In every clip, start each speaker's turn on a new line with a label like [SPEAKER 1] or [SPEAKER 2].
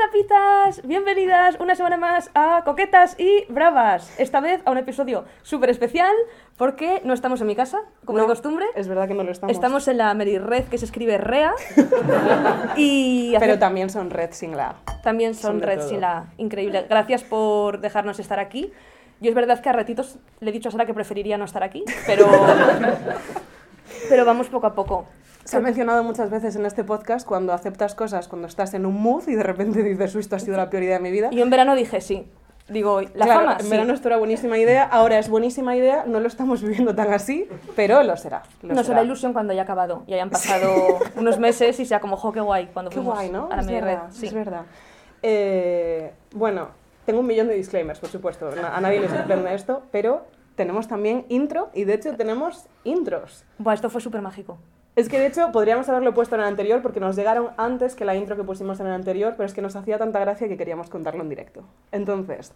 [SPEAKER 1] Bonitas, bienvenidas una semana más a Coquetas y Bravas. Esta vez a un episodio súper especial porque no estamos en mi casa, como de
[SPEAKER 2] No,
[SPEAKER 1] costumbre.
[SPEAKER 2] Es verdad que no lo estamos.
[SPEAKER 1] Estamos en la Red que se escribe REA. y hace-
[SPEAKER 2] Pero también son red sin la A.
[SPEAKER 1] también son
[SPEAKER 2] sobre
[SPEAKER 1] Red
[SPEAKER 2] todo.
[SPEAKER 1] sin la A. Increíble. Gracias por dejarnos estar aquí. Yo es verdad que a ratitos le he dicho a Sara que preferiría no estar aquí, pero, pero vamos poco a poco.
[SPEAKER 2] Se ha mencionado muchas veces en este podcast cuando aceptas cosas, cuando estás en un mood y de repente dices, uy, esto ha sido la prioridad de mi vida.
[SPEAKER 1] Yo en verano dije sí. Digo, la
[SPEAKER 2] Claro,
[SPEAKER 1] fama
[SPEAKER 2] en
[SPEAKER 1] sí.
[SPEAKER 2] verano esto era buenísima idea, ahora es buenísima idea, no lo estamos viviendo tan así, pero lo será. Lo
[SPEAKER 1] Nos hará ilusión cuando haya acabado y hayan pasado unos meses y sea como, jo, qué guay, cuando
[SPEAKER 2] Qué
[SPEAKER 1] fuimos
[SPEAKER 2] guay, ¿no?
[SPEAKER 1] a la
[SPEAKER 2] es,
[SPEAKER 1] media
[SPEAKER 2] verdad,
[SPEAKER 1] red. Sí.
[SPEAKER 2] es verdad. Eh, bueno, tengo un millón de disclaimers, por supuesto, na- a nadie le sorprende esto, pero tenemos también intro y de hecho tenemos intros.
[SPEAKER 1] Buah, esto fue súper mágico.
[SPEAKER 2] Es que de hecho podríamos haberlo puesto en el anterior porque nos llegaron antes que la intro que pusimos en el anterior, pero es que nos hacía tanta gracia que queríamos contarlo en directo. Entonces,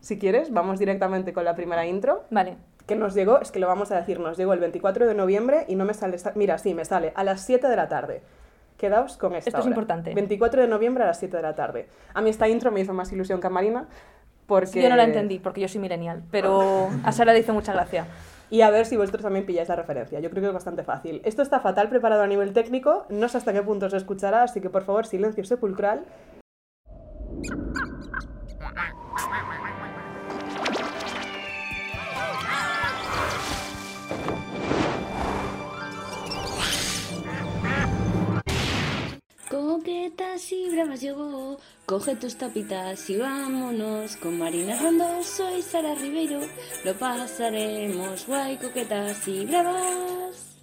[SPEAKER 2] si quieres, vamos directamente con la primera intro
[SPEAKER 1] Vale.
[SPEAKER 2] que nos llegó, es que lo vamos a decir, nos llegó el 24 de noviembre y no me sale, esta- mira, sí, me sale a las 7 de la tarde. Quedaos con esta
[SPEAKER 1] Esto es
[SPEAKER 2] hora.
[SPEAKER 1] importante.
[SPEAKER 2] 24 de noviembre a las 7 de la tarde. A mí esta intro me hizo más ilusión que a Marina porque...
[SPEAKER 1] Yo no la entendí porque yo soy millennial, pero a Sara le hizo mucha gracia.
[SPEAKER 2] Y a ver si vosotros también pilláis la referencia. Yo creo que es bastante fácil. Esto está fatal preparado a nivel técnico. No sé hasta qué punto se escuchará, así que por favor, silencio sepulcral.
[SPEAKER 3] Coquetas y bravas llegó, coge tus tapitas y vámonos. Con Marina Rondo soy Sara Ribeiro, lo pasaremos guay, coquetas y bravas.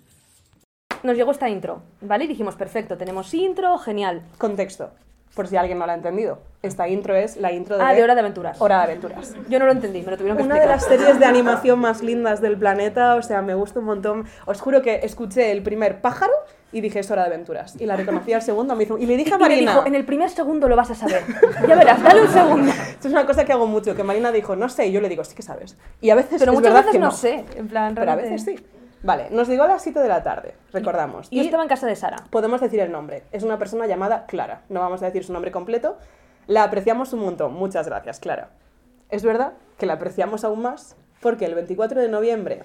[SPEAKER 1] Nos llegó esta intro, ¿vale? Y dijimos, perfecto, tenemos intro, genial.
[SPEAKER 2] Contexto, por si alguien no lo ha entendido. Esta intro es la intro de,
[SPEAKER 1] Ah, de Hora de Aventuras.
[SPEAKER 2] Hora de Aventuras.
[SPEAKER 1] Yo no lo entendí, me lo tuvieron que
[SPEAKER 2] Una de
[SPEAKER 1] explicar.
[SPEAKER 2] las series de animación más lindas del planeta, o sea, me gusta un montón. Os juro que escuché el primer pájaro y dije es hora de aventuras. Y la reconocí al segundo, me hizo... Y le dije a
[SPEAKER 1] Y me
[SPEAKER 2] Marina...
[SPEAKER 1] dijo, en el primer segundo lo vas a saber. Ya verás, dale un segundo.
[SPEAKER 2] Esto es una cosa que hago mucho, que Marina dijo, no sé, y yo le digo, sí que sabes. Y a veces
[SPEAKER 1] Pero
[SPEAKER 2] es
[SPEAKER 1] muchas veces
[SPEAKER 2] verdad que
[SPEAKER 1] no.
[SPEAKER 2] no.
[SPEAKER 1] sé. En plan,
[SPEAKER 2] Pero a
[SPEAKER 1] realmente-
[SPEAKER 2] veces sí. Vale, nos llegó a las 7 de la tarde, recordamos.
[SPEAKER 1] Yo
[SPEAKER 2] Y
[SPEAKER 1] estaba en casa de Sara.
[SPEAKER 2] podemos decir el nombre. Es una persona llamada Clara. No vamos a decir su nombre completo. La apreciamos un montón. Muchas gracias, Clara. Es verdad que la apreciamos aún más porque el 24 de noviembre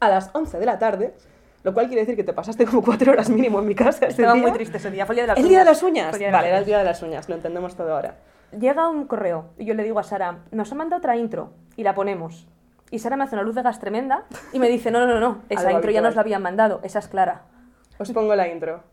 [SPEAKER 2] a las 11 de la tarde, lo cual quiere decir que te pasaste como 4 horas mínimo en mi casa. ese
[SPEAKER 1] Estaba
[SPEAKER 2] día.
[SPEAKER 1] muy triste ese día, fue el día de las
[SPEAKER 2] ¿El
[SPEAKER 1] uñas.
[SPEAKER 2] día de las uñas?
[SPEAKER 1] Fue el día de las
[SPEAKER 2] Vale, era el día de las uñas, lo entendemos todo ahora.
[SPEAKER 1] Llega un correo y yo le digo a Sara, nos ha mandado otra intro y la ponemos. Y Sara me hace una luz de gas tremenda y me dice, no, no, no, no, esa
[SPEAKER 2] Algo
[SPEAKER 1] intro ya nos
[SPEAKER 2] habitual.
[SPEAKER 1] la habían mandado, esa es clara.
[SPEAKER 2] Os pongo la intro.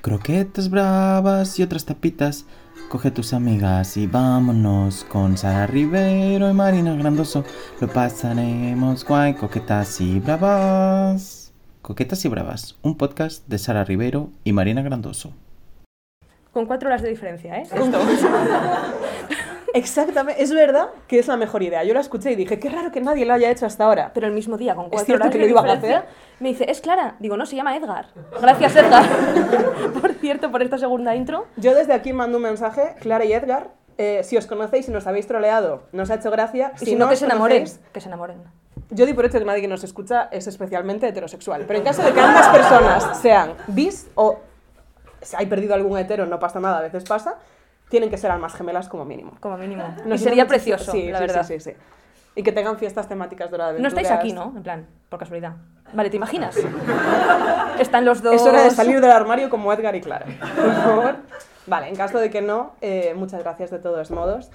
[SPEAKER 4] Croquetas bravas y otras tapitas. Coge tus amigas y vámonos con Sara Rivero y Marina Grandoso. Lo pasaremos guay, coquetas y bravas. Coquetas y bravas, un podcast de Sara Rivero y Marina Grandoso.
[SPEAKER 1] Con cuatro horas de diferencia, ¿eh?
[SPEAKER 2] Exactamente, es verdad que es la mejor idea. Yo la escuché y dije, qué raro que nadie lo haya hecho hasta ahora.
[SPEAKER 1] Pero el mismo día, con cuatro
[SPEAKER 2] cierto
[SPEAKER 1] horas
[SPEAKER 2] que
[SPEAKER 1] de
[SPEAKER 2] lo iban a
[SPEAKER 1] diferencia,
[SPEAKER 2] hacer?
[SPEAKER 1] me dice, es clara. Digo, no, se llama Edgar. Gracias, Edgar. por cierto, por esta segunda intro.
[SPEAKER 2] Yo desde aquí mando un mensaje, Clara y Edgar, eh, si os conocéis y nos habéis troleado, nos ha hecho gracia.
[SPEAKER 1] Y si, no, que
[SPEAKER 2] os
[SPEAKER 1] se enamoren.
[SPEAKER 2] conocéis,
[SPEAKER 1] Que se enamoren.
[SPEAKER 2] Yo di por hecho que nadie que nos escucha es especialmente heterosexual, pero en caso de que ambas personas sean bis o se hay perdido algún hetero, no pasa nada, a veces pasa, tienen que ser almas gemelas como mínimo.
[SPEAKER 1] Como mínimo.
[SPEAKER 2] Nos
[SPEAKER 1] y
[SPEAKER 2] hizo
[SPEAKER 1] sería
[SPEAKER 2] muchísimo-
[SPEAKER 1] precioso,
[SPEAKER 2] sí,
[SPEAKER 1] la
[SPEAKER 2] sí,
[SPEAKER 1] verdad.
[SPEAKER 2] Sí, sí, sí. Y que tengan fiestas temáticas de la
[SPEAKER 1] No estáis aquí, ¿no? En plan, por casualidad. Vale, ¿te imaginas? Están los dos...
[SPEAKER 2] Es hora de salir del armario como Edgar y Clara, por favor. Vale, en caso de que no, eh, muchas gracias de todos modos.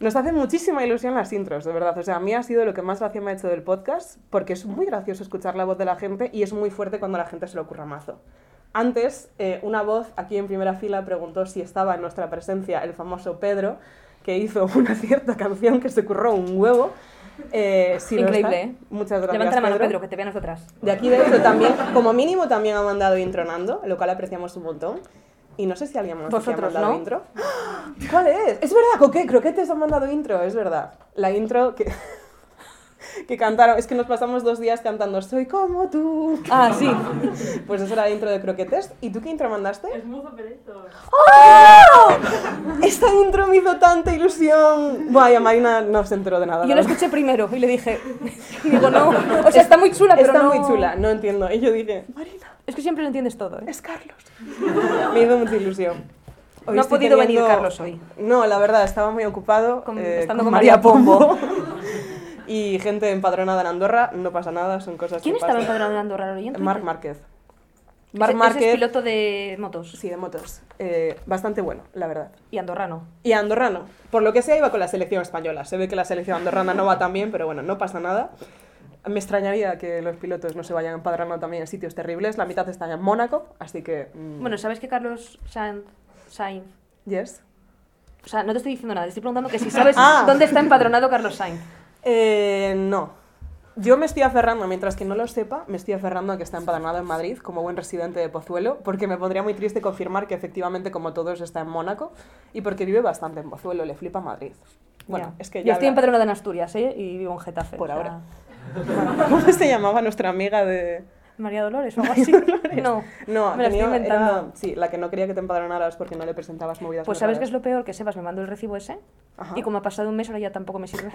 [SPEAKER 2] Nos hace muchísima ilusión las intros, de verdad. O sea, a mí ha sido lo que más gracia me ha hecho del podcast, porque es muy gracioso escuchar la voz de la gente y es muy fuerte cuando a la gente se le ocurra mazo. Antes, eh, una voz aquí en primera fila preguntó si estaba en nuestra presencia el famoso Pedro, que hizo una cierta canción que se curró un huevo. Eh, si no
[SPEAKER 1] Increíble,
[SPEAKER 2] está,
[SPEAKER 1] ¿eh?
[SPEAKER 2] Muchas gracias,
[SPEAKER 1] Levanta la mano, Pedro, que te vean nosotras.
[SPEAKER 2] de aquí, de hecho, también, como mínimo, también ha mandado intronando, lo cual apreciamos un montón. Y no sé si alguien más
[SPEAKER 1] Vosotros,
[SPEAKER 2] ha mandado
[SPEAKER 1] ¿no?
[SPEAKER 2] intro. ¡Ah! ¿Cuál es? Es verdad, Coque, Croquetes han mandado intro, es verdad. La intro que... que cantaron. Es que nos pasamos dos días cantando Soy como tú.
[SPEAKER 1] Ah, sí.
[SPEAKER 2] Pues eso era la intro de Croquetes. ¿Y tú qué intro mandaste? ¡Ah!
[SPEAKER 5] Es muy superesto.
[SPEAKER 2] Esta intro me hizo tanta ilusión. Vaya, Marina no se enteró de nada.
[SPEAKER 1] Yo
[SPEAKER 2] la
[SPEAKER 1] lo
[SPEAKER 2] verdad.
[SPEAKER 1] escuché primero y le dije, digo, no, o sea, está muy chula, pero
[SPEAKER 2] Está
[SPEAKER 1] no-
[SPEAKER 2] muy chula, no entiendo. Y yo dije, Marina,
[SPEAKER 1] Es que siempre lo entiendes todo, ¿eh?
[SPEAKER 2] es Carlos. Me hizo mucha ilusión. Hoy
[SPEAKER 1] No ha
[SPEAKER 2] estoy
[SPEAKER 1] podido venir
[SPEAKER 2] teniendo-
[SPEAKER 1] Carlos hoy.
[SPEAKER 2] No, la verdad, estaba muy ocupado
[SPEAKER 1] Con-
[SPEAKER 2] eh,
[SPEAKER 1] estando con María Pombo.
[SPEAKER 2] y gente empadronada en Andorra, no pasa nada, son cosas
[SPEAKER 1] ¿Quién
[SPEAKER 2] que
[SPEAKER 1] estaba
[SPEAKER 2] pasan.
[SPEAKER 1] empadronado en Andorra? ¿Lo leí en Twitter?
[SPEAKER 2] Marc Márquez.
[SPEAKER 1] Ese-
[SPEAKER 2] Marc
[SPEAKER 1] ese
[SPEAKER 2] Márquez.
[SPEAKER 1] es piloto de motos
[SPEAKER 2] Sí, de motos. Eh, bastante bueno, la verdad.
[SPEAKER 1] y andorrano.
[SPEAKER 2] Y andorrano. Por lo que sea, iba con la selección española. Se ve que la selección andorrana no va tan bien, pero bueno, no pasa nada. Me extrañaría que los pilotos no se vayan empadronando también en sitios terribles. La mitad están en Mónaco, así que... mm,
[SPEAKER 1] Bueno, ¿sabes que Carlos Sainz... Sainz
[SPEAKER 2] yes.
[SPEAKER 1] o sea, no te estoy diciendo nada, te estoy preguntando que si sabes
[SPEAKER 2] Ah.
[SPEAKER 1] dónde está empadronado Carlos Sainz.
[SPEAKER 2] Eh, no. Yo me estoy aferrando, mientras que no lo sepa, me estoy aferrando a que está empadronado en Madrid como buen residente de Pozuelo, porque me pondría muy triste confirmar que efectivamente, como todos, está en Mónaco y porque vive bastante en Pozuelo, le flipa Madrid. Bueno,
[SPEAKER 1] Ya.
[SPEAKER 2] es que ya
[SPEAKER 1] Yo estoy
[SPEAKER 2] habla-
[SPEAKER 1] empadronada en Asturias, ¿eh? Y vivo en Getafe.
[SPEAKER 2] Por
[SPEAKER 1] o sea,
[SPEAKER 2] ahora. ¿Cómo se llamaba nuestra amiga de...?
[SPEAKER 1] María Dolores o algo así. No,
[SPEAKER 2] No,
[SPEAKER 1] me la estoy
[SPEAKER 2] tenía-
[SPEAKER 1] inventando.
[SPEAKER 2] era- sí, la que no quería que te empadronaras porque no le presentabas movidas
[SPEAKER 1] Pues
[SPEAKER 2] muy
[SPEAKER 1] sabes que es
[SPEAKER 2] raras.
[SPEAKER 1] lo peor, que Sebas me mandó el recibo ese
[SPEAKER 2] Ajá.
[SPEAKER 1] y como ha pasado un mes ahora ya tampoco me sirve.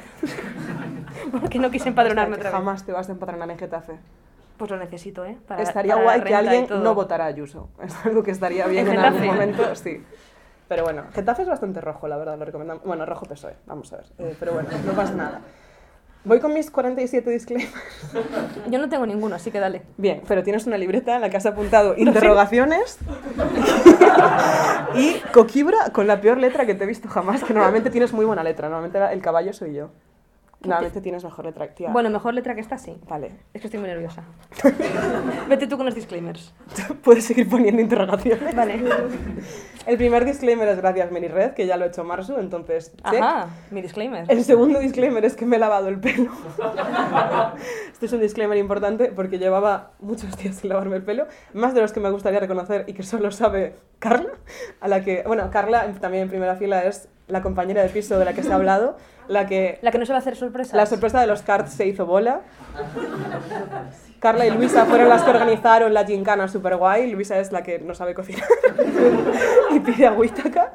[SPEAKER 1] Porque no quise empadronarme
[SPEAKER 2] O sea, que
[SPEAKER 1] otra vez.
[SPEAKER 2] Jamás te vas a empadronar en Getafe.
[SPEAKER 1] Pues lo necesito, ¿eh? Para-
[SPEAKER 2] estaría
[SPEAKER 1] para
[SPEAKER 2] guay que
[SPEAKER 1] renta y
[SPEAKER 2] alguien
[SPEAKER 1] todo.
[SPEAKER 2] no votara a Ayuso. Es algo que estaría bien
[SPEAKER 1] ¿En
[SPEAKER 2] en algún
[SPEAKER 1] Getafe?
[SPEAKER 2] momento, sí. Pero bueno, Getafe es bastante rojo, la verdad, lo recomendamos. Bueno, rojo PSOE, vamos a ver. Eh, pero bueno, no pasa nada. Voy con mis 47 disclaimers.
[SPEAKER 1] Yo no tengo ninguno, así que dale.
[SPEAKER 2] Bien, pero tienes una libreta en la que has apuntado interrogaciones y coquibra con la peor letra que te he visto jamás, que normalmente tienes muy buena letra, normalmente la- el caballo soy yo. Normalmente tienes mejor letra, tía.
[SPEAKER 1] Bueno, mejor letra que esta sí.
[SPEAKER 2] Vale,
[SPEAKER 1] Es que estoy muy nerviosa. Vete tú con los disclaimers.
[SPEAKER 2] puedes seguir poniendo interrogaciones.
[SPEAKER 1] Vale.
[SPEAKER 2] El primer disclaimer es gracias Mary Red, que ya lo ha hecho Marsu, entonces check.
[SPEAKER 1] Ajá, mi disclaimer.
[SPEAKER 2] El segundo disclaimer es que me he lavado el pelo. este es un disclaimer importante porque llevaba muchos días sin lavarme el pelo, más de los que me gustaría reconocer y que solo sabe Carla, a la que, bueno, Carla en- también en primera fila es la compañera de piso de la que se ha hablado, la que
[SPEAKER 1] La que no se va a hacer sorpresa.
[SPEAKER 2] la sorpresa de los cards se hizo bola. Carla y Luisa fueron las que organizaron la gincana super guay. Luisa es la que no sabe cocinar y pide agüita acá.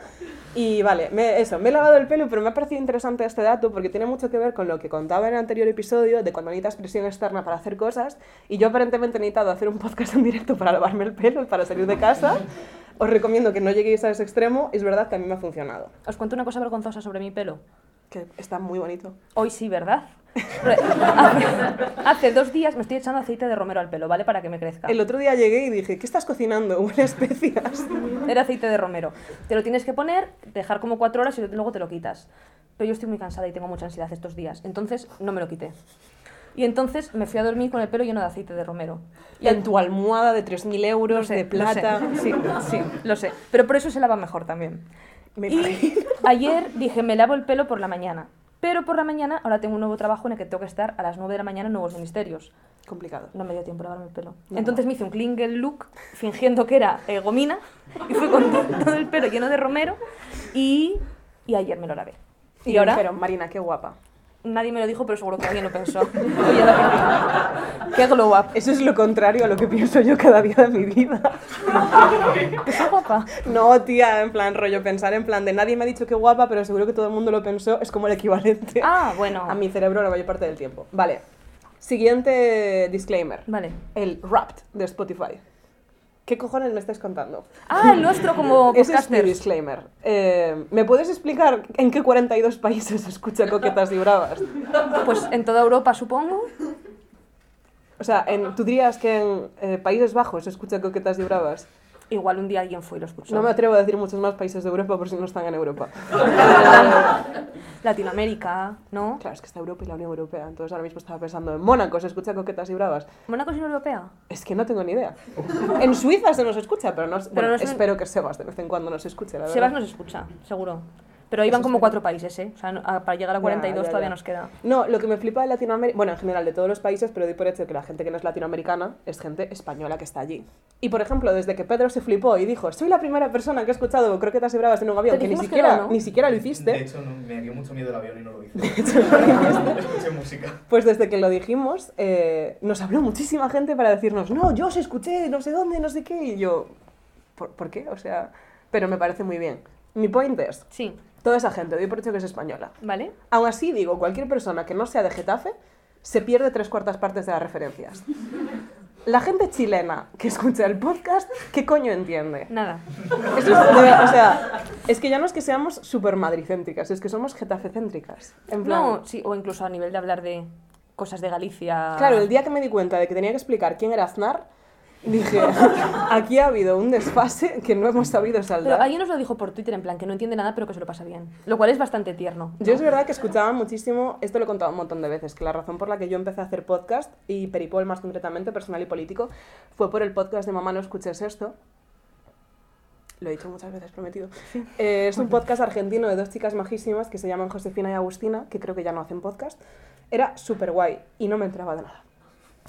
[SPEAKER 2] Y vale, me- eso, me he lavado el pelo, pero me ha parecido interesante este dato porque tiene mucho que ver con lo que contaba en el anterior episodio de cuando necesitas presión externa para hacer cosas. Y yo aparentemente he necesitado hacer un podcast en directo para lavarme el pelo y para salir de casa. Os recomiendo que no lleguéis a ese extremo. Es verdad que a mí me ha funcionado.
[SPEAKER 1] Os cuento una cosa vergonzosa sobre mi pelo.
[SPEAKER 2] Que está muy bonito.
[SPEAKER 1] Hoy sí, ¿verdad? Re- hace, hace dos días me estoy echando aceite de romero al pelo, ¿vale? Para que me crezca.
[SPEAKER 2] El otro día llegué y dije, ¿qué estás cocinando? Huele a especias.
[SPEAKER 1] Era aceite de romero. Te lo tienes que poner, dejar como cuatro horas y luego te lo quitas. Pero yo estoy muy cansada y tengo mucha ansiedad estos días, entonces no me lo quité. Y entonces me fui a dormir con el pelo lleno de aceite de romero.
[SPEAKER 2] Y en tu almohada de 3.000 euros,
[SPEAKER 1] Lo sé,
[SPEAKER 2] de
[SPEAKER 1] lo
[SPEAKER 2] plata.
[SPEAKER 1] sé, Sí, sí, lo sé. Pero por eso se lava mejor también.
[SPEAKER 2] Me
[SPEAKER 1] Y
[SPEAKER 2] imagino.
[SPEAKER 1] ayer dije, me lavo el pelo por la mañana. Pero por la mañana ahora tengo un nuevo trabajo en el que tengo que estar a las 9 de la mañana en nuevos ministerios.
[SPEAKER 2] Complicado.
[SPEAKER 1] No me dio tiempo a lavarme el pelo.
[SPEAKER 2] No.
[SPEAKER 1] Entonces me hice un Klingel look fingiendo que era eh, gomina y fui con todo el pelo lleno de romero y, y ayer me lo lavé. Y, ahora
[SPEAKER 2] Pero, Marina, qué guapa.
[SPEAKER 1] nadie me lo dijo, pero seguro que alguien lo pensó. Oye, la que- qué glow up.
[SPEAKER 2] Eso es lo contrario a lo que pienso yo cada día de mi vida.
[SPEAKER 1] Que soy guapa.
[SPEAKER 2] No, tía, en plan rollo, pensar en plan de nadie me ha dicho qué guapa, pero seguro que todo el mundo lo pensó, es como el equivalente
[SPEAKER 1] Ah, bueno.
[SPEAKER 2] a mi cerebro la mayor parte del tiempo. Vale. Siguiente disclaimer.
[SPEAKER 1] Vale.
[SPEAKER 2] El Wrapped de Spotify. ¿Qué cojones me estáis contando?
[SPEAKER 1] Ah, el nuestro como
[SPEAKER 2] Ese es mi
[SPEAKER 1] podcaster.
[SPEAKER 2] disclaimer. Eh, ¿Me puedes explicar en qué 42 países se escucha coquetas y bravas?
[SPEAKER 1] Pues en toda Europa, supongo.
[SPEAKER 2] O sea, en- tú dirías que en eh, Países Bajos se escucha coquetas y bravas.
[SPEAKER 1] Igual un día alguien fue y lo escuchó.
[SPEAKER 2] No me atrevo a decir muchos más países de Europa por si no están en Europa.
[SPEAKER 1] Latinoamérica, ¿no?
[SPEAKER 2] Claro, es que está Europa y la Unión Europea. Entonces ahora mismo estaba pensando en Mónaco se escucha coquetas y bravas.
[SPEAKER 1] ¿Mónaco es Unión Europea?
[SPEAKER 2] Es que no tengo ni idea. En Suiza se nos escucha, pero no. bueno,
[SPEAKER 1] no es un-
[SPEAKER 2] espero que Sebas de vez en cuando nos escuche, la verdad.
[SPEAKER 1] Sebas nos escucha, seguro. Pero iban
[SPEAKER 2] Eso
[SPEAKER 1] como cuatro
[SPEAKER 2] espero.
[SPEAKER 1] países, ¿eh? O sea, no- a- para llegar a
[SPEAKER 2] Ya,
[SPEAKER 1] 42
[SPEAKER 2] ya,
[SPEAKER 1] todavía
[SPEAKER 2] ya.
[SPEAKER 1] nos queda.
[SPEAKER 2] No, lo que me flipa de Latinoamérica, bueno, en general de todos los países, pero doy por hecho que la gente que no es latinoamericana es gente española que está allí. Y por ejemplo, desde que Pedro se flipó y dijo, soy la primera persona que he escuchado croquetas y bravas en un avión,
[SPEAKER 1] Te
[SPEAKER 2] que ni
[SPEAKER 1] dijimos que
[SPEAKER 2] siquiera,
[SPEAKER 1] no, ¿no?
[SPEAKER 2] ni siquiera lo
[SPEAKER 5] De
[SPEAKER 2] hiciste,
[SPEAKER 5] hecho, no, me dio mucho miedo el avión y no lo hice. Escuché música.
[SPEAKER 2] pues desde que lo dijimos, eh, nos habló muchísima gente para decirnos, no, yo os escuché, no sé dónde, no sé qué, y yo, ¿por, por qué? O sea, pero me parece muy bien. Mi point es,
[SPEAKER 1] Sí,
[SPEAKER 2] toda esa gente, doy por hecho que es española.
[SPEAKER 1] ¿vale?
[SPEAKER 2] Aún así, digo, cualquier persona que no sea de Getafe se pierde tres cuartas partes de las referencias. La gente chilena que escucha el podcast, ¿qué coño entiende?
[SPEAKER 1] Nada.
[SPEAKER 2] Eso es, de verdad, o sea, es que ya no es que seamos súper madricéntricas, es que somos getafecéntricas. En plan,
[SPEAKER 1] No, sí, o incluso a nivel de hablar de cosas de Galicia.
[SPEAKER 2] Claro, el día que me di cuenta de que tenía que explicar quién era Aznar, dije, aquí ha habido un desfase que no hemos sabido
[SPEAKER 1] Pero
[SPEAKER 2] saldar.
[SPEAKER 1] alguien nos lo dijo por Twitter, en plan, que no entiende nada, pero que se lo pasa bien. Lo cual es bastante tierno.
[SPEAKER 2] Yo es verdad que escuchaba muchísimo, esto lo he contado un montón de veces, que la razón por la que yo empecé a hacer podcast, y Peripol más concretamente, personal y político, fue por el podcast de Mamá no escuches esto. Lo he dicho muchas veces, prometido. Eh, es un podcast argentino de dos chicas majísimas que se llaman Josefina y Agustina, que creo que ya no hacen podcast. Era súper guay y no me entraba de nada.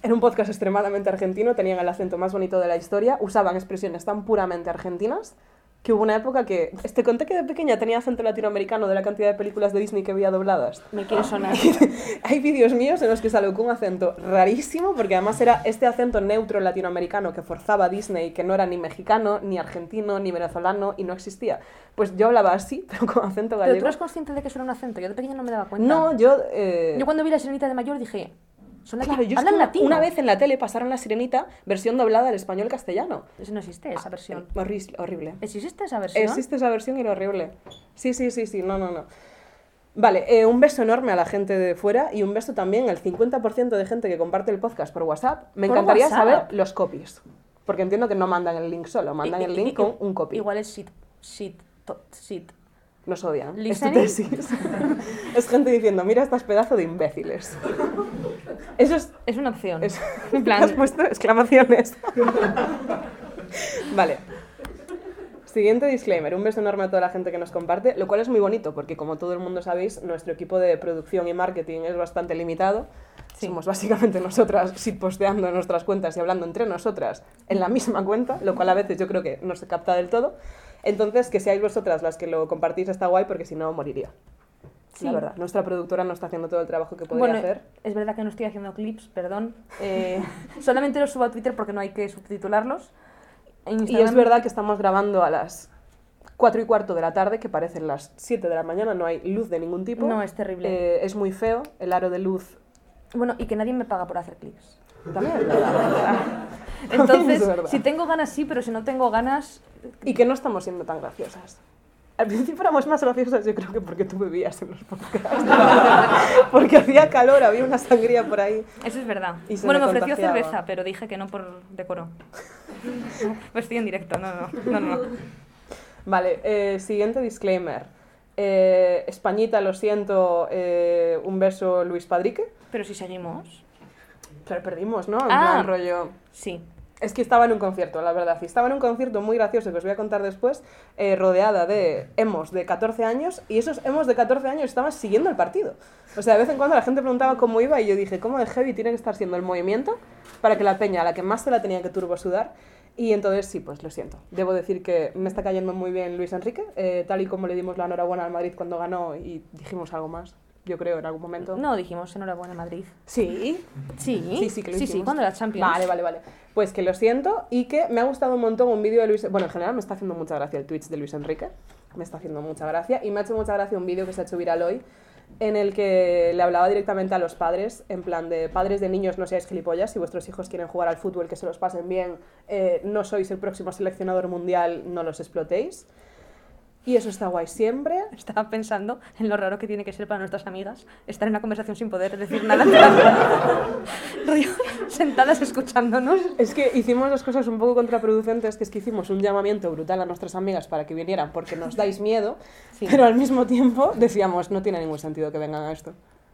[SPEAKER 2] Era un podcast extremadamente argentino, tenían el acento más bonito de la historia, usaban expresiones tan puramente argentinas que hubo una época que... Te conté que de pequeña tenía acento latinoamericano de la cantidad de películas de Disney que veía dobladas.
[SPEAKER 1] Me quiere sonar.
[SPEAKER 2] Hay vídeos míos en los que salgo con un acento rarísimo, porque además era este acento neutro latinoamericano que forzaba a Disney, que no era ni mexicano, ni argentino, ni venezolano, y no existía. Pues yo hablaba así, pero con acento
[SPEAKER 1] Pero tú
[SPEAKER 2] gallego.
[SPEAKER 1] eres consciente de que eso era un acento. Yo de pequeña no me daba cuenta.
[SPEAKER 2] No, yo... eh,
[SPEAKER 1] Yo cuando vi la serenita de mayor dije, son lati-
[SPEAKER 2] Claro, yo
[SPEAKER 1] hablan
[SPEAKER 2] estuve-
[SPEAKER 1] latino.
[SPEAKER 2] Una vez en la tele pasaron La Sirenita, versión doblada del español-castellano.
[SPEAKER 1] Eso no existe, esa versión.
[SPEAKER 2] Horris- horrible.
[SPEAKER 1] ¿Existe esa versión?
[SPEAKER 2] Ah, eh, Existe esa versión y era horrible. Sí, sí, sí, sí, no, no, no. Vale, eh, un beso enorme a la gente de fuera y un beso también al 50% de gente que comparte el podcast por WhatsApp. Me
[SPEAKER 1] Por
[SPEAKER 2] encantaría
[SPEAKER 1] WhatsApp.
[SPEAKER 2] saber los copies. Porque entiendo que no mandan el link solo, mandan
[SPEAKER 1] I-
[SPEAKER 2] el
[SPEAKER 1] i- i-
[SPEAKER 2] link con un copy.
[SPEAKER 1] Igual es sit, sit, to- sit.
[SPEAKER 2] Nos odian. Es tu
[SPEAKER 1] Listening.
[SPEAKER 2] tesis. es gente diciendo, mira estas pedazo de imbéciles. Eso es
[SPEAKER 1] Es una opción.
[SPEAKER 2] Es-
[SPEAKER 1] En plan-
[SPEAKER 2] Has puesto exclamaciones. vale. Siguiente disclaimer, un beso enorme a toda la gente que nos comparte, lo cual es muy bonito porque como todo el mundo sabéis, nuestro equipo de producción y marketing es bastante limitado.
[SPEAKER 1] Sí.
[SPEAKER 2] Somos básicamente nosotras posteando en nuestras cuentas y hablando entre nosotras en la misma cuenta, lo cual a veces yo creo que no se capta del todo. Entonces, que seáis vosotras las que lo compartís está guay porque si no moriría.
[SPEAKER 1] Sí.
[SPEAKER 2] La verdad, nuestra productora no está haciendo todo el trabajo que podría
[SPEAKER 1] Bueno,
[SPEAKER 2] hacer.
[SPEAKER 1] es verdad que no estoy haciendo clips, perdón. Eh, solamente los subo a Twitter porque no hay que subtitularlos. En
[SPEAKER 2] Y es
[SPEAKER 1] Instagram-
[SPEAKER 2] verdad que estamos grabando a las 4 y cuarto de la tarde, que parecen las 7 de la mañana, no hay luz de ningún tipo.
[SPEAKER 1] No, es terrible.
[SPEAKER 2] Eh, es muy feo, el aro de luz
[SPEAKER 1] Bueno, y que nadie me paga por hacer clips.
[SPEAKER 2] también es verdad.
[SPEAKER 1] Entonces,
[SPEAKER 2] Es verdad.
[SPEAKER 1] si tengo ganas, sí, pero si no tengo ganas,
[SPEAKER 2] Y que no estamos siendo tan graciosas. Al principio éramos más graciosas, yo creo que porque tú bebías en los podcasts. porque hacía calor, había una sangría por ahí.
[SPEAKER 1] eso es verdad.
[SPEAKER 2] Y se
[SPEAKER 1] Bueno,
[SPEAKER 2] me
[SPEAKER 1] me ofreció
[SPEAKER 2] contagiaba.
[SPEAKER 1] cerveza, pero dije que no por decoro. pues estoy en directo, no, no, no, no, no.
[SPEAKER 2] Vale, eh, siguiente disclaimer. Eh, Españita, lo siento, eh, un beso Luis Padrique.
[SPEAKER 1] Pero si seguimos,
[SPEAKER 2] Pero perdimos, ¿no? En
[SPEAKER 1] Ah.
[SPEAKER 2] plan rollo...
[SPEAKER 1] sí.
[SPEAKER 2] Es que estaba en un concierto, la verdad. Y estaba en un concierto muy gracioso que os voy a contar después, eh, rodeada de hemos de 14 años y esos hemos de 14 años estaban siguiendo el partido. O sea, de vez en cuando la gente preguntaba cómo iba y yo dije, ¿cómo de heavy tiene que estar siendo el movimiento para que la peña, a la que más se la tenía que turbo sudar? Y entonces sí, pues lo siento. Debo decir que me está cayendo muy bien Luis Enrique, eh, tal y como le dimos la enhorabuena al Madrid cuando ganó y dijimos algo más, yo creo, en algún momento.
[SPEAKER 1] No, dijimos enhorabuena Madrid.
[SPEAKER 2] Sí,
[SPEAKER 1] Sí,
[SPEAKER 2] Sí, sí, que lo
[SPEAKER 1] sí,
[SPEAKER 2] hicimos.
[SPEAKER 1] cuando la Champions.
[SPEAKER 2] Vale, vale, vale. Pues que lo siento y que me ha gustado un montón un vídeo de Luis... Bueno, en general me está haciendo mucha gracia el Twitch de Luis Enrique. Me está haciendo mucha gracia. Y me ha hecho mucha gracia un vídeo que se ha hecho viral hoy en el que le hablaba directamente a los padres, en plan de padres de niños no seáis gilipollas, si vuestros hijos quieren jugar al fútbol, que se los pasen bien, eh, no sois el próximo seleccionador mundial, no los explotéis. Y eso está guay siempre.
[SPEAKER 1] Estaba pensando en lo raro que tiene que ser para nuestras amigas estar en una conversación sin poder decir nada. Rollo, Sentadas escuchándonos.
[SPEAKER 2] Es que hicimos dos cosas un poco contraproducentes, que es que hicimos un llamamiento brutal a nuestras amigas para que vinieran porque nos dais miedo,
[SPEAKER 1] Sí.
[SPEAKER 2] pero al mismo tiempo decíamos, no tiene ningún sentido que vengan a esto.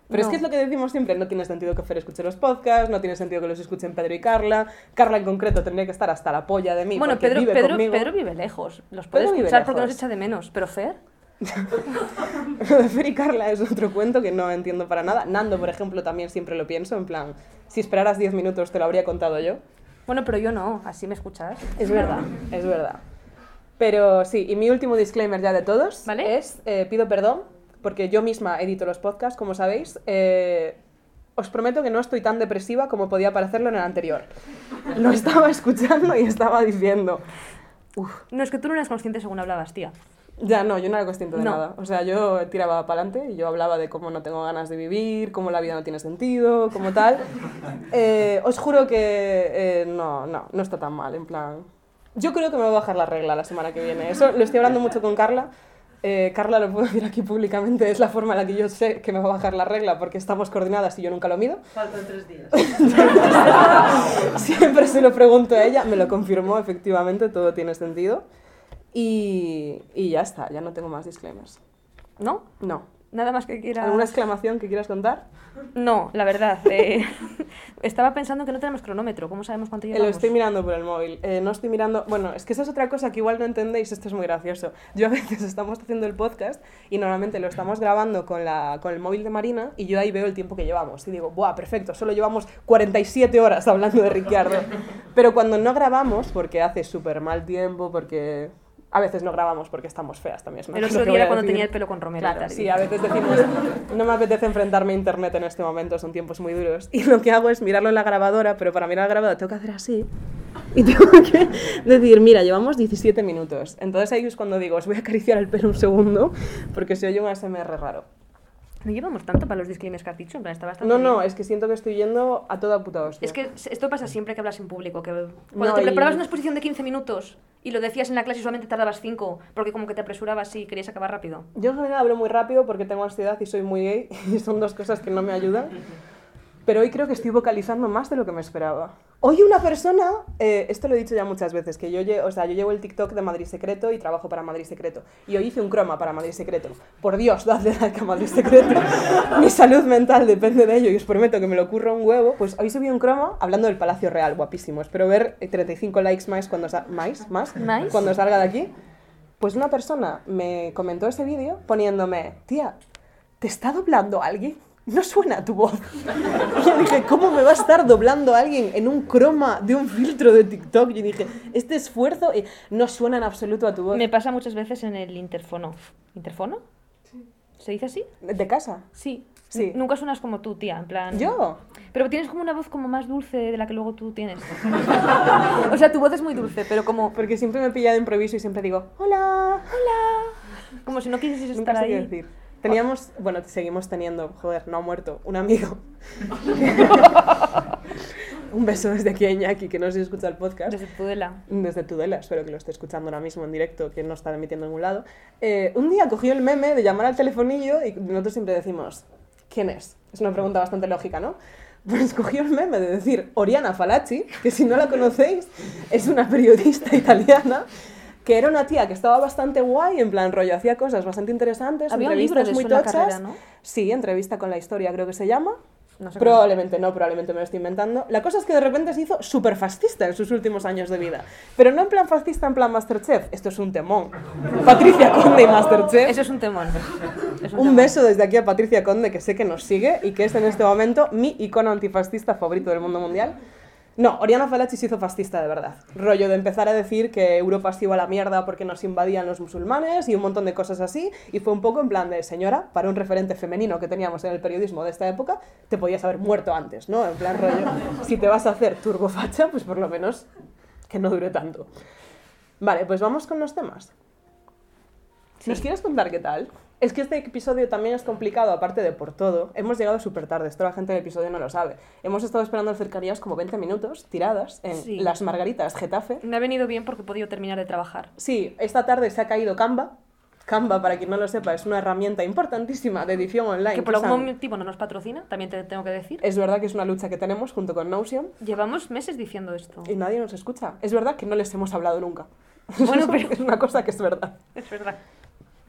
[SPEAKER 2] Pero es
[SPEAKER 1] No.
[SPEAKER 2] que es lo que decimos siempre, no tiene sentido que Fer escuche los podcasts, no tiene sentido que los escuchen Pedro y Carla, Carla en concreto tendría que estar hasta la polla de mí
[SPEAKER 1] Bueno,
[SPEAKER 2] porque
[SPEAKER 1] Pedro
[SPEAKER 2] vive
[SPEAKER 1] Pedro,
[SPEAKER 2] conmigo.
[SPEAKER 1] Pedro vive lejos. Los puede
[SPEAKER 2] Pedro vive
[SPEAKER 1] escuchar porque
[SPEAKER 2] lejos.
[SPEAKER 1] nos echa de menos. Pero Fer,
[SPEAKER 2] Lo de Fer y Carla es otro cuento que no entiendo para nada. Nando, por ejemplo, también siempre lo pienso, en plan, si esperaras 10 minutos te lo habría contado yo.
[SPEAKER 1] Bueno, pero yo no, así me escuchas.
[SPEAKER 2] Es verdad, es verdad. Pero sí, y mi último disclaimer ya de todos
[SPEAKER 1] ¿Vale?
[SPEAKER 2] es, eh, pido perdón, porque yo misma edito los podcasts, como sabéis. Eh, os prometo que no estoy tan depresiva como podía parecerlo en el anterior. Lo estaba escuchando y estaba diciendo,
[SPEAKER 1] No, es que tú no eras consciente según hablabas, tía.
[SPEAKER 2] ya no, yo no era consciente de
[SPEAKER 1] No.
[SPEAKER 2] nada. O sea, yo tiraba para adelante y yo hablaba de cómo no tengo ganas de vivir, cómo la vida no tiene sentido, cómo tal. Eh, os juro que eh, no, no, no está tan mal, en plan... Yo creo que me va a bajar la regla la semana que viene. Eso lo estoy hablando mucho con Carla. Eh, Carla, lo puedo decir aquí públicamente, es la forma en la que yo sé que me va a bajar la regla porque estamos coordinadas y yo nunca lo mido.
[SPEAKER 6] Faltan tres días.
[SPEAKER 2] Siempre se lo pregunto a ella, me lo confirmó, efectivamente, todo tiene sentido. Y, y ya está, ya no tengo más disclaimers.
[SPEAKER 1] ¿No?
[SPEAKER 2] No.
[SPEAKER 1] Nada más que quieras.
[SPEAKER 2] ¿Alguna exclamación que quieras contar?
[SPEAKER 1] No, la verdad. eh, estaba pensando que no tenemos cronómetro. ¿Cómo sabemos cuánto
[SPEAKER 2] Eh, lo
[SPEAKER 1] llevamos?
[SPEAKER 2] estoy mirando por el móvil. Eh, no estoy mirando. Bueno, es que esa es otra cosa que igual no entendéis. Esto es muy gracioso. Yo a veces estamos haciendo el podcast y normalmente lo estamos grabando con, la, con el móvil de Marina y yo ahí veo el tiempo que llevamos. Y digo, ¡buah, perfecto! Solo llevamos 47 horas hablando de Ricciardo. Pero cuando no grabamos, porque hace súper mal tiempo, porque. A veces no grabamos porque estamos feas también. es una
[SPEAKER 1] El
[SPEAKER 2] cosa
[SPEAKER 1] otro
[SPEAKER 2] que
[SPEAKER 1] día
[SPEAKER 2] voy
[SPEAKER 1] era
[SPEAKER 2] a
[SPEAKER 1] cuando
[SPEAKER 2] decir.
[SPEAKER 1] tenía el pelo con romero. y
[SPEAKER 2] Claro,
[SPEAKER 1] tal, y
[SPEAKER 2] sí,
[SPEAKER 1] dije,
[SPEAKER 2] a veces decimos, no me apetece enfrentarme a internet en este momento, son tiempos muy duros. Y lo que hago es mirarlo en la grabadora, pero para mirar la grabadora tengo que hacer así. Y tengo que decir, mira, llevamos 17 minutos. Entonces ahí es cuando digo, os voy a acariciar el pelo un segundo, porque se oye un ASMR raro.
[SPEAKER 1] No llevamos tanto para los disclaimers que has dicho. En plan, está bastante
[SPEAKER 2] No,
[SPEAKER 1] bien.
[SPEAKER 2] no, es que siento que estoy yendo a toda puta hostia.
[SPEAKER 1] Es que esto pasa siempre que hablas en público. Que cuando
[SPEAKER 2] No,
[SPEAKER 1] te
[SPEAKER 2] y-
[SPEAKER 1] preparabas una exposición de 15 minutos y lo decías en la clase y solamente tardabas 5 porque como que te apresurabas y querías acabar rápido.
[SPEAKER 2] Yo en general hablo muy rápido porque tengo ansiedad y soy muy gay, y son dos cosas que no me ayudan. Pero hoy creo que estoy vocalizando más de lo que me esperaba. Hoy una persona, eh, esto lo he dicho ya muchas veces, que yo, lle- o sea, yo llevo el TikTok de Madrid Secreto y trabajo para Madrid Secreto. Y hoy hice un croma para Madrid Secreto. Por Dios, dadle like a Madrid Secreto. Mi salud mental depende de ello y os prometo que me lo curro un huevo. Pues hoy subí un croma hablando del Palacio Real, guapísimo. Espero ver eh, 35 likes más cuando, sa- más, más,
[SPEAKER 1] ¿Mais?
[SPEAKER 2] cuando salga de aquí. Pues una persona me comentó ese vídeo poniéndome, tía, ¿te está doblando alguien? No suena tu voz. Y yo dije, ¿cómo me va a estar doblando alguien en un croma de un filtro de TikTok? Yo dije, este esfuerzo eh, no suena en absoluto a tu voz.
[SPEAKER 1] Me pasa muchas veces en el interfono. ¿Interfono? ¿Se dice así?
[SPEAKER 2] ¿De casa?
[SPEAKER 1] Sí.
[SPEAKER 2] Sí.
[SPEAKER 1] Nunca suenas como tú, tía, en plan...
[SPEAKER 2] ¿Yo?
[SPEAKER 1] Pero tienes como una voz como más dulce de la que luego tú tienes. o sea, tu voz es muy dulce, pero como,
[SPEAKER 2] Porque siempre me pilla de improviso y siempre digo, hola,
[SPEAKER 1] como si no quisieses
[SPEAKER 2] Nunca
[SPEAKER 1] estar
[SPEAKER 2] sé
[SPEAKER 1] ahí.
[SPEAKER 2] qué decir. Teníamos, bueno, seguimos teniendo, joder, no ha muerto, un amigo. un beso desde aquí a Iñaki, que no se escucha el podcast.
[SPEAKER 1] Desde Tudela.
[SPEAKER 2] desde Tudela, espero que lo esté escuchando ahora mismo en directo, que no está emitiendo en ningún lado, eh, un día cogió el meme de llamar al telefonillo y nosotros siempre decimos, ¿quién es? Es una pregunta bastante lógica, ¿no? Pues cogió el meme de decir Oriana Falacci, que si no la conocéis, es una periodista italiana, que era una tía que estaba bastante guay, en plan rollo, hacía cosas bastante interesantes,
[SPEAKER 1] Había un libro
[SPEAKER 2] entrevistas
[SPEAKER 1] de
[SPEAKER 2] muy
[SPEAKER 1] su, una
[SPEAKER 2] tochas.
[SPEAKER 1] carrera, ¿no?
[SPEAKER 2] Sí, entrevista con la historia, creo que se llama.
[SPEAKER 1] No sé
[SPEAKER 2] Probablemente no, probablemente me lo estoy inventando. La cosa es que de repente se hizo súper fascista en sus últimos años de vida. Pero no en plan fascista, en plan Masterchef. Esto es un temón. Patricia Conde y Masterchef.
[SPEAKER 1] Eso es un temón. Es
[SPEAKER 2] un
[SPEAKER 1] temón.
[SPEAKER 2] beso desde aquí a Patricia Conde, que sé que nos sigue y que es en este momento mi icono antifascista favorito del mundo mundial. No, Oriana Fallaci se hizo fascista de verdad. Rollo de empezar a decir que Europa se iba a la mierda porque nos invadían los musulmanes y un montón de cosas así. Y fue un poco en plan de, señora, para un referente femenino que teníamos en el periodismo de esta época, te podías haber muerto antes, ¿no? En plan rollo, si te vas a hacer turbofacha, pues por lo menos que no dure tanto. Vale, pues vamos con los temas. ¿Nos quieres contar qué tal? Es que este episodio también es complicado, aparte de por todo. Hemos llegado súper tarde, esto la gente del episodio no lo sabe. Hemos estado esperando en cercanías como 20 minutos, tiradas, en
[SPEAKER 1] Sí.
[SPEAKER 2] Las Margaritas, Getafe.
[SPEAKER 1] Me ha venido bien porque he podido terminar de trabajar.
[SPEAKER 2] Sí, esta tarde se ha caído Canva. Canva, para quien no lo sepa, es una herramienta importantísima de edición online.
[SPEAKER 1] Que por
[SPEAKER 2] que usan-
[SPEAKER 1] algún motivo no nos patrocina, también te tengo que decir.
[SPEAKER 2] Es verdad que es una lucha que tenemos junto con Notion
[SPEAKER 1] Llevamos meses diciendo esto.
[SPEAKER 2] y nadie nos escucha. Es verdad que no les hemos hablado nunca.
[SPEAKER 1] Bueno, pero-
[SPEAKER 2] es una cosa que es verdad.
[SPEAKER 1] Es verdad.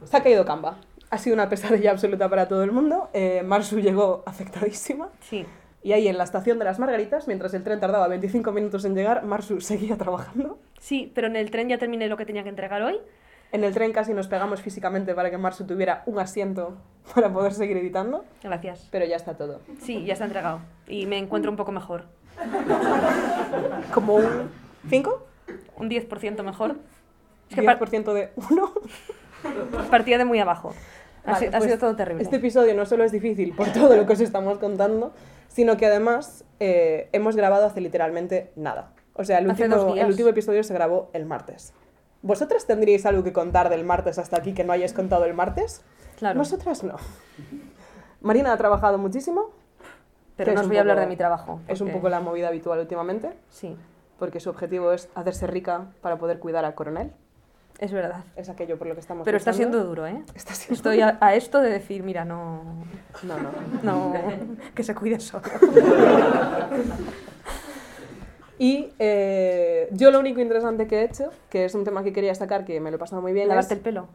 [SPEAKER 2] Se ha caído Canva. Ha sido una pesadilla absoluta para todo el mundo. Eh, Marsu llegó afectadísima.
[SPEAKER 1] Sí.
[SPEAKER 2] Y ahí en la estación de las Margaritas, mientras el tren tardaba 25 minutos en llegar, Marsu seguía trabajando.
[SPEAKER 1] Sí, pero en el tren ya terminé lo que tenía que entregar hoy.
[SPEAKER 2] En el tren casi nos pegamos físicamente para que Marsu tuviera un asiento para poder seguir editando,
[SPEAKER 1] Gracias.
[SPEAKER 2] pero ya está todo.
[SPEAKER 1] Sí, ya está entregado. Y me encuentro un poco mejor.
[SPEAKER 2] Como un 5,
[SPEAKER 1] Un 10% mejor. Es que par-
[SPEAKER 2] 10% de 1.
[SPEAKER 1] partía de muy abajo. Ha,
[SPEAKER 2] Vale,
[SPEAKER 1] si- ha
[SPEAKER 2] pues,
[SPEAKER 1] sido todo terrible.
[SPEAKER 2] Este episodio no solo es difícil por todo lo que os estamos contando, sino que además eh, hemos grabado hace literalmente nada. O sea, el
[SPEAKER 1] Hace
[SPEAKER 2] último,
[SPEAKER 1] dos días.
[SPEAKER 2] el último episodio se grabó el martes. ¿Vosotras tendríais algo que contar del martes hasta aquí que no hayáis contado el martes?
[SPEAKER 1] Claro.
[SPEAKER 2] Nosotras no. Marina ha trabajado muchísimo. que
[SPEAKER 1] pero no
[SPEAKER 2] es
[SPEAKER 1] os
[SPEAKER 2] un
[SPEAKER 1] voy a hablar
[SPEAKER 2] poco-
[SPEAKER 1] de mi trabajo.
[SPEAKER 2] Es un
[SPEAKER 1] porque-
[SPEAKER 2] poco la movida habitual últimamente,
[SPEAKER 1] Sí,
[SPEAKER 2] porque su objetivo es hacerse rica para poder cuidar al coronel.
[SPEAKER 1] es verdad.
[SPEAKER 2] Es aquello por lo que estamos
[SPEAKER 1] Pero está
[SPEAKER 2] luchando.
[SPEAKER 1] siendo duro, ¿eh?
[SPEAKER 2] Está siendo-
[SPEAKER 1] Estoy a, a esto de decir, mira, no,
[SPEAKER 2] No, no.
[SPEAKER 1] no, que se cuide solo.
[SPEAKER 2] Y eh, yo lo único interesante que he hecho, que es un tema que quería sacar, que me lo he pasado muy bien,
[SPEAKER 1] Lavarte
[SPEAKER 2] es-
[SPEAKER 1] el pelo.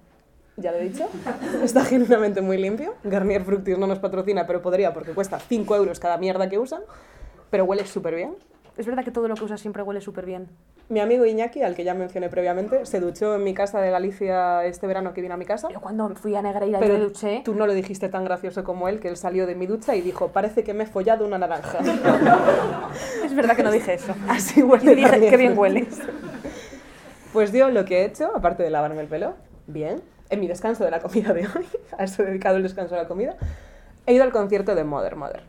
[SPEAKER 2] ya lo he dicho, está genuinamente muy limpio. Garnier Fructis no nos patrocina, pero podría porque cuesta 5 euros cada mierda que usan, pero huele súper bien.
[SPEAKER 1] Es verdad que todo lo que usas siempre huele súper bien.
[SPEAKER 2] Mi amigo Iñaki, al que ya mencioné previamente, se duchó en mi casa de Galicia este verano que vino a mi casa.
[SPEAKER 1] Yo cuando fui a Negreira y me
[SPEAKER 2] Pero
[SPEAKER 1] duché,
[SPEAKER 2] tú no lo dijiste tan gracioso como él, que él salió de mi ducha y dijo, parece que me he follado una naranja.
[SPEAKER 1] es verdad que no dije eso.
[SPEAKER 2] Así
[SPEAKER 1] Y
[SPEAKER 2] huele.
[SPEAKER 1] dije,
[SPEAKER 2] Garnier
[SPEAKER 1] qué bien
[SPEAKER 2] Fructis".
[SPEAKER 1] hueles.
[SPEAKER 2] Pues yo lo que he hecho, aparte de lavarme el pelo, bien, en mi descanso de la comida de hoy, a eso he dedicado el descanso a la comida, he ido al concierto de Mother Mother.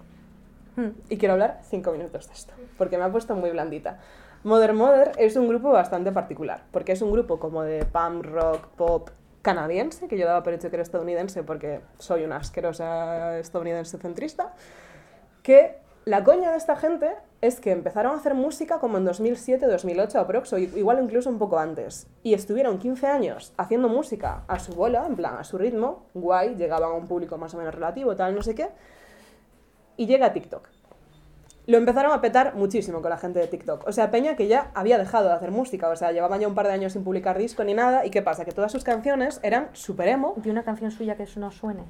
[SPEAKER 1] Hmm.
[SPEAKER 2] Y quiero hablar cinco minutos de esto, porque me ha puesto muy blandita. Mother Mother es un grupo bastante particular, porque es un grupo como de punk, rock, pop canadiense, que yo daba por hecho que era estadounidense porque soy una asquerosa estadounidense centrista, que la coña de esta gente es que empezaron a hacer música como en 2007, 2008 aprox, o i- igual incluso un poco antes. Y estuvieron 15 años haciendo música a su bola, en plan, a su ritmo, guay, llegaban a un público más o menos relativo, tal, no sé qué. Y llega TikTok. Lo empezaron a petar muchísimo con la gente de TikTok. O sea, Peña que ya había dejado de hacer música, o sea, llevaban ya un par de años sin publicar disco ni nada, y ¿qué pasa? Que todas sus canciones eran super emo,
[SPEAKER 1] Vi una canción suya que eso no suene.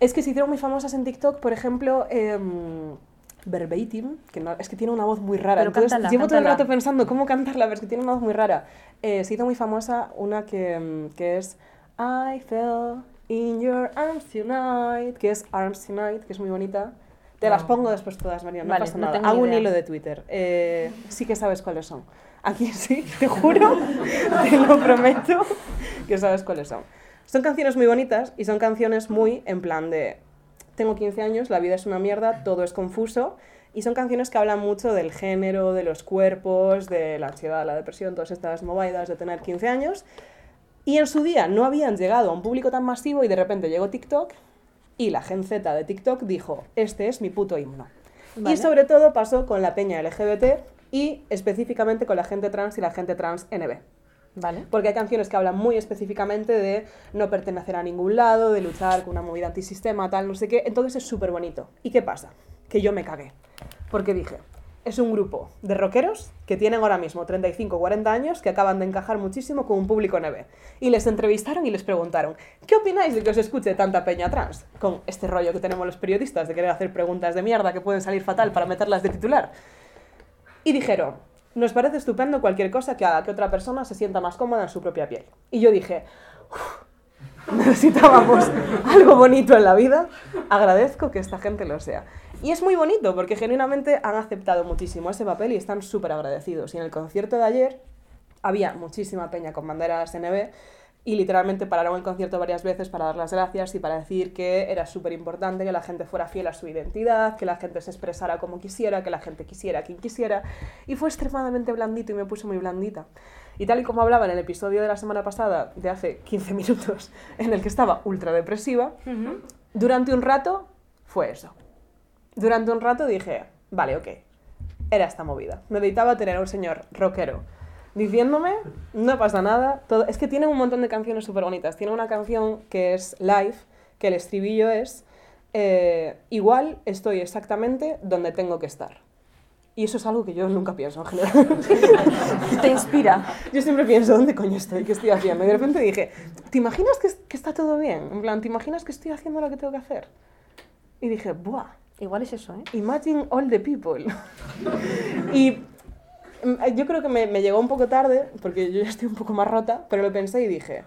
[SPEAKER 2] es que se hicieron muy famosas en TikTok, por ejemplo, em, Verbatim, que no- es que tiene una voz muy rara.
[SPEAKER 1] Pero
[SPEAKER 2] Entonces,
[SPEAKER 1] cántala,
[SPEAKER 2] llevo todo el
[SPEAKER 1] cántala.
[SPEAKER 2] rato pensando cómo cantarla, pero es que tiene una voz muy rara. Eh, se hizo muy famosa una que, em, que es I fell in your arms tonight, que es Arms Tonight, que es muy bonita. Te las pongo después todas, María, no
[SPEAKER 1] Vale,
[SPEAKER 2] pasa
[SPEAKER 1] no
[SPEAKER 2] nada.
[SPEAKER 1] tengo ni
[SPEAKER 2] Hago un
[SPEAKER 1] idea.
[SPEAKER 2] hilo de Twitter. Eh, sí que sabes cuáles son. Aquí sí, te juro, te lo prometo, que sabes cuáles son. Son canciones muy bonitas y son canciones muy en plan de tengo 15 años, la vida es una mierda, todo es confuso y son canciones que hablan mucho del género, de los cuerpos, de la ansiedad, la depresión, todas estas movidas de tener 15 años. Y en su día no habían llegado a un público tan masivo y de repente llegó TikTok y la gen Z de TikTok dijo, este es mi puto himno. Y
[SPEAKER 1] Vale.
[SPEAKER 2] sobre todo pasó con la peña LGBT y específicamente con la gente trans y la gente trans NB.
[SPEAKER 1] Vale.
[SPEAKER 2] Porque hay canciones que hablan muy específicamente de no pertenecer a ningún lado, de luchar con una movida antisistema, tal, no sé qué. Entonces es súper bonito. ¿Y qué pasa? Que yo me cagué. Porque dije, es un grupo de rockeros que tienen ahora mismo 35 40 años, que acaban de encajar muchísimo con un público neve. Y les entrevistaron y les preguntaron, ¿qué opináis de que os escuche tanta peña trans? Con este rollo que tenemos los periodistas de querer hacer preguntas de mierda que pueden salir fatal para meterlas de titular. Y dijeron, nos parece estupendo cualquier cosa que haga que otra persona se sienta más cómoda en su propia piel. Y yo dije, "Uf, necesitábamos algo bonito en la vida, agradezco que esta gente lo sea. Y es muy bonito porque genuinamente han aceptado muchísimo ese papel y están súper agradecidos. Y en el concierto de ayer había muchísima peña con banderas NB y literalmente pararon el concierto varias veces para dar las gracias y para decir que era súper importante que la gente fuera fiel a su identidad, que la gente se expresara como quisiera, que la gente quisiera a quien quisiera. Y fue extremadamente blandito y me puse muy blandita. Y tal y como hablaba en el episodio de la semana pasada, de hace 15 minutos, en el que estaba ultra depresiva, durante un rato fue eso. Durante un rato dije, vale, ok, era esta movida. Me dedicaba a tener a un señor rockero diciéndome, no pasa nada. Todo... Es que tiene un montón de canciones súper bonitas. Tiene una canción que es Live, que el estribillo es, eh, igual estoy exactamente donde tengo que estar. Y eso es algo que yo nunca pienso en general.
[SPEAKER 1] Te inspira.
[SPEAKER 2] Yo siempre pienso, ¿dónde coño estoy? ¿Qué estoy haciendo? Y de repente dije, ¿te imaginas que, es- que está todo bien? En plan, ¿te imaginas que estoy haciendo lo que tengo que hacer? Y dije, ¡buah!
[SPEAKER 1] Igual es eso, ¿eh?
[SPEAKER 2] Imagine all the people. y mm, yo creo que me, me llegó un poco tarde, porque yo ya estoy un poco más rota, pero lo pensé y dije,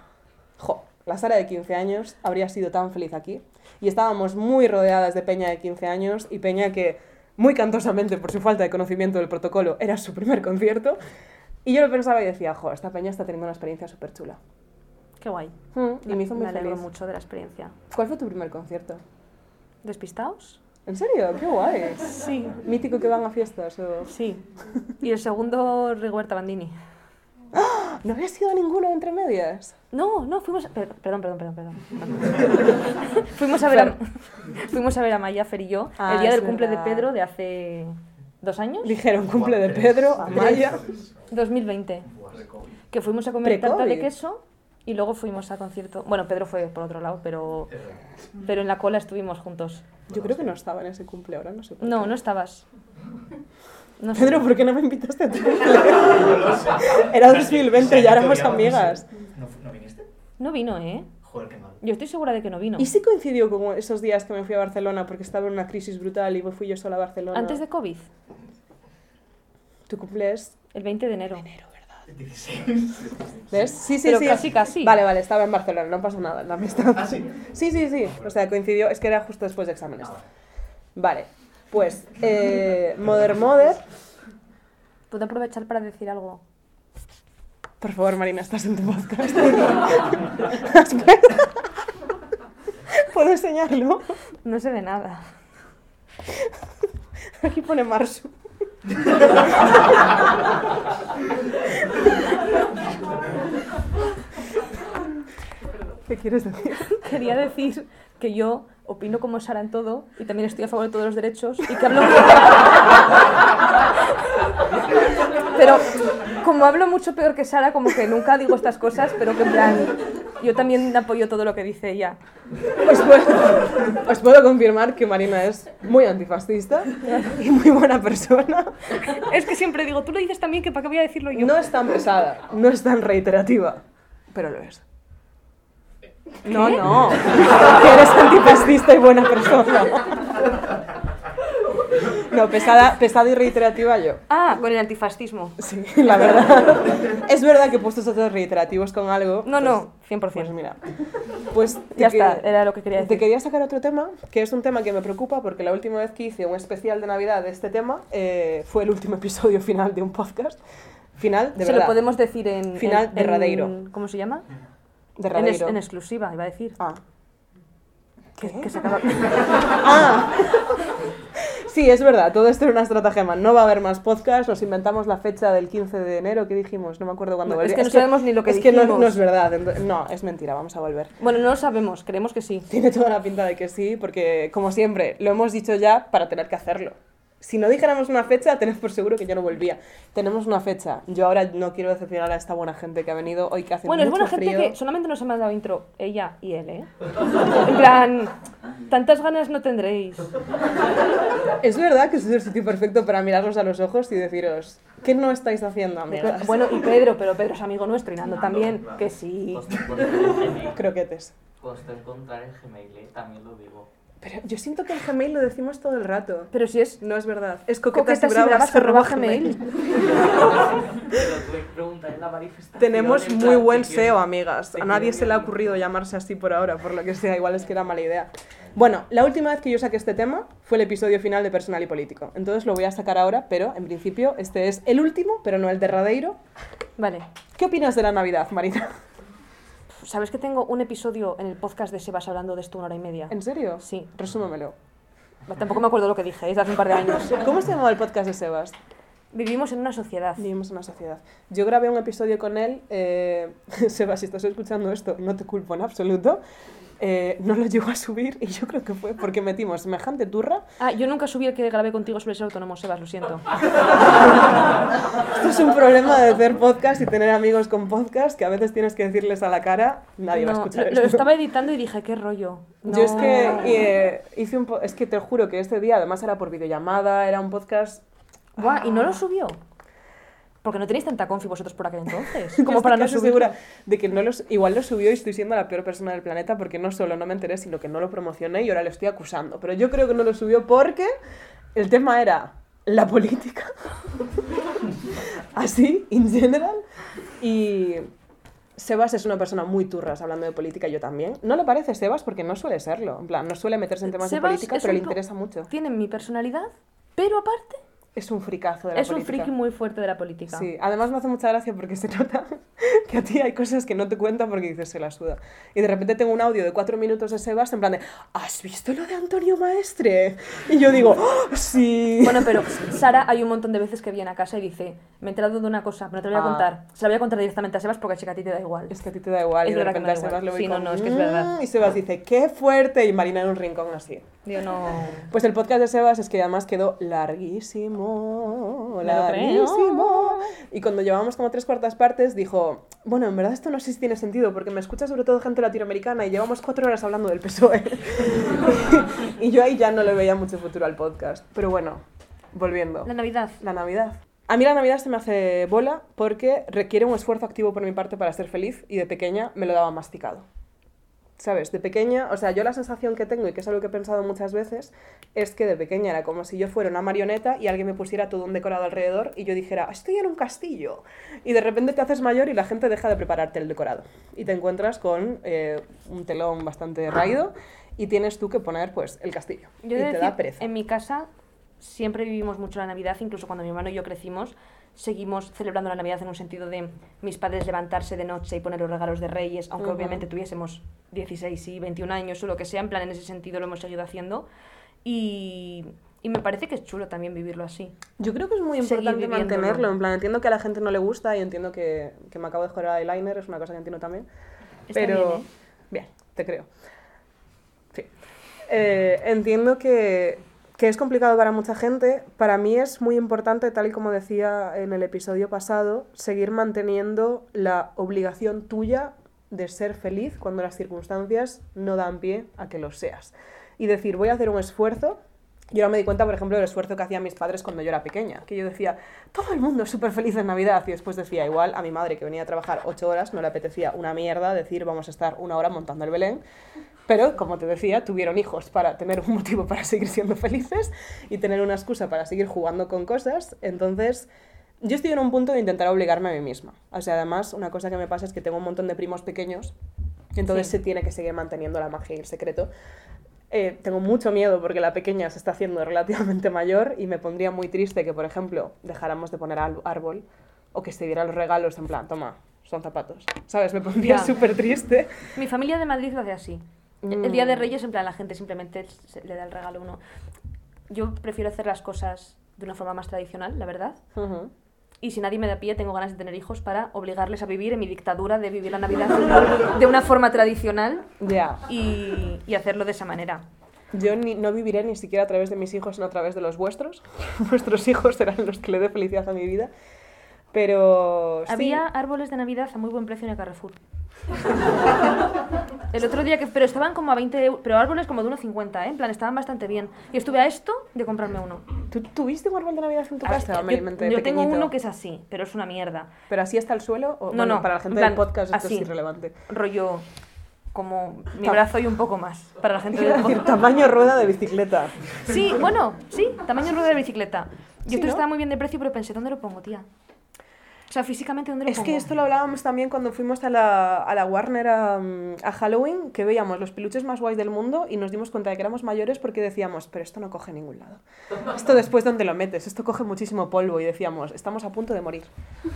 [SPEAKER 2] La Sara de 15 años habría sido tan feliz aquí. Y estábamos muy rodeadas de Peña de 15 años y Peña que, muy cantosamente por su falta de conocimiento del protocolo, era su primer concierto. Y yo lo pensaba y decía, jo, esta Peña está teniendo una experiencia súper chula.
[SPEAKER 1] Qué guay.
[SPEAKER 2] y me hizo muy
[SPEAKER 1] alegro
[SPEAKER 2] feliz.
[SPEAKER 1] mucho de la experiencia.
[SPEAKER 2] ¿Cuál fue tu primer concierto?
[SPEAKER 1] ¿Despistaos?
[SPEAKER 2] ¿En serio? ¡Qué guay!
[SPEAKER 1] Sí.
[SPEAKER 2] Mítico que van a fiestas. o-
[SPEAKER 1] Sí. Y el segundo, Rigoberta Bandini.
[SPEAKER 2] ¿No había sido ninguno entre medias?
[SPEAKER 1] No, no, fuimos. per- Perdón, perdón, perdón, perdón. perdón. fuimos, a ver a, fuimos a ver a Maya, Fer y yo
[SPEAKER 2] Ah,
[SPEAKER 1] el día
[SPEAKER 2] es
[SPEAKER 1] del cumple de
[SPEAKER 2] verdad.
[SPEAKER 1] Pedro de hace dos años,
[SPEAKER 2] Dijeron cumple de Pedro, Amaya.
[SPEAKER 1] 2020. Que fuimos a comer tarta de
[SPEAKER 2] Pre-Covid.
[SPEAKER 1] queso y luego fuimos a concierto. Bueno, Pedro fue por otro lado, pero, pero en la cola estuvimos juntos.
[SPEAKER 2] Yo creo que no estaba en ese cumple ahora, no sé. por
[SPEAKER 1] No,
[SPEAKER 2] qué.
[SPEAKER 1] no estabas. No sé.
[SPEAKER 2] Pedro, ¿por qué no me invitaste a tu cumple? Era 2020, ya éramos amigas.
[SPEAKER 5] ¿No, fu- no viniste?
[SPEAKER 1] No vino, ¿eh?
[SPEAKER 5] Joder, qué mal.
[SPEAKER 1] Yo estoy segura de que no vino.
[SPEAKER 2] ¿Y sí coincidió con esos días que me fui a Barcelona porque estaba en una crisis brutal y fui yo sola a Barcelona?
[SPEAKER 1] Antes de COVID,
[SPEAKER 2] Tu cumple es...
[SPEAKER 1] el 20 de enero.
[SPEAKER 5] 16.
[SPEAKER 2] ¿Ves? Sí, sí,
[SPEAKER 1] Pero
[SPEAKER 2] sí.
[SPEAKER 1] casi, casi.
[SPEAKER 2] Vale, vale, estaba en Barcelona, no pasa nada, la amistad.
[SPEAKER 5] Ah, sí.
[SPEAKER 2] Sí, sí, sí. O sea, coincidió, es que era justo después de exámenes. Vale, pues eh, Mother Mother.
[SPEAKER 1] ¿Puedo aprovechar para decir algo?
[SPEAKER 2] Por favor, Marina, estás en tu podcast. ¿Puedo enseñarlo?
[SPEAKER 1] No se ve nada.
[SPEAKER 2] Aquí pone Marsu. ¿Qué quieres decir?
[SPEAKER 1] Quería decir que yo opino como Sara en todo y también estoy a favor de todos los derechos y que hablo... pero como hablo mucho peor que Sara, como que nunca digo estas cosas, pero que en plan... Yo también apoyo todo lo que dice ella.
[SPEAKER 2] Os puedo, os puedo confirmar que Marina es muy antifascista y muy buena persona.
[SPEAKER 1] Es que siempre digo, tú lo dices también, que para qué voy a decirlo yo.
[SPEAKER 2] No es tan pesada, no es tan reiterativa, pero lo es. No, no. Que eres antifascista y buena persona. No, pesada, pesada y reiterativa yo.
[SPEAKER 1] Ah, con el antifascismo.
[SPEAKER 2] Sí, la verdad. Es verdad que he puesto esos reiterativos con algo.
[SPEAKER 1] No, no,
[SPEAKER 2] Pues
[SPEAKER 1] 100%.
[SPEAKER 2] mira. Pues te
[SPEAKER 1] Ya
[SPEAKER 2] que-
[SPEAKER 1] está, era lo que quería
[SPEAKER 2] Te
[SPEAKER 1] decir.
[SPEAKER 2] quería sacar otro tema, que es un tema que me preocupa porque la última vez que hice un especial de Navidad de este tema eh, fue el último episodio final de un podcast. Final, de
[SPEAKER 1] Se
[SPEAKER 2] verdad.
[SPEAKER 1] lo podemos decir en...
[SPEAKER 2] Final
[SPEAKER 1] en-
[SPEAKER 2] de
[SPEAKER 1] en-
[SPEAKER 2] Radeiro.
[SPEAKER 1] ¿Cómo se llama?
[SPEAKER 2] de
[SPEAKER 1] En, es-
[SPEAKER 2] Radeiro.
[SPEAKER 1] en exclusiva, iba a decir.
[SPEAKER 2] Ah.
[SPEAKER 1] Que,
[SPEAKER 2] ¿Qué? Ah.
[SPEAKER 1] que se acaba...
[SPEAKER 2] Sí, es verdad, todo esto era una estratagema. No va a haber más podcast, nos inventamos la fecha del 15 de enero que dijimos, no me acuerdo cuándo
[SPEAKER 1] No,
[SPEAKER 2] volví.
[SPEAKER 1] es que no sabemos ni lo que
[SPEAKER 2] Es que no,
[SPEAKER 1] dijimos.
[SPEAKER 2] no es verdad, ento- no, es mentira, vamos a volver.
[SPEAKER 1] Bueno, no lo sabemos, creemos que sí.
[SPEAKER 2] Tiene toda la pinta de que sí, porque como siempre, lo hemos dicho ya para tener que hacerlo. Si no dijéramos una fecha, tenés por seguro que yo no volvía. Tenemos una fecha. Yo ahora no quiero decepcionar a esta buena gente que ha venido hoy que hace
[SPEAKER 1] Bueno, es
[SPEAKER 2] mucho
[SPEAKER 1] buena gente
[SPEAKER 2] frío.
[SPEAKER 1] que solamente nos ha mandado intro ella y él, ¿eh? En plan, tantas ganas no tendréis.
[SPEAKER 2] Es verdad que es el sitio perfecto para mirarnos a los ojos y deciros, ¿qué no estáis haciendo, amigas?
[SPEAKER 1] Bueno, y Pedro, pero Pedro es amigo nuestro y Nando también, que sí.
[SPEAKER 6] Pues
[SPEAKER 2] Croquetes.
[SPEAKER 6] Costó encontrar Pues el Gmail, eh, también lo digo.
[SPEAKER 2] Pero yo siento que en Gmail lo decimos todo el rato.
[SPEAKER 1] Pero si es
[SPEAKER 2] No es verdad. Es
[SPEAKER 1] coquetas y bravas arroba gmail.
[SPEAKER 6] Te lo tuve que preguntar en la manifestación.
[SPEAKER 2] Tenemos
[SPEAKER 6] en
[SPEAKER 2] muy
[SPEAKER 6] plan,
[SPEAKER 2] buen
[SPEAKER 6] te quiero-
[SPEAKER 2] SEO, amigas. A
[SPEAKER 6] te quiero
[SPEAKER 2] nadie se le ha
[SPEAKER 6] bien.
[SPEAKER 2] ocurrido llamarse así por ahora, por lo que sea. Igual es que era mala idea. Bueno, la última vez que yo saqué este tema fue el episodio final de Personal y Político. Entonces lo voy a sacar ahora, pero en principio este es el último, pero no el de Radeiro.
[SPEAKER 1] Vale,
[SPEAKER 2] ¿Qué opinas de la Navidad, Marina?
[SPEAKER 1] ¿sabes que tengo un episodio en el podcast de Sebas hablando de esto una hora y media?
[SPEAKER 2] ¿En serio?
[SPEAKER 1] Sí.
[SPEAKER 2] Resúmemelo.
[SPEAKER 1] Tampoco me acuerdo lo que dije, es de hace un par de años.
[SPEAKER 2] ¿Cómo se llamaba el podcast de Sebas?
[SPEAKER 1] Vivimos en una sociedad.
[SPEAKER 2] Vivimos en una sociedad. Yo grabé un episodio con él. Eh, Seba, si estás escuchando esto, no te culpo en absoluto. Eh, no lo llegó a subir y yo creo que fue porque metimos semejante turra.
[SPEAKER 1] Ah, yo nunca subí el que grabé contigo sobre ser autónomo, Sebas, lo siento.
[SPEAKER 2] Esto es un problema de hacer podcast y tener amigos con podcast que a veces tienes que decirles a la cara, nadie va a
[SPEAKER 1] No,
[SPEAKER 2] escuchar
[SPEAKER 1] lo,
[SPEAKER 2] esto.
[SPEAKER 1] lo estaba editando y dije, qué rollo.
[SPEAKER 2] Yo es que
[SPEAKER 1] No.
[SPEAKER 2] eh, hice un po- es que te juro que este día además era por videollamada, era un podcast
[SPEAKER 1] Buah, y no lo subió. Porque no tenéis tanta confi vosotros por aquel entonces.
[SPEAKER 2] Yo
[SPEAKER 1] Como
[SPEAKER 2] estoy
[SPEAKER 1] para no
[SPEAKER 2] casi
[SPEAKER 1] subir.
[SPEAKER 2] segura de que no los, igual lo subió y estoy siendo la peor persona del planeta porque no solo no me enteré, sino que no lo promocioné y ahora lo estoy acusando. Pero yo creo que no lo subió porque el tema era la política, así, in general, y, Sebas es una persona muy turras hablando de política, yo también. No le parece Sebas porque no suele serlo. En plan, no suele meterse en temas
[SPEAKER 1] Sebas
[SPEAKER 2] de política,
[SPEAKER 1] es
[SPEAKER 2] pero
[SPEAKER 1] un
[SPEAKER 2] le
[SPEAKER 1] po-
[SPEAKER 2] interesa mucho.
[SPEAKER 1] Tiene mi personalidad, pero aparte
[SPEAKER 2] Es un fricazo de la
[SPEAKER 1] es un
[SPEAKER 2] política.
[SPEAKER 1] friki muy fuerte de la política.
[SPEAKER 2] Sí, además me hace mucha gracia porque se nota que a ti hay cosas que no te cuentan porque dices se la suda. Y de repente tengo un audio de cuatro minutos de Sebas en plan de ¿Has visto lo de Antonio Maestre? Y yo digo, "¡Oh, sí.
[SPEAKER 1] Bueno, pero Sara hay un montón de veces que viene a casa y dice, me he enterado de una cosa, pero no te lo voy a
[SPEAKER 2] Ah.
[SPEAKER 1] contar. Se la voy a contar directamente a Sebas porque chica a ti te da igual.
[SPEAKER 2] es que a ti te da igual
[SPEAKER 1] Es
[SPEAKER 2] y de
[SPEAKER 1] verdad que
[SPEAKER 2] repente a
[SPEAKER 1] me da
[SPEAKER 2] Sebas
[SPEAKER 1] igual.
[SPEAKER 2] lo ve
[SPEAKER 1] Sí, no,
[SPEAKER 2] con,
[SPEAKER 1] no, es que es verdad.
[SPEAKER 2] "Mm", Y Sebas dice, ¡qué fuerte! Y Marina en un rincón así.
[SPEAKER 1] Yo no...
[SPEAKER 2] Pues el podcast de Sebas es que además quedó larguísimo,
[SPEAKER 1] Me lo
[SPEAKER 2] larguísimo. Y cuando llevábamos como tres cuartas partes dijo, bueno, en verdad esto no sé si tiene sentido porque me escucha sobre todo gente latinoamericana y llevamos cuatro horas hablando del PSOE. E". y yo ahí ya no le veía mucho futuro al podcast. Pero bueno, volviendo.
[SPEAKER 1] La Navidad.
[SPEAKER 2] La Navidad. A mí la Navidad se me hace bola porque requiere un esfuerzo activo por mi parte para ser feliz y de pequeña me lo daba masticado. ¿Sabes? De pequeña, o sea, yo la sensación que tengo y que es algo que he pensado muchas veces es que de pequeña era como si yo fuera una marioneta y alguien me pusiera todo un decorado alrededor y yo dijera, "Ah, estoy en un castillo. Y de repente te haces mayor y la gente deja de prepararte el decorado. Y te encuentras con eh, un telón bastante raído y tienes tú que poner, pues, el castillo.
[SPEAKER 1] Yo
[SPEAKER 2] y
[SPEAKER 1] he
[SPEAKER 2] te
[SPEAKER 1] de
[SPEAKER 2] da
[SPEAKER 1] decir,
[SPEAKER 2] pereza.
[SPEAKER 1] en mi casa siempre vivimos mucho la Navidad, incluso cuando mi hermano y yo crecimos, seguimos celebrando la Navidad en un sentido de mis padres levantarse de noche y poner los regalos de Reyes, aunque
[SPEAKER 2] Ujú.
[SPEAKER 1] obviamente tuviésemos 16 y 21 años o lo que sea, en plan en ese sentido lo hemos seguido haciendo y, y me parece que es chulo también vivirlo así.
[SPEAKER 2] Yo creo que es muy
[SPEAKER 1] Seguir
[SPEAKER 2] importante
[SPEAKER 1] viviéndolo.
[SPEAKER 2] mantenerlo. En plan, entiendo que a la gente no le gusta y entiendo que, que me acabo de joder el eyeliner, es una cosa que entiendo también.
[SPEAKER 1] Está
[SPEAKER 2] pero.
[SPEAKER 1] bien, ¿eh?
[SPEAKER 2] bien, te creo. Sí. Eh, entiendo que, que es complicado para mucha gente. Para mí es muy importante, tal y como decía en el episodio pasado, seguir manteniendo la obligación tuya de ser feliz cuando las circunstancias no dan pie a que lo seas. Y decir, voy a hacer un esfuerzo. Yo ahora me di cuenta, por ejemplo, del esfuerzo que hacían mis padres cuando yo era pequeña. Que yo decía, todo el mundo es súper feliz en Navidad. Y después decía, igual, a mi madre que venía a trabajar ocho horas, no le apetecía una mierda decir, vamos a estar una hora montando el Belén. Pero, como te decía, tuvieron hijos para tener un motivo para seguir siendo felices y tener una excusa para seguir jugando con cosas. Entonces, yo estoy en un punto de intentar obligarme a mí misma. O sea, además, una cosa que me pasa es que tengo un montón de primos pequeños, entonces
[SPEAKER 1] Sí.
[SPEAKER 2] se tiene que seguir manteniendo la magia y el secreto. Eh, tengo mucho miedo porque la pequeña se está haciendo relativamente mayor y me pondría muy triste que, por ejemplo, dejáramos de poner al- árbol o que se dieran los regalos en plan, toma, son zapatos. ¿Sabes? Me pondría
[SPEAKER 1] Ya.
[SPEAKER 2] súper triste.
[SPEAKER 1] Mi familia de Madrid lo hace así.
[SPEAKER 2] Mm.
[SPEAKER 1] El día de Reyes, en plan, la gente simplemente se- le da el regalo a uno. Yo prefiero hacer las cosas de una forma más tradicional, la verdad.
[SPEAKER 2] Ujú.
[SPEAKER 1] Y si nadie me da pie, tengo ganas de tener hijos para obligarles a vivir en mi dictadura de vivir la Navidad de una forma tradicional
[SPEAKER 2] Ya.
[SPEAKER 1] y, y hacerlo de esa manera.
[SPEAKER 2] Yo ni- no viviré ni siquiera a través de mis hijos, sino a través de los vuestros. Vuestros hijos serán los que le dé felicidad a mi vida. Pero Pues sí,
[SPEAKER 1] Había árboles de Navidad a muy buen precio en el Carrefour. El otro día que... Pero estaban como a 20 euros, pero árboles como de 1,50, ¿eh? En plan, estaban bastante bien. Y estuve a esto de comprarme uno.
[SPEAKER 2] ¿Tú tuviste un árbol de Navidad en tu
[SPEAKER 1] A ver,
[SPEAKER 2] casa? Me
[SPEAKER 1] yo,
[SPEAKER 2] inventé,
[SPEAKER 1] yo tengo
[SPEAKER 2] pequeñito.
[SPEAKER 1] uno que es así, pero es una mierda.
[SPEAKER 2] ¿Pero así hasta el suelo? O,
[SPEAKER 1] No,
[SPEAKER 2] bueno,
[SPEAKER 1] no,
[SPEAKER 2] Para la gente
[SPEAKER 1] en plan,
[SPEAKER 2] del podcast esto
[SPEAKER 1] así.
[SPEAKER 2] es irrelevante.
[SPEAKER 1] Rollo como mi
[SPEAKER 2] Ta-
[SPEAKER 1] brazo y un poco más. Para la gente
[SPEAKER 2] Quiero
[SPEAKER 1] del
[SPEAKER 2] decir,
[SPEAKER 1] podcast.
[SPEAKER 2] tamaño rueda de bicicleta.
[SPEAKER 1] Sí, bueno, sí, tamaño rueda de bicicleta. Yo
[SPEAKER 2] Sí,
[SPEAKER 1] esto
[SPEAKER 2] ¿no?
[SPEAKER 1] estaba muy bien de precio, pero pensé, ¿dónde lo pongo, tía? O sea, físicamente, ¿dónde lo
[SPEAKER 2] Es
[SPEAKER 1] pongo?
[SPEAKER 2] que esto lo hablábamos también cuando fuimos a la, a la Warner a, mm, a Halloween, que veíamos los peluches más guays del mundo y nos dimos cuenta de que éramos mayores porque decíamos, pero esto no coge en ningún lado. Esto después, ¿dónde lo metes? Esto coge muchísimo polvo y decíamos, estamos a punto de morir.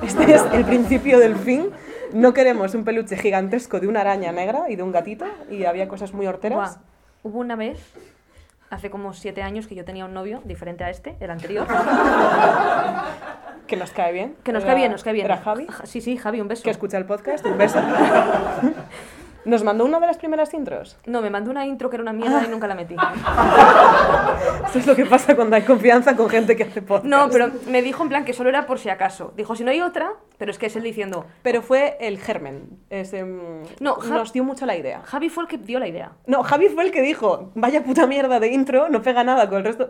[SPEAKER 2] Este es el principio del fin. No queremos un peluche gigantesco de una araña negra y de un gatito y había cosas muy horteras.
[SPEAKER 1] Buah, hubo una vez, hace como siete años, que yo tenía un novio diferente a este, el anterior.
[SPEAKER 2] Que nos cae bien.
[SPEAKER 1] Que nos
[SPEAKER 2] Era-
[SPEAKER 1] cae bien, nos cae bien.
[SPEAKER 2] Era Javi,
[SPEAKER 1] Ja- Sí, sí, Javi, un beso.
[SPEAKER 2] que escucha el podcast. Un beso. Nos mandó una de las primeras intros.
[SPEAKER 1] No, me mandó una intro que era una mierda y nunca la metí.
[SPEAKER 2] Esto es lo que pasa cuando hay confianza con gente que hace podcast.
[SPEAKER 1] No, pero me dijo en plan que solo era por si acaso. Dijo, si no hay otra, pero es que es él diciendo,
[SPEAKER 2] Pero fue el germen. Ese, mm,
[SPEAKER 1] No, Ja-
[SPEAKER 2] nos dio mucho la idea.
[SPEAKER 1] Javi fue el que dio la idea.
[SPEAKER 2] No, Javi fue el que dijo, vaya puta mierda de intro, no pega nada con el resto.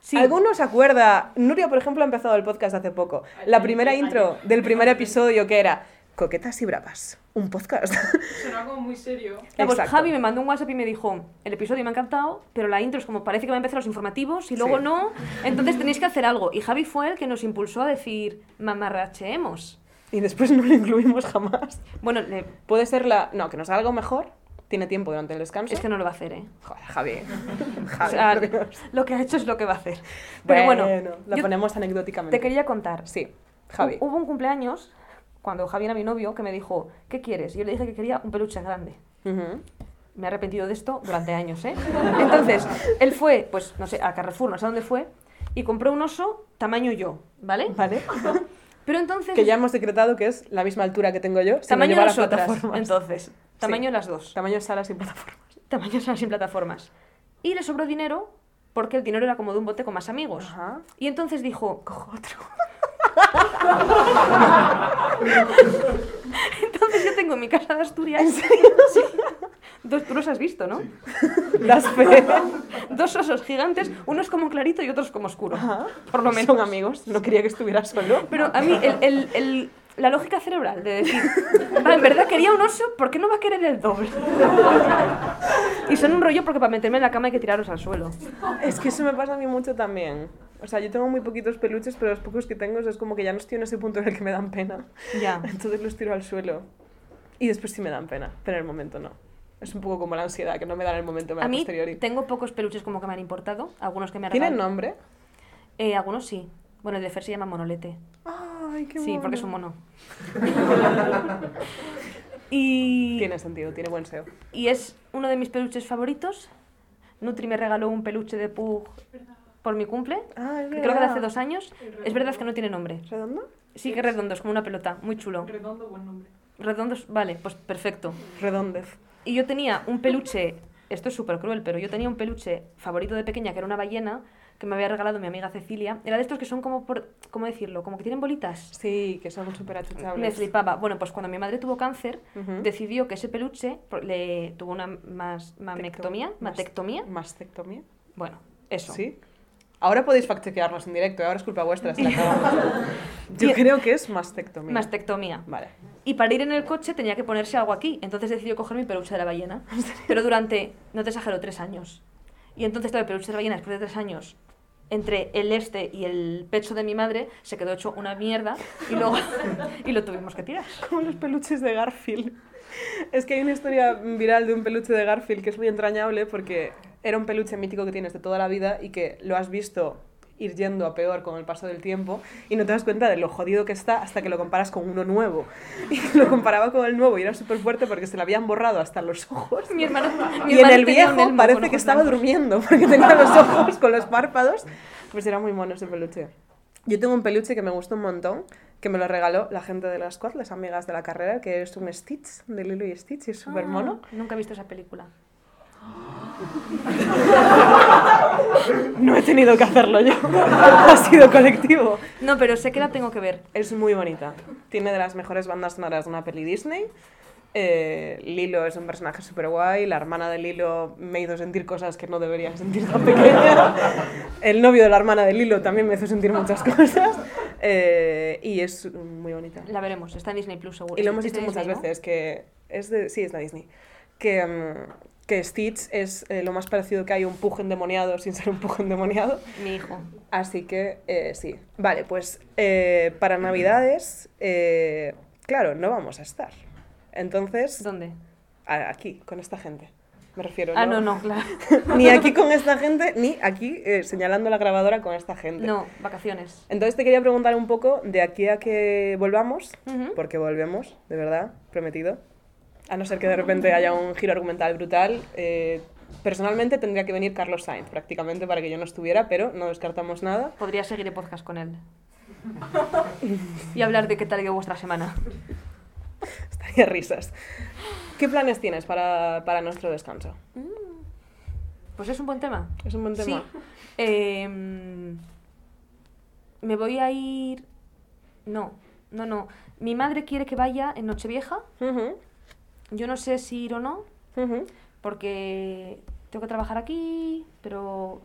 [SPEAKER 1] Sí.
[SPEAKER 2] Algunos se acuerda, Nuria, por ejemplo, ha empezado el podcast hace poco. La primera intro del primer episodio que era Coquetas y Bravas, un podcast.
[SPEAKER 6] Suena como muy serio.
[SPEAKER 1] Ya, pues,
[SPEAKER 2] Exacto.
[SPEAKER 1] Javi me mandó un WhatsApp y me dijo, el episodio me ha encantado, pero la intro es como, parece que va a empezar los informativos y luego
[SPEAKER 2] Sí.
[SPEAKER 1] no, entonces tenéis que hacer algo. Y Javi fue el que nos impulsó a decir, mamarracheemos.
[SPEAKER 2] y después no lo incluimos jamás.
[SPEAKER 1] Bueno, le-
[SPEAKER 2] Puede ser la... No, que nos haga algo mejor. Tiene tiempo durante el descanso.
[SPEAKER 1] es que no lo va a hacer, ¿eh?
[SPEAKER 2] Joder, Javi.
[SPEAKER 1] O
[SPEAKER 2] Javi,
[SPEAKER 1] sea,
[SPEAKER 2] por Dios.
[SPEAKER 1] lo que ha hecho es lo que va a hacer. Pero bueno,
[SPEAKER 2] la
[SPEAKER 1] yo
[SPEAKER 2] ponemos anecdóticamente.
[SPEAKER 1] te quería contar.
[SPEAKER 2] Sí, Javi.
[SPEAKER 1] Hu- Hubo un cumpleaños cuando Javi era mi novio que me dijo, ¿qué quieres? Y yo le dije que quería un peluche grande.
[SPEAKER 2] Ujú.
[SPEAKER 1] Me he arrepentido de esto durante años, ¿eh? Entonces, él fue, pues, no sé, a Carrefour, no sé dónde fue, y compró un oso tamaño yo, ¿vale?
[SPEAKER 2] Vale.
[SPEAKER 1] Pero entonces...
[SPEAKER 2] que ya hemos decretado que es la misma altura que tengo yo. sin
[SPEAKER 1] tamaño de
[SPEAKER 2] llevar a
[SPEAKER 1] las otras,
[SPEAKER 2] plataformas.
[SPEAKER 1] entonces. Tamaño
[SPEAKER 2] Sí.
[SPEAKER 1] de las dos.
[SPEAKER 2] Tamaño sala sin plataforma.
[SPEAKER 1] Tamaño sala sin plataformas. Y le sobró dinero porque el dinero era como de un bote con más amigos.
[SPEAKER 2] Ajá.
[SPEAKER 1] Y entonces dijo, cojo otro. entonces yo tengo en mi casa de Asturias... Sí. Dos, tú los has visto, ¿no? E.
[SPEAKER 2] Las fe.
[SPEAKER 1] Dos osos gigantes, unos como clarito y otros como oscuro.
[SPEAKER 2] Ajá.
[SPEAKER 1] Por lo
[SPEAKER 2] Son
[SPEAKER 1] menos.
[SPEAKER 2] amigos. No quería que estuviera solo.
[SPEAKER 1] Pero a mí el- el- el- la lógica cerebral de decir, "Va, en verdad quería un oso, ¿por qué no va a querer el doble? Y son un rollo porque para meterme en la cama hay que tiraros al suelo.
[SPEAKER 2] Es que eso me pasa a mí mucho también. O sea, yo tengo muy poquitos peluches, pero los pocos que tengo es como que ya no estoy en ese punto en el que me dan pena.
[SPEAKER 1] Ya.
[SPEAKER 2] Entonces los tiro al suelo. Y después sí me dan pena, pero en el momento no. Es un poco como la ansiedad, que no me dan en el momento, me
[SPEAKER 1] A
[SPEAKER 2] dan
[SPEAKER 1] mí
[SPEAKER 2] posteriori.
[SPEAKER 1] tengo pocos peluches como que me han importado, algunos que me han
[SPEAKER 2] ¿Tienen
[SPEAKER 1] regalado.
[SPEAKER 2] nombre?
[SPEAKER 1] Eh, algunos sí. Bueno, el de Fer se llama Monolete.
[SPEAKER 2] Ay, qué
[SPEAKER 1] Sí, porque es un
[SPEAKER 2] mono.
[SPEAKER 1] mono. y,
[SPEAKER 2] Tiene sentido, tiene buen SEO.
[SPEAKER 1] y es uno de mis peluches favoritos. Nutri me regaló un peluche de Pug por mi cumple.
[SPEAKER 2] Ah, es
[SPEAKER 1] que creo que de hace dos años. Es verdad que no tiene nombre.
[SPEAKER 2] ¿Redondo?
[SPEAKER 1] Sí que redondo, es como una pelota, muy chulo.
[SPEAKER 6] Redondo, buen nombre.
[SPEAKER 1] Redondos, vale, pues perfecto.
[SPEAKER 2] Redondez.
[SPEAKER 1] Y yo tenía un peluche, esto es súper cruel, pero yo tenía un peluche favorito de pequeña, que era una ballena, que me había regalado mi amiga Cecilia. Era de estos que son como, por, ¿cómo decirlo? Como que tienen bolitas.
[SPEAKER 2] Sí, que son súper achuchables.
[SPEAKER 1] Me flipaba. Bueno, pues cuando mi madre tuvo cáncer,
[SPEAKER 2] Ujú.
[SPEAKER 1] decidió que ese peluche por- le tuvo una mas, mamectomía,
[SPEAKER 2] Tecto-
[SPEAKER 1] matectomía.
[SPEAKER 2] mas- Mastectomía.
[SPEAKER 1] Bueno, eso.
[SPEAKER 2] Sí. Ahora podéis factchequearnos en directo, ¿eh? ahora es culpa vuestra. se la acabamos. Yo
[SPEAKER 1] Y-
[SPEAKER 2] creo que es mastectomía.
[SPEAKER 1] Mastectomía.
[SPEAKER 2] Vale.
[SPEAKER 1] Y para ir en el coche tenía que ponerse algo aquí. Entonces decidió coger mi peluche de la ballena. Pero durante, no te exagero, tres años. Y entonces, claro, el peluche de la ballena, después de tres años, entre el este y el pecho de mi madre, se quedó hecho una mierda. Y luego y lo tuvimos que tirar.
[SPEAKER 2] Como los peluches de Garfield. Es que hay una historia viral de un peluche de Garfield que es muy entrañable porque era un peluche mítico que tienes de toda la vida y que lo has visto ir yendo a peor con el paso del tiempo y no te das cuenta de lo jodido que está hasta que lo comparas con uno nuevo. Y lo comparaba con el nuevo y era súper fuerte porque se le habían borrado hasta los ojos.
[SPEAKER 1] Mi hermano. mi
[SPEAKER 2] Y en
[SPEAKER 1] hermano
[SPEAKER 2] el
[SPEAKER 1] tenía un
[SPEAKER 2] viejo
[SPEAKER 1] elmo con
[SPEAKER 2] parece que
[SPEAKER 1] ojos
[SPEAKER 2] estaba
[SPEAKER 1] blancos.
[SPEAKER 2] durmiendo porque tenía los ojos con los párpados. Pues era muy mono ese peluche. Yo tengo un peluche que me gusta un montón, que me lo regaló la gente de la Squad, las amigas de la carrera, que es un Stitch, de Lilo y Stitch, y es súper mono.
[SPEAKER 1] Ah, Nunca he visto esa película.
[SPEAKER 2] Ah. No he tenido que hacerlo yo, ha sido colectivo.
[SPEAKER 1] No, pero sé que la tengo que ver.
[SPEAKER 2] Es muy bonita. Tiene de las mejores bandas sonoras de una peli Disney. Eh, Lilo es un personaje súper guay. La hermana de Lilo me hizo sentir cosas que no debería sentir tan pequeña. El novio de la hermana de Lilo también me hizo sentir muchas cosas. Eh, y es muy bonita.
[SPEAKER 1] La veremos. Está en Disney Plus, seguro. Este
[SPEAKER 2] Y lo hemos
[SPEAKER 1] Es de
[SPEAKER 2] dicho muchas
[SPEAKER 1] Disney, ¿no?
[SPEAKER 2] veces, que es de, sí, es de Disney, que, mm, que Stitch es eh, lo más parecido que hay a un pug endemoniado sin ser un pug endemoniado.
[SPEAKER 1] Mi hijo.
[SPEAKER 2] Así que eh, sí. Vale, pues eh, para Navidades, eh, claro, no vamos a estar. Entonces,
[SPEAKER 1] ¿Dónde?
[SPEAKER 2] a- aquí, con esta gente. Me refiero.
[SPEAKER 1] Ah, no, no, claro.
[SPEAKER 2] ni aquí con esta gente, ni aquí eh, señalando la grabadora con esta gente.
[SPEAKER 1] No, vacaciones.
[SPEAKER 2] Entonces te quería preguntar un poco de aquí a que volvamos,
[SPEAKER 1] Ujú.
[SPEAKER 2] porque volvemos, de verdad, prometido. A no ser que de repente haya un giro argumental brutal. eh, personalmente tendría que venir Carlos Sainz prácticamente para que yo no estuviera, pero no descartamos nada.
[SPEAKER 1] Podría seguir el podcast con él. y hablar de qué tal dio vuestra semana.
[SPEAKER 2] Estaría risas. ¿Qué planes tienes para, para nuestro descanso?
[SPEAKER 1] Pues es un buen tema.
[SPEAKER 2] Es un buen tema.
[SPEAKER 1] Sí. Eh, me voy a ir. No, no, no. Mi madre quiere que vaya en Nochevieja.
[SPEAKER 2] Ujú,
[SPEAKER 1] Yo no sé si ir o no,
[SPEAKER 2] ujú.
[SPEAKER 1] porque tengo que trabajar aquí, pero.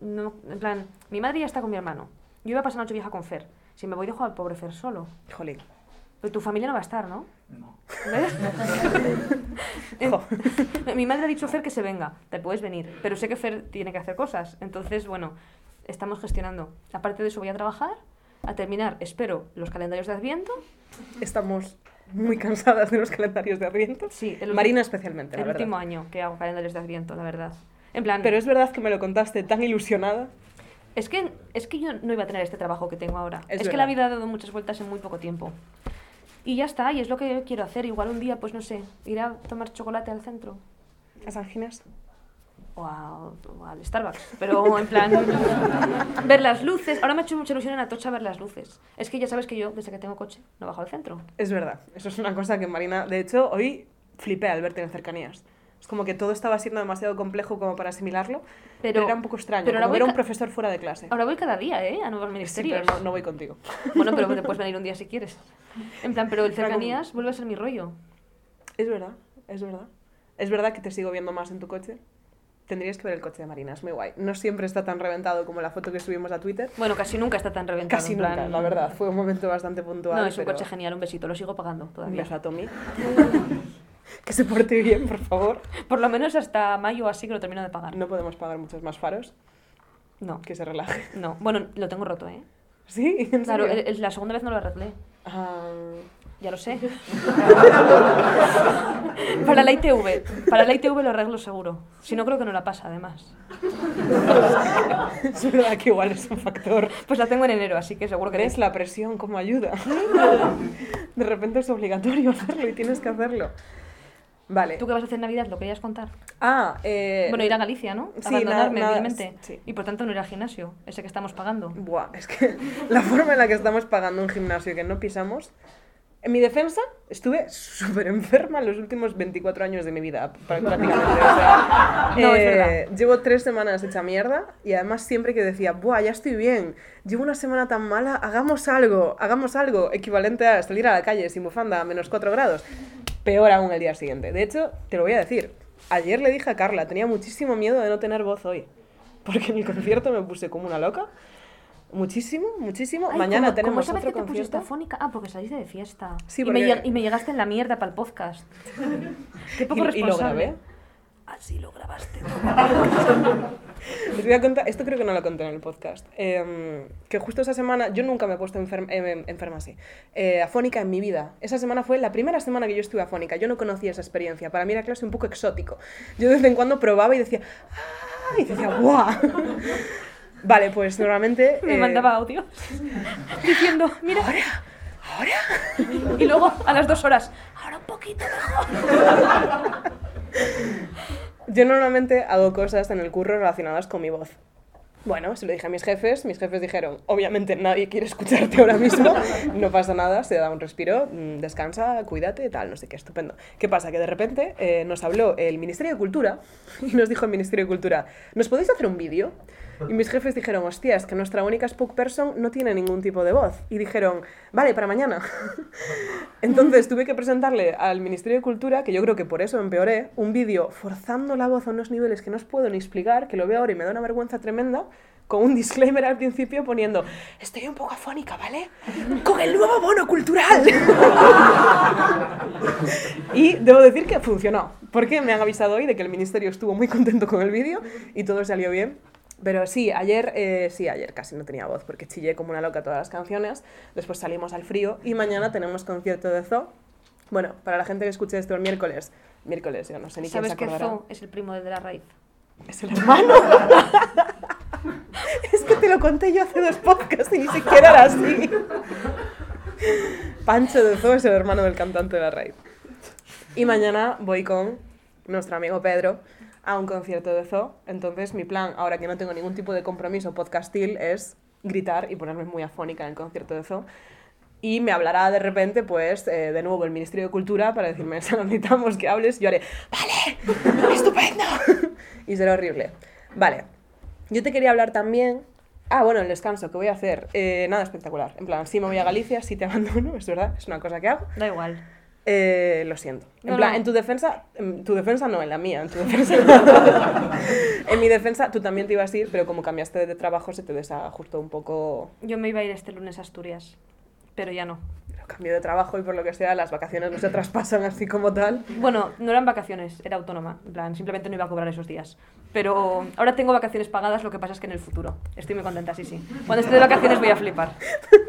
[SPEAKER 1] No, en plan, mi madre ya está con mi hermano. Yo iba a pasar Nochevieja con Fer. Si me voy, dejo al pobre Fer solo.
[SPEAKER 2] Jolín.
[SPEAKER 1] Pero tu familia no va a estar, ¿no?
[SPEAKER 5] No.
[SPEAKER 1] ¿Ves? Eh,
[SPEAKER 2] Jo.
[SPEAKER 1] Mi madre ha dicho a Fer que se venga, te puedes venir, pero sé que Fer tiene que hacer cosas, entonces bueno, estamos gestionando. Aparte de eso voy a trabajar a terminar, espero, los calendarios de Adviento.
[SPEAKER 2] Estamos muy cansadas de los calendarios de Adviento.
[SPEAKER 1] Sí, el, ulti-
[SPEAKER 2] Marina especialmente, la
[SPEAKER 1] el
[SPEAKER 2] verdad.
[SPEAKER 1] último año que hago calendarios de Adviento, la verdad. En plan,
[SPEAKER 2] Pero es verdad que me lo contaste tan ilusionada.
[SPEAKER 1] es, que, es que yo no iba a tener este trabajo que tengo ahora.
[SPEAKER 2] Es
[SPEAKER 1] Es, que la
[SPEAKER 2] verdad.
[SPEAKER 1] vida ha dado muchas vueltas en muy poco tiempo. Y ya está, y es lo que yo quiero hacer. Igual un día, pues no sé, ir a tomar chocolate al centro.
[SPEAKER 2] ¿A San Ginés?
[SPEAKER 1] o, a- o al Starbucks, pero en plan ver las luces. Ahora me ha hecho mucha ilusión en Atocha ver las luces. Es que ya sabes que yo, desde que tengo coche, no bajo al centro.
[SPEAKER 2] Es verdad, eso es una cosa que Marina... De hecho, hoy flipé al verte en cercanías. Es como que todo estaba siendo demasiado complejo como para asimilarlo, pero,
[SPEAKER 1] Pero
[SPEAKER 2] era un poco extraño,
[SPEAKER 1] pero ahora
[SPEAKER 2] como
[SPEAKER 1] voy
[SPEAKER 2] era un
[SPEAKER 1] ca-
[SPEAKER 2] profesor fuera de clase.
[SPEAKER 1] Ahora voy cada día, ¿eh? A nuevos
[SPEAKER 2] Sí,
[SPEAKER 1] ministerios.
[SPEAKER 2] pero no, no voy contigo.
[SPEAKER 1] Bueno, pero te puedes venir un día si quieres. En plan, pero el cercanías vuelve a ser mi rollo.
[SPEAKER 2] Es verdad, es verdad. Es verdad que te sigo viendo más en tu coche. Tendrías que ver el coche de Marina, es muy guay. No siempre está tan reventado como la foto que subimos a Twitter.
[SPEAKER 1] Bueno, casi nunca está tan reventado.
[SPEAKER 2] Casi
[SPEAKER 1] en
[SPEAKER 2] nunca,
[SPEAKER 1] plan-
[SPEAKER 2] la verdad. Fue un momento bastante puntual.
[SPEAKER 1] No, es un
[SPEAKER 2] pero-
[SPEAKER 1] coche genial, un besito, lo sigo pagando
[SPEAKER 2] Un
[SPEAKER 1] todavía.
[SPEAKER 2] beso a Tommy. que se porte bien, por favor.
[SPEAKER 1] Por lo menos hasta mayo así que lo termino de pagar.
[SPEAKER 2] No podemos pagar muchos más faros.
[SPEAKER 1] No,
[SPEAKER 2] Que se relaje.
[SPEAKER 1] no. Bueno, lo tengo roto, ¿eh?
[SPEAKER 2] Sí, ¿En serio?
[SPEAKER 1] Claro, el- el- la segunda vez no lo arreglé.
[SPEAKER 2] Ah,
[SPEAKER 1] Ya lo sé. para la ITV. Para la ITV lo arreglo seguro. Si no, creo que no la pasa, además.
[SPEAKER 2] es verdad que igual es un factor.
[SPEAKER 1] Pues la tengo en enero, así que seguro que...
[SPEAKER 2] ¿Ves la presión como ayuda? De repente es obligatorio hacerlo y tienes que hacerlo. Vale.
[SPEAKER 1] ¿Tú qué vas a hacer en Navidad? ¿Lo querías contar?
[SPEAKER 2] Ah, eh...
[SPEAKER 1] bueno, ir a Galicia, ¿no?
[SPEAKER 2] sí,
[SPEAKER 1] Abandonarme,
[SPEAKER 2] nada- nada,
[SPEAKER 1] vilmente.
[SPEAKER 2] sí.
[SPEAKER 1] Y por tanto no ir al gimnasio, ese que estamos pagando.
[SPEAKER 2] Buah, es que la forma en la que estamos pagando un gimnasio que no pisamos. En mi defensa, estuve súper enferma los últimos 24 años de mi vida, pra- prácticamente. O sea,
[SPEAKER 1] No, es
[SPEAKER 2] eh,
[SPEAKER 1] verdad.
[SPEAKER 2] Llevo tres semanas hecha mierda y además siempre que decía, buah, ya estoy bien, llevo una semana tan mala, hagamos algo, hagamos algo, equivalente a salir a la calle sin bufanda a menos 4 grados. Peor aún el día siguiente. De hecho, te lo voy a decir. Ayer le dije a Carla, tenía muchísimo miedo de no tener voz hoy. Porque en el concierto me puse como una loca. Muchísimo, muchísimo.
[SPEAKER 1] Ay,
[SPEAKER 2] Mañana
[SPEAKER 1] como- como
[SPEAKER 2] tenemos
[SPEAKER 1] esa vez
[SPEAKER 2] otro
[SPEAKER 1] que te pusiste
[SPEAKER 2] concierto.
[SPEAKER 1] afónica? Ah, porque saliste de fiesta.
[SPEAKER 2] Sí,
[SPEAKER 1] y,
[SPEAKER 2] porque-
[SPEAKER 1] me lleg- y me llegaste en la mierda para el podcast. Qué poco
[SPEAKER 2] Y- y lo
[SPEAKER 1] responsable.
[SPEAKER 2] grabé.
[SPEAKER 1] Así lo grabaste.
[SPEAKER 2] Les voy a contar, esto creo que no lo conté en el podcast, eh, que justo esa semana, yo nunca me he puesto enferma, enferma así, eh, afónica en mi vida. Esa semana fue la primera semana que yo estuve afónica, yo no conocía esa experiencia, para mí era clase un poco exótico. Yo de vez en cuando probaba y decía, ¡ah! Y decía, ¡guau! Vale, pues normalmente...
[SPEAKER 1] Me
[SPEAKER 2] eh,
[SPEAKER 1] mandaba audios diciendo, mira. ¿Ahora? ¿Ahora? Y luego a las dos horas, ahora un poquito mejor.
[SPEAKER 2] Yo normalmente hago cosas en el curro relacionadas con mi voz. Bueno, se lo dije a mis jefes, mis jefes dijeron, obviamente nadie quiere escucharte ahora mismo, no pasa nada, se da un respiro, mm, descansa, cuídate, tal, no sé qué, estupendo. ¿Qué pasa? Que de repente eh, nos habló el Ministerio de Cultura y nos dijo el Ministerio de Cultura, ¿nos podéis hacer un vídeo? Y mis jefes dijeron, hostia, es que nuestra única spokesperson no tiene ningún tipo de voz. Y dijeron, vale, para mañana. Entonces tuve que presentarle al Ministerio de Cultura, que yo creo que por eso empeoré, un vídeo forzando la voz a unos niveles que no os puedo ni explicar, que lo veo ahora y me da una vergüenza tremenda, con un disclaimer al principio poniendo, estoy un poco afónica, ¿vale? Con el nuevo bono cultural. y debo decir que funcionó, porque me han avisado hoy de que el Ministerio estuvo muy contento con el vídeo y todo salió bien. Pero sí, ayer, eh, sí, ayer casi no tenía voz porque chillé como una loca todas las canciones. Después salimos al frío y mañana tenemos concierto de Zoo. Bueno, para la gente que escuche esto el miércoles, miércoles, yo no sé ni quién se
[SPEAKER 1] ¿Sabes que
[SPEAKER 2] acordará.
[SPEAKER 1] Zo es el primo de, De la raíz?
[SPEAKER 2] Es el hermano. es que te lo conté yo hace dos podcasts y ni siquiera era así. Pancho de Zoo es el hermano del cantante de la raíz. Y mañana voy con nuestro amigo Pedro a un concierto de Zoo. Entonces mi plan, ahora que no tengo ningún tipo de compromiso podcastil, es gritar y ponerme muy afónica en el concierto de Zoo. Y me hablará de repente, pues, eh, de nuevo el Ministerio de Cultura para decirme, "Sara, necesitamos que hables. Y yo haré, ¡vale! ¡Estupendo! y será horrible. Vale. Yo te quería hablar también... Ah, bueno, el descanso que voy a hacer. Eh, nada espectacular. En plan, sí me voy a Galicia, sí te abandono, es verdad, es una cosa que hago.
[SPEAKER 1] Da igual.
[SPEAKER 2] Eh, lo siento. En
[SPEAKER 1] No,
[SPEAKER 2] plan,
[SPEAKER 1] no.
[SPEAKER 2] en tu defensa, en tu defensa no, en la mía, en tu defensa. en mi defensa, tú también te ibas a ir, pero como cambiaste de trabajo, se te desajustó un poco.
[SPEAKER 1] Yo me iba a ir este lunes a Asturias. pero ya no.
[SPEAKER 2] Pero cambio de trabajo y por lo que sea, las vacaciones no se traspasan así como tal.
[SPEAKER 1] Bueno, no eran vacaciones, era autónoma. En plan, simplemente no iba a cobrar esos días. Pero ahora tengo vacaciones pagadas, lo que pasa es que en el futuro. Estoy muy contenta, sí, sí. Cuando esté de vacaciones voy a flipar.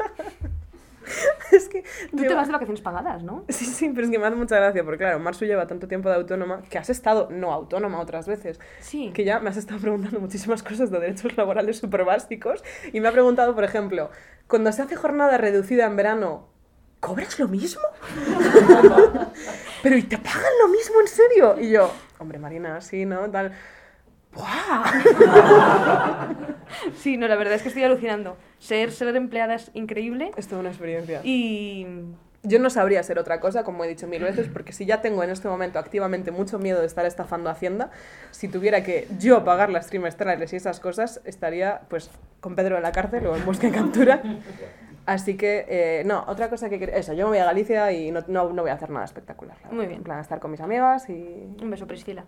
[SPEAKER 2] Es que.
[SPEAKER 1] Tú te
[SPEAKER 2] lleva-
[SPEAKER 1] vas de vacaciones pagadas, ¿no?
[SPEAKER 2] Sí, sí, pero es que me hace mucha gracia, porque claro, Marsu lleva tanto tiempo de autónoma que has estado no autónoma otras veces.
[SPEAKER 1] Sí.
[SPEAKER 2] que ya me has estado preguntando muchísimas cosas de derechos laborales súper básicos y me ha preguntado, por ejemplo, cuando se hace jornada reducida en verano, ¿cobras lo mismo? Pero ¿y te pagan lo mismo en serio? Y yo, hombre, Marina, sí, ¿no? Tal. ¡Buah!
[SPEAKER 1] Sí, no, la verdad es que estoy alucinando. Ser, ser empleada es increíble
[SPEAKER 2] Es toda una experiencia.
[SPEAKER 1] y...
[SPEAKER 2] Yo no sabría ser otra cosa, como he dicho mil veces, porque si ya tengo en este momento activamente mucho miedo de estar estafando a Hacienda, si tuviera que yo pagar las trimestrales y esas cosas, estaría pues con Pedro en la cárcel o en busca y captura. Así que, eh, no, otra cosa que quería... Eso, yo me voy a Galicia y no, no, no voy a hacer nada espectacular. la verdad.
[SPEAKER 1] Muy bien.
[SPEAKER 2] En plan, estar con mis amigas y
[SPEAKER 1] Un beso, Priscila.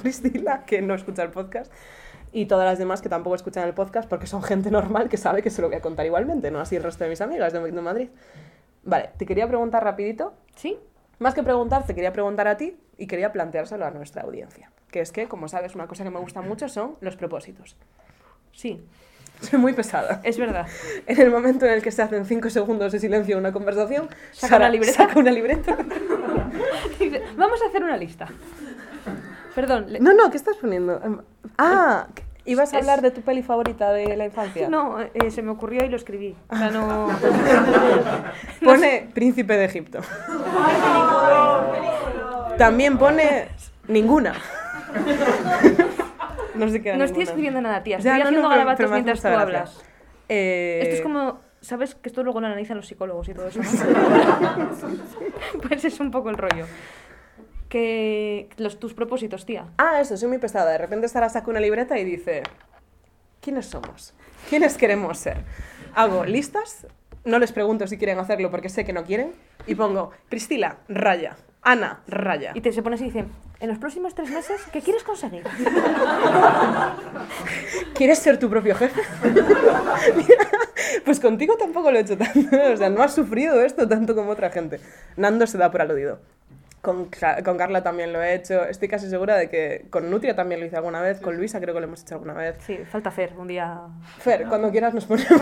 [SPEAKER 2] Priscila, que no escucha el podcast, y todas las demás que tampoco escuchan el podcast porque son gente normal que sabe que se lo voy a contar igualmente, no así el resto de mis amigas de, de Madrid. Vale, te quería preguntar rapidito
[SPEAKER 1] ¿Sí?
[SPEAKER 2] más que preguntar, te quería preguntar a ti y quería planteárselo a nuestra audiencia. Que es que, como sabes, una cosa que me gusta mucho son los propósitos.
[SPEAKER 1] Sí,
[SPEAKER 2] Soy muy pesada.
[SPEAKER 1] es verdad.
[SPEAKER 2] En el momento en el que se hacen cinco segundos de silencio en una conversación,
[SPEAKER 1] Saca una libreta.
[SPEAKER 2] saca una libreta.
[SPEAKER 1] Dice, Vamos a hacer una lista. Perdón. le-
[SPEAKER 2] No, no, ¿qué estás poniendo? Em, Ah, que- ibas a
[SPEAKER 1] Es-
[SPEAKER 2] hablar de tu peli favorita de la infancia.
[SPEAKER 1] No, eh, se me ocurrió y lo escribí. O sea, no...
[SPEAKER 2] Pone Príncipe de Egipto. También pone ninguna. No sé qué era
[SPEAKER 1] No estoy
[SPEAKER 2] ninguna.
[SPEAKER 1] escribiendo nada, tía. Estoy
[SPEAKER 2] Ya, no, no,
[SPEAKER 1] haciendo
[SPEAKER 2] pero-
[SPEAKER 1] garabatos
[SPEAKER 2] pero me hace
[SPEAKER 1] mientras tú
[SPEAKER 2] mucha gracia.
[SPEAKER 1] hablas.
[SPEAKER 2] Eh,
[SPEAKER 1] Esto es como... ¿Sabes que esto luego lo analizan los psicólogos y todo eso? pues es un poco el rollo. Que los, tus propósitos, tía.
[SPEAKER 2] Ah, eso, soy muy pesada. De repente Sara saca una libreta y dice, ¿quiénes somos? ¿Quiénes queremos ser? Hago listas, no les pregunto si quieren hacerlo porque sé que no quieren, y pongo, Priscila, raya, Ana, raya.
[SPEAKER 1] Y te se pones y dice, en los próximos tres meses, ¿qué quieres conseguir?
[SPEAKER 2] ¿Quieres ser tu propio jefe? Mira, pues contigo tampoco lo he hecho tanto, o sea, no has sufrido esto tanto como otra gente. Nando se da por aludido. Con, Cla- con Carla también lo he hecho, estoy casi segura de que con Nutria también lo hice alguna vez, con Luisa creo que lo hemos hecho alguna vez.
[SPEAKER 1] Sí, falta hacer un día.
[SPEAKER 2] Fer, cuando quieras nos ponemos.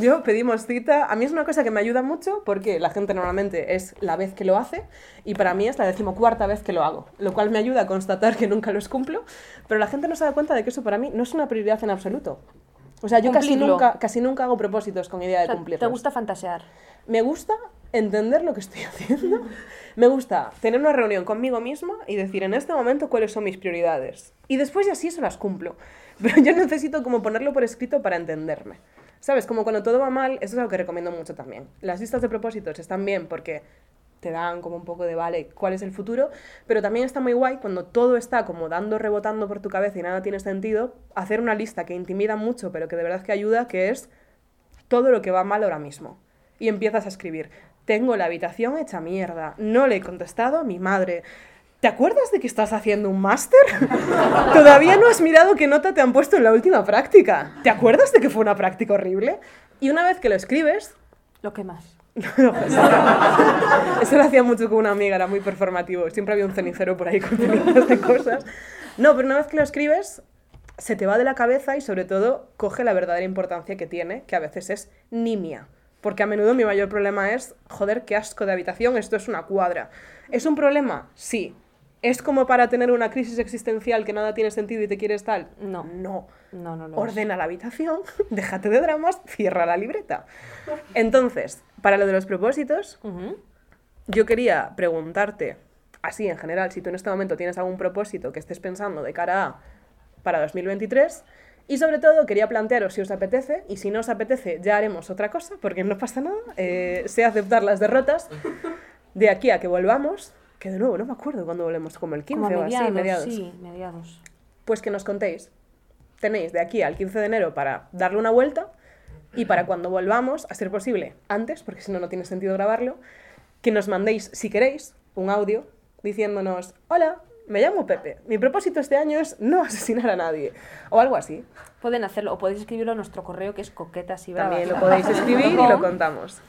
[SPEAKER 2] Yo pedimos cita. A mí es una cosa que me ayuda mucho porque la gente normalmente es la vez que lo hace y para mí es la decimocuarta vez que lo hago, lo cual me ayuda a constatar que nunca los cumplo, pero la gente no se da cuenta de que eso para mí no es una prioridad en absoluto. O sea, yo casi
[SPEAKER 1] Cumplirlo.
[SPEAKER 2] nunca, casi nunca hago propósitos con idea
[SPEAKER 1] O
[SPEAKER 2] de
[SPEAKER 1] sea,
[SPEAKER 2] cumplirlos.
[SPEAKER 1] te gusta fantasear.
[SPEAKER 2] Me gusta entender lo que estoy haciendo. Me gusta tener una reunión conmigo misma y decir en este momento cuáles son mis prioridades. Y después ya sí eso las cumplo. Pero yo necesito como ponerlo por escrito para entenderme. ¿Sabes? Como cuando todo va mal, eso es algo que recomiendo mucho también. Las listas de propósitos están bien porque te dan como un poco de vale cuál es el futuro, pero también está muy guay cuando todo está como dando, rebotando por tu cabeza y nada tiene sentido, hacer una lista que intimida mucho, pero que de verdad que ayuda, que es todo lo que va mal ahora mismo. Y empiezas a escribir. Tengo la habitación hecha mierda. No le he contestado a mi madre. ¿Te acuerdas de que estás haciendo un máster? Todavía no has mirado qué nota te han puesto en la última práctica. ¿Te acuerdas de que fue una práctica horrible? Y una vez que lo escribes,
[SPEAKER 1] Lo que más.
[SPEAKER 2] pues, eso lo hacía mucho con una amiga, era muy performativo. Siempre había un cenicero por ahí con cenizas de cosas. No, pero una vez que lo escribes, se te va de la cabeza y sobre todo coge la verdadera importancia que tiene, que a veces es nimia. Porque a menudo mi mayor problema es, joder, qué asco de habitación, esto es una cuadra. ¿Es un problema? Sí. ¿Es como para tener una crisis existencial que nada tiene sentido y te quieres tal?
[SPEAKER 1] No.
[SPEAKER 2] No.
[SPEAKER 1] No, no, no.
[SPEAKER 2] Ordena la habitación, déjate de dramas, cierra la libreta. Entonces, para lo de los propósitos, yo quería preguntarte, así en general, si tú en este momento tienes algún propósito que estés pensando de cara a para 2023. Y sobre todo quería plantearos si os apetece, y si no os apetece ya haremos otra cosa, porque no pasa nada, eh, sé aceptar las derrotas, de aquí a que volvamos, que de nuevo no me acuerdo cuándo volvemos, como el 15
[SPEAKER 1] Como a
[SPEAKER 2] o así, mediados
[SPEAKER 1] Sí, mediados.
[SPEAKER 2] pues que nos contéis. Tenéis de aquí al 15 de enero para darle una vuelta y para cuando volvamos, a ser posible antes, porque si no, no tiene sentido grabarlo, que nos mandéis, si queréis, un audio diciéndonos, hola, me llamo Pepe. Mi propósito este año es no asesinar a nadie. O algo así.
[SPEAKER 1] Pueden hacerlo o podéis escribirlo a nuestro correo que es coquetas y
[SPEAKER 2] También lo podéis escribir y lo contamos.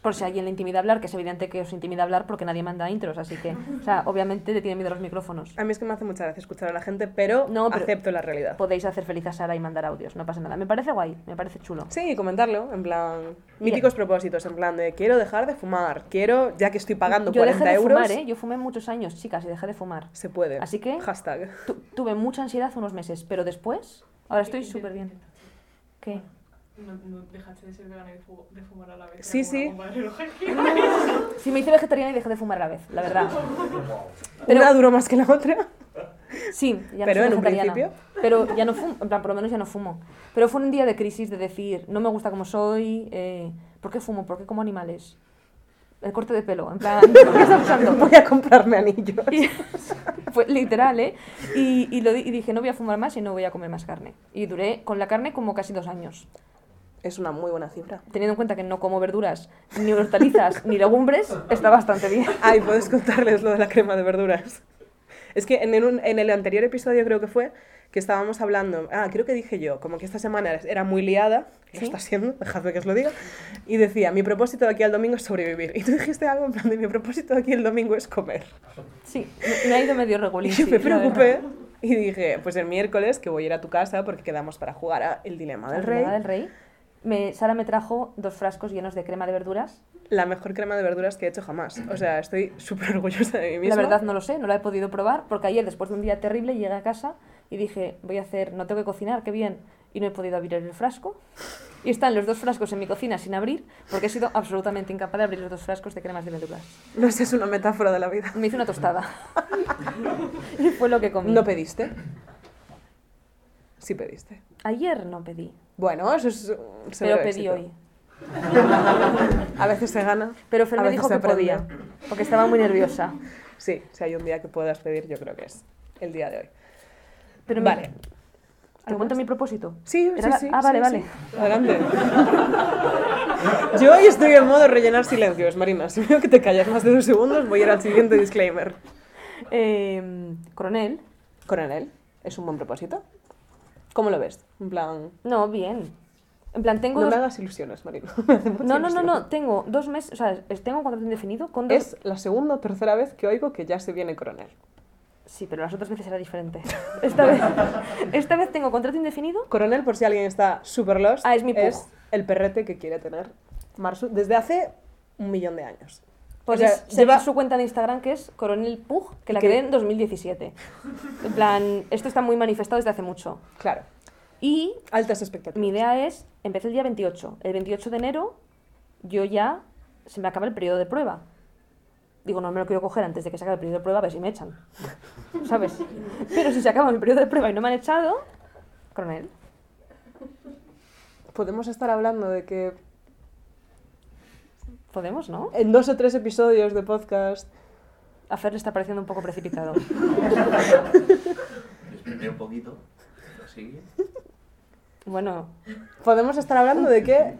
[SPEAKER 1] Por si a alguien le intimida hablar, que es evidente que os intimida hablar porque nadie manda intros, así que, o sea, obviamente le tiene miedo a los micrófonos.
[SPEAKER 2] A mí es que me hace mucha gracia escuchar a la gente, pero,
[SPEAKER 1] No, pero-
[SPEAKER 2] acepto la realidad.
[SPEAKER 1] Podéis hacer feliz a Sara y mandar audios, no pasa nada. Me parece guay, me parece chulo.
[SPEAKER 2] Sí, y comentarlo, en plan, míticos propósitos, en plan de quiero dejar de fumar, quiero, ya que estoy pagando
[SPEAKER 1] Yo
[SPEAKER 2] 40
[SPEAKER 1] dejé de
[SPEAKER 2] euros,
[SPEAKER 1] fumar, ¿eh? Yo fumé muchos años, chicas, y dejé de fumar.
[SPEAKER 2] se puede.
[SPEAKER 1] Así que-
[SPEAKER 2] Hashtag.
[SPEAKER 1] Tu- tuve mucha ansiedad unos meses, pero después, ahora estoy súper bien. ¿Qué?
[SPEAKER 7] No, no dejaste de ser vegana y de fu- de fumar a la vez.
[SPEAKER 2] Sí,
[SPEAKER 7] Era una
[SPEAKER 2] sí.
[SPEAKER 7] bomba de reloj.
[SPEAKER 1] Sí, me hice vegetariana y dejé de fumar a la vez, la verdad. Pero-
[SPEAKER 2] Una duró más que la otra.
[SPEAKER 1] Sí, ya no
[SPEAKER 2] Pero
[SPEAKER 1] soy
[SPEAKER 2] en un
[SPEAKER 1] vegetariana.
[SPEAKER 2] principio.
[SPEAKER 1] Pero ya no fumo, en plan, por lo menos ya no fumo. Pero fue un día de crisis de decir, no me gusta como soy, eh, ¿por qué fumo? ¿Por qué como animales? El corte de pelo, en plan, ¿qué está usando?
[SPEAKER 2] Voy a comprarme anillos.
[SPEAKER 1] Y- fue literal, ¿eh? Y, y lo di- y dije, no voy a fumar más y no voy a comer más carne. Y duré con la carne como casi dos años.
[SPEAKER 2] Es una muy buena cifra.
[SPEAKER 1] Teniendo en cuenta que no como verduras, ni hortalizas, ni legumbres, está bastante bien.
[SPEAKER 2] Ay, puedes contarles lo de la crema de verduras. Es que en, un- en el anterior episodio creo que fue que estábamos hablando, ah, creo que dije yo, como que esta semana era muy liada, lo
[SPEAKER 1] Sí.
[SPEAKER 2] está siendo, dejadme que os lo diga, y decía, mi propósito de aquí al domingo es sobrevivir. Y tú dijiste algo en plan de, mi propósito de aquí el domingo es comer.
[SPEAKER 1] Sí, me, me ha ido medio regulín.
[SPEAKER 2] Y
[SPEAKER 1] sí,
[SPEAKER 2] yo
[SPEAKER 1] la
[SPEAKER 2] me
[SPEAKER 1] verdad.
[SPEAKER 2] preocupé y dije, pues el miércoles que voy a ir a tu casa porque quedamos para jugar a El Dilema del
[SPEAKER 1] Al
[SPEAKER 2] Rey,
[SPEAKER 1] Dilema del Rey. Me- Sara me trajo dos frascos llenos de crema de verduras.
[SPEAKER 2] la mejor crema de verduras que he hecho jamás. O sea, estoy súper orgullosa de mí misma.
[SPEAKER 1] La verdad no lo sé, no la he podido probar porque ayer, después de un día terrible, llegué a casa y dije, voy a hacer, no tengo que cocinar, qué bien. Y no he podido abrir el frasco. Y están los dos frascos en mi cocina sin abrir porque he sido absolutamente incapaz de abrir los dos frascos de cremas de verduras.
[SPEAKER 2] No sé, es una metáfora de la vida.
[SPEAKER 1] Me hice una tostada. y fue lo que comí.
[SPEAKER 2] ¿No pediste? Sí pediste.
[SPEAKER 1] Ayer no pedí,
[SPEAKER 2] Bueno, eso es... un seguro
[SPEAKER 1] pero pedí
[SPEAKER 2] éxito.
[SPEAKER 1] hoy.
[SPEAKER 2] A veces se gana.
[SPEAKER 1] Pero Fer
[SPEAKER 2] a
[SPEAKER 1] me
[SPEAKER 2] veces
[SPEAKER 1] dijo
[SPEAKER 2] se
[SPEAKER 1] que
[SPEAKER 2] aprende.
[SPEAKER 1] podía porque estaba muy nerviosa.
[SPEAKER 2] Sí, si hay un día que puedas pedir, yo creo que es el día de hoy.
[SPEAKER 1] Pero me-
[SPEAKER 2] Vale.
[SPEAKER 1] ¿Te cuento mi propósito?
[SPEAKER 2] Sí,
[SPEAKER 1] Era
[SPEAKER 2] sí,
[SPEAKER 1] la-
[SPEAKER 2] sí.
[SPEAKER 1] ah, vale,
[SPEAKER 2] sí,
[SPEAKER 1] vale.
[SPEAKER 2] sí. Adelante. Yo hoy estoy en modo rellenar silencios, Marina. Si veo que te callas más de dos segundos, voy a ir al siguiente disclaimer.
[SPEAKER 1] Eh, coronel.
[SPEAKER 2] Coronel, ¿es un buen propósito? ¿Cómo lo ves? En plan...
[SPEAKER 1] No, bien. En plan, tengo
[SPEAKER 2] No me
[SPEAKER 1] dos...
[SPEAKER 2] hagas ilusiones, Marina. Me hace mucha
[SPEAKER 1] No, no, no,
[SPEAKER 2] ilusión.
[SPEAKER 1] no, tengo dos meses, o sea, es- tengo un contrato indefinido con dos...
[SPEAKER 2] Es la segunda o tercera vez que oigo que ya se viene coronel.
[SPEAKER 1] Sí, pero las otras veces era diferente. Esta vez, esta vez tengo contrato indefinido.
[SPEAKER 2] Coronel, por si alguien está super lost,
[SPEAKER 1] Ah, es mi pug.
[SPEAKER 2] el perrete que quiere tener Marsu desde hace un millón de años.
[SPEAKER 1] Podéis
[SPEAKER 2] O sea,
[SPEAKER 1] pues seguir
[SPEAKER 2] lleva-
[SPEAKER 1] su cuenta de Instagram que es Coronel Pug, que la
[SPEAKER 2] Que-
[SPEAKER 1] creé en 2017. En plan, esto está muy manifestado desde hace mucho.
[SPEAKER 2] Claro,
[SPEAKER 1] Y
[SPEAKER 2] altas expectativas.
[SPEAKER 1] mi idea es, empecé el día 28. El 28 de enero yo ya se me acaba el periodo de prueba. Digo, no me lo quiero coger antes de que se acabe el periodo de prueba, a ver si me echan. ¿Sabes? Pero si se acaba mi periodo de prueba y no me han echado, coronel.
[SPEAKER 2] Podemos estar hablando de que
[SPEAKER 1] Podemos, ¿no?
[SPEAKER 2] en dos o tres episodios de podcast
[SPEAKER 1] A Fer le está pareciendo un poco precipitado.
[SPEAKER 5] Esperé un poquito. Lo sigue.
[SPEAKER 1] Bueno,
[SPEAKER 2] podemos estar hablando de que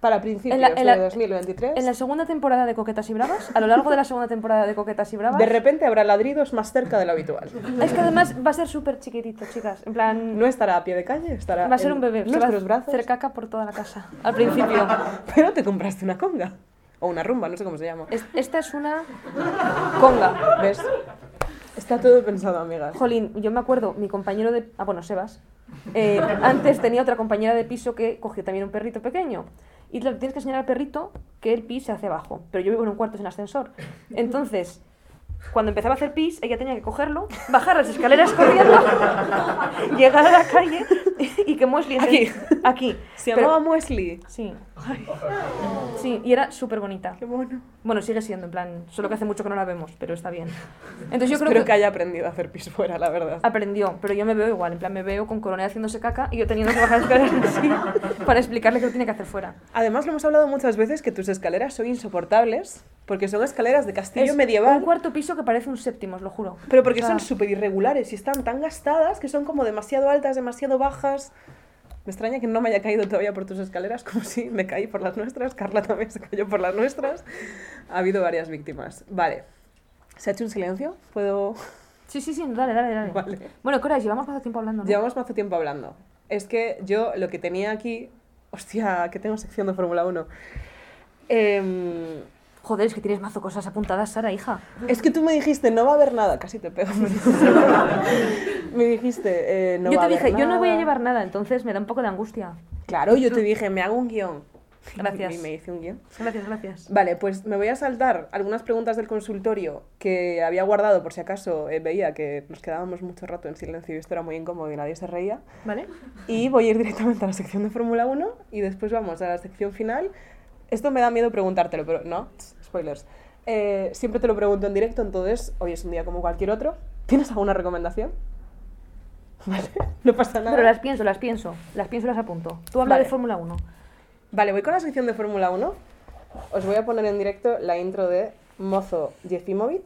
[SPEAKER 2] para principios
[SPEAKER 1] En la- en la-
[SPEAKER 2] de 2023
[SPEAKER 1] en la segunda temporada de Coquetas y Bravas, a lo largo de la segunda temporada de Coquetas y Bravas...
[SPEAKER 2] de repente habrá ladridos más cerca de lo habitual.
[SPEAKER 1] Es que además va a ser súper chiquitito, chicas. En plan,
[SPEAKER 2] No estará a pie de calle, estará
[SPEAKER 1] va a ser
[SPEAKER 2] en
[SPEAKER 1] un bebé. Se va
[SPEAKER 2] nuestros
[SPEAKER 1] a
[SPEAKER 2] brazos.
[SPEAKER 1] hacer caca por toda la casa, al principio.
[SPEAKER 2] Pero te compraste una conga o una rumba, no sé cómo se llama.
[SPEAKER 1] Es- esta es una conga.
[SPEAKER 2] ¿Ves? Está todo pensado, amigas.
[SPEAKER 1] Jolín, yo me acuerdo, mi compañero de... Ah, bueno, Sebas. eh, antes tenía otra compañera de piso que cogió también un perrito pequeño. Y claro, tienes que enseñar al perrito que el pis se hace abajo. Pero yo vivo en un cuarto sin ascensor. Entonces, cuando empezaba a hacer pis, ella tenía que cogerlo, bajar las escaleras corriendo, llegar a la calle y que Mosley... enten- Aquí.
[SPEAKER 2] Se
[SPEAKER 1] Pero-
[SPEAKER 2] llamaba Muesli.
[SPEAKER 1] Sí. Sí, y era súper bonita.
[SPEAKER 2] Qué bueno.
[SPEAKER 1] Bueno, sigue siendo, en plan, solo que hace mucho que no la vemos, pero está bien. Entonces yo
[SPEAKER 2] Yo
[SPEAKER 1] creo
[SPEAKER 2] creo
[SPEAKER 1] que...
[SPEAKER 2] que... haya aprendido a hacer pis fuera, la verdad.
[SPEAKER 1] aprendió, pero yo me veo igual, en plan me veo con coronel haciéndose caca y yo teniendo que bajar escaleras así para explicarle que lo tiene que hacer fuera.
[SPEAKER 2] Además, lo hemos hablado muchas veces que tus escaleras son insoportables porque son escaleras de castillo
[SPEAKER 1] es
[SPEAKER 2] medieval.
[SPEAKER 1] un cuarto piso que parece un séptimo, os lo juro.
[SPEAKER 2] Pero porque
[SPEAKER 1] O sea,
[SPEAKER 2] son súper irregulares y están tan gastadas que son como demasiado altas, demasiado bajas. Me extraña que no me haya caído todavía por tus escaleras, como si me caí por las nuestras. Carla también se cayó por las nuestras. Ha habido varias víctimas. Vale. ¿Se ha hecho un silencio? ¿Puedo
[SPEAKER 1] Sí, sí, sí, dale, dale, dale.
[SPEAKER 2] Vale.
[SPEAKER 1] Bueno, ¿qué hora es? Llevamos más tiempo hablando, ¿no?
[SPEAKER 2] Llevamos mucho tiempo hablando. Es que yo lo que tenía aquí. Hostia, que tengo sección de Fórmula 1. Em,
[SPEAKER 1] Joder, es que tienes mazo cosas apuntadas, Sara, hija.
[SPEAKER 2] es que tú me dijiste, no va a haber nada. Casi te pego. me dijiste, eh, no
[SPEAKER 1] yo
[SPEAKER 2] va
[SPEAKER 1] te
[SPEAKER 2] a
[SPEAKER 1] dije,
[SPEAKER 2] haber
[SPEAKER 1] yo no voy a
[SPEAKER 2] nada.
[SPEAKER 1] llevar nada, entonces me da un poco de angustia.
[SPEAKER 2] Claro, yo te dije, me hago un guión.
[SPEAKER 1] Gracias.
[SPEAKER 2] Y me hice un guión.
[SPEAKER 1] Gracias, gracias.
[SPEAKER 2] Vale, pues me voy a saltar algunas preguntas del consultorio que había guardado por si acaso eh, veía que nos quedábamos mucho rato en silencio y esto era muy incómodo y nadie se reía.
[SPEAKER 1] ¿Vale?
[SPEAKER 2] Y voy a ir directamente a la sección de Fórmula 1 y después vamos a la sección final. Esto me da miedo preguntártelo, pero no, tss, spoilers. Eh, siempre te lo pregunto en directo, entonces hoy es un día como cualquier otro. ¿Tienes alguna recomendación? Vale, no pasa nada.
[SPEAKER 1] Pero las pienso, las pienso. Las pienso y las apunto. Tú habla
[SPEAKER 2] Vale.
[SPEAKER 1] de Fórmula 1.
[SPEAKER 2] Vale, voy con la sección de Fórmula 1. Os voy a poner en directo la intro de Mozo Jefimovic.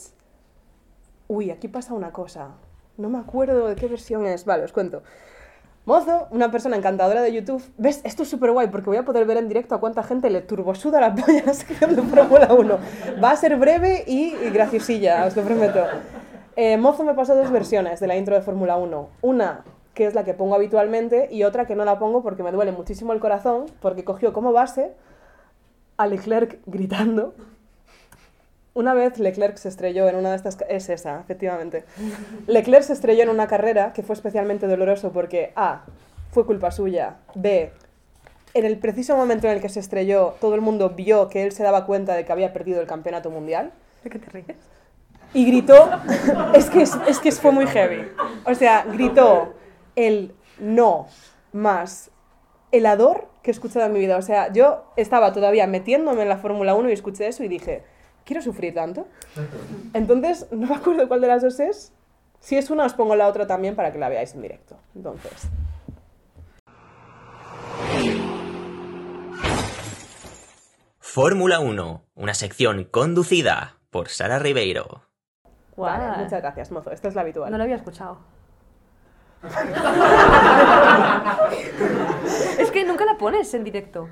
[SPEAKER 2] Uy, aquí pasa una cosa. No me acuerdo de qué versión es. Vale, os cuento. Mozo, una persona encantadora de YouTube. ¿Ves? Esto es súper guay porque voy a poder ver en directo a cuánta gente le turbosuda la polla la sección de Fórmula 1. Va a ser breve y, y graciosilla, os lo prometo. Eh, Mozo me pasó dos versiones de la intro de Fórmula 1. Una que es la que pongo habitualmente y otra que no la pongo porque me duele muchísimo el corazón porque cogió como base a Leclerc gritando. Una vez Leclerc se estrelló en una de estas... ca- Es esa, efectivamente. Leclerc se estrelló en una carrera que fue especialmente doloroso porque A. Fue culpa suya. B. En el preciso momento en el que se estrelló, todo el mundo vio que él se daba cuenta de que había perdido el campeonato mundial.
[SPEAKER 1] ¿De qué te ríes?
[SPEAKER 2] Y gritó, es que, es, es que fue muy heavy. O sea, gritó el no más helador que he escuchado en mi vida. O sea, yo estaba todavía metiéndome en la Fórmula 1 y escuché eso y dije, ¿quiero sufrir tanto? Entonces, no me acuerdo cuál de las dos es. Si es una, os pongo la otra también para que la veáis en directo. Entonces,
[SPEAKER 8] Fórmula 1, una sección conducida por Sara Ribeiro.
[SPEAKER 1] Guau.
[SPEAKER 2] vale, muchas gracias, mozo. Esta es la habitual.
[SPEAKER 1] No lo había escuchado. es que nunca la pones en directo.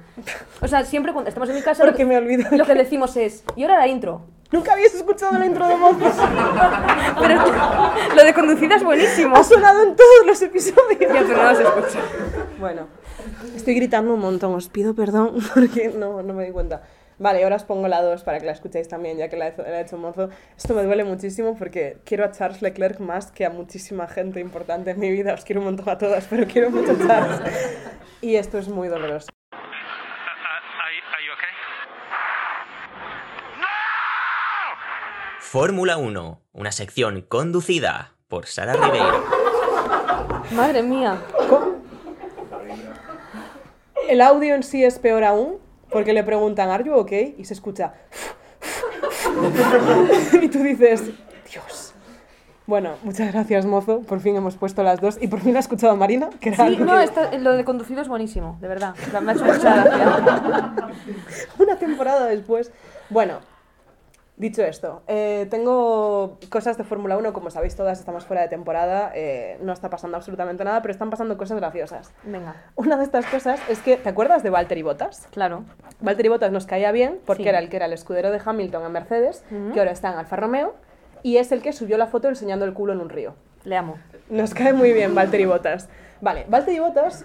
[SPEAKER 1] O sea, siempre cuando estamos en mi casa, lo
[SPEAKER 2] Porque
[SPEAKER 1] que,
[SPEAKER 2] me olvido.
[SPEAKER 1] lo que decimos es, y ahora la intro.
[SPEAKER 2] Nunca habías escuchado la intro de mozo.
[SPEAKER 1] Pero lo de conducida es buenísimo.
[SPEAKER 2] Ha sonado en todos los episodios.
[SPEAKER 1] pero no se escucha.
[SPEAKER 2] Bueno, estoy gritando un montón, os pido perdón porque no, no me di cuenta. Vale, ahora os pongo la 2 para que la escuchéis también, ya que la he, la he hecho mozo. Esto me duele muchísimo porque quiero a Charles Leclerc más que a muchísima gente importante en mi vida. Os quiero un montón a todas, pero quiero mucho a Charles. Y esto es muy doloroso.
[SPEAKER 8] Fórmula 1, una sección conducida por Sara Ribeiro.
[SPEAKER 1] Madre mía.
[SPEAKER 2] El audio en sí es peor aún porque le preguntan, ¿Are you okay? Y se escucha. y tú dices, Dios. Bueno, muchas gracias, mozo. Por fin hemos puesto las dos y por fin la ha escuchado Marina, que era
[SPEAKER 1] Sí,
[SPEAKER 2] algo
[SPEAKER 1] no,
[SPEAKER 2] que-
[SPEAKER 1] esta- lo de conducido es buenísimo, de verdad. O sea, Me ha hecho mucha gracia.
[SPEAKER 2] una temporada después. Bueno, dicho esto, eh, tengo cosas de Fórmula 1, como sabéis todas, estamos fuera de temporada, eh, no está pasando absolutamente nada, pero están pasando cosas graciosas.
[SPEAKER 1] Venga,
[SPEAKER 2] Una de estas cosas es que, ¿te acuerdas de Valtteri Bottas?
[SPEAKER 1] claro.
[SPEAKER 2] Valtteri Bottas nos caía bien porque
[SPEAKER 1] Sí.
[SPEAKER 2] era el que era el escudero de Hamilton en Mercedes, que ahora está en Alfa Romeo, y es el que subió la foto enseñando el culo en un río.
[SPEAKER 1] Le amo.
[SPEAKER 2] Nos cae muy bien Valtteri Bottas. Vale, Valtteri Bottas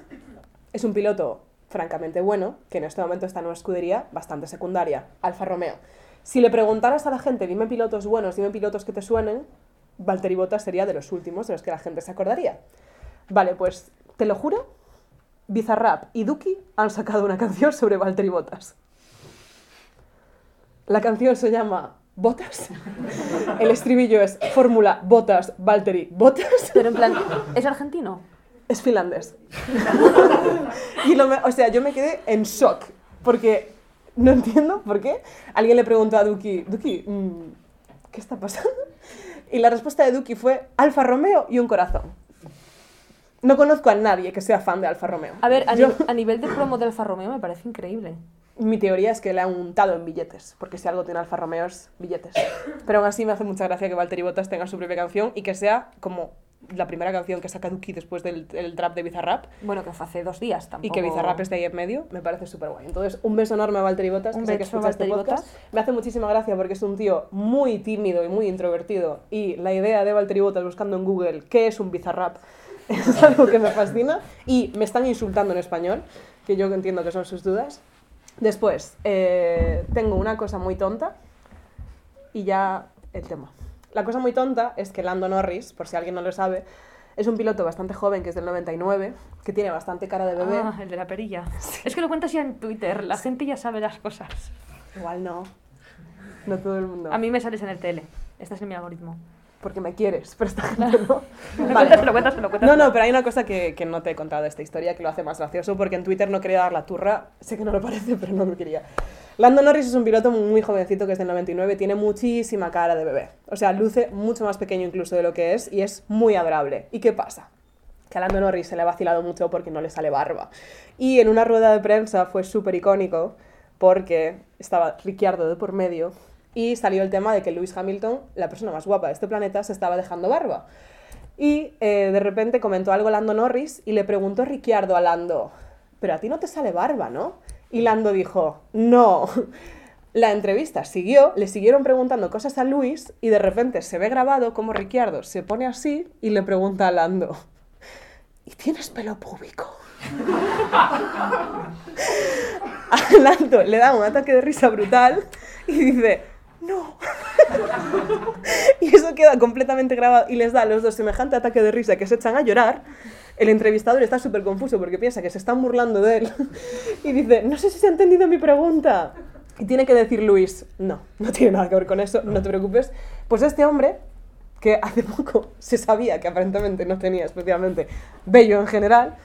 [SPEAKER 2] es un piloto francamente bueno, que en este momento está en una escudería bastante secundaria, Alfa Romeo. Si le preguntaras a la gente, dime pilotos buenos, dime pilotos que te suenen, Valtteri Bottas sería de los últimos de los que la gente se acordaría. Vale, pues, te lo juro, Bizarrap y Duki han sacado una canción sobre Valtteri Bottas. La canción se llama Botas. El estribillo es Fórmula Botas, Valtteri Botas.
[SPEAKER 1] Pero en plan, ¿es argentino?
[SPEAKER 2] Es finlandés. y lo me- o sea, yo me quedé en shock, porque no entiendo por qué. Alguien le preguntó a Duki, Duki, mm, ¿qué está pasando? Y la respuesta de Duki fue Alfa Romeo y un corazón. No conozco a nadie que sea fan de Alfa Romeo.
[SPEAKER 1] A ver, a,
[SPEAKER 2] Yo-
[SPEAKER 1] ni- a nivel de promo de Alfa Romeo me parece increíble.
[SPEAKER 2] Mi teoría es que le ha untado en billetes, porque si algo tiene Alfa Romeo es billetes. Pero aún así me hace mucha gracia que Valtteri Bottas tenga su propia canción y que sea como la primera canción que saca Duki después del el trap de Bizarrap
[SPEAKER 1] Bueno, que fue hace dos días tampoén.
[SPEAKER 2] y que Bizarrap esté ahí en medio, me parece súper guay. Entonces, un beso enorme a Valtteri Bottas,
[SPEAKER 1] Un
[SPEAKER 2] que sé que
[SPEAKER 1] beso a
[SPEAKER 2] escucha este
[SPEAKER 1] Valtteri
[SPEAKER 2] podcast.
[SPEAKER 1] Bottas.
[SPEAKER 2] Me hace muchísima gracia porque es un tío muy tímido y muy introvertido y la idea de Valtteri Bottas buscando en Google qué es un Bizarrap es algo que me fascina y me están insultando en español, que yo entiendo que son sus dudas. Después, eh, tengo una cosa muy tonta y ya el tema. La cosa muy tonta es que Lando Norris, por si alguien no lo sabe, es un piloto bastante joven, que es del 99, que tiene bastante cara de bebé.
[SPEAKER 1] Ah, el de la perilla. Es que lo cuentas ya en Twitter, la gente ya sabe las cosas.
[SPEAKER 2] Igual no. No todo el mundo.
[SPEAKER 1] A mí me sales en el tele. Este es mi algoritmo.
[SPEAKER 2] Porque me quieres, pero esta gente no.
[SPEAKER 1] Lo
[SPEAKER 2] Vale.
[SPEAKER 1] cuentas, lo cuentas, lo cuentas.
[SPEAKER 2] No, no, pero hay una cosa que, que no te he contado de esta historia que lo hace más gracioso, porque en Twitter no quería dar la turra. Sé que no lo parece, pero no lo quería. Lando Norris es un piloto muy jovencito que es del 99, tiene muchísima cara de bebé. O sea, luce mucho más pequeño incluso de lo que es y es muy adorable. ¿Y qué pasa? que a Lando Norris se le ha vacilado mucho porque no le sale barba. Y en una rueda de prensa fue súper icónico porque estaba Ricciardo de por medio y salió el tema de que Lewis Hamilton, la persona más guapa de este planeta, se estaba dejando barba. Y eh, de repente comentó algo Lando Norris y le preguntó Ricciardo a Lando, pero a ti no te sale barba, ¿no? Y Lando dijo, no. La entrevista siguió, le siguieron preguntando cosas a Luis y de repente se ve grabado como Ricciardo se pone así y le pregunta a Lando, y tienes pelo público. A Lando le da un ataque de risa brutal y dice, no. Y eso queda completamente grabado y les da a los dos semejante ataque de risa que se echan a llorar. El entrevistador está súper confuso porque piensa que se están burlando de él y dice, no sé si se ha entendido mi pregunta. Y tiene que decir Luis, no, no tiene nada que ver con eso, no te preocupes. Pues este hombre que hace poco se sabía que aparentemente no tenía especialmente bello en general,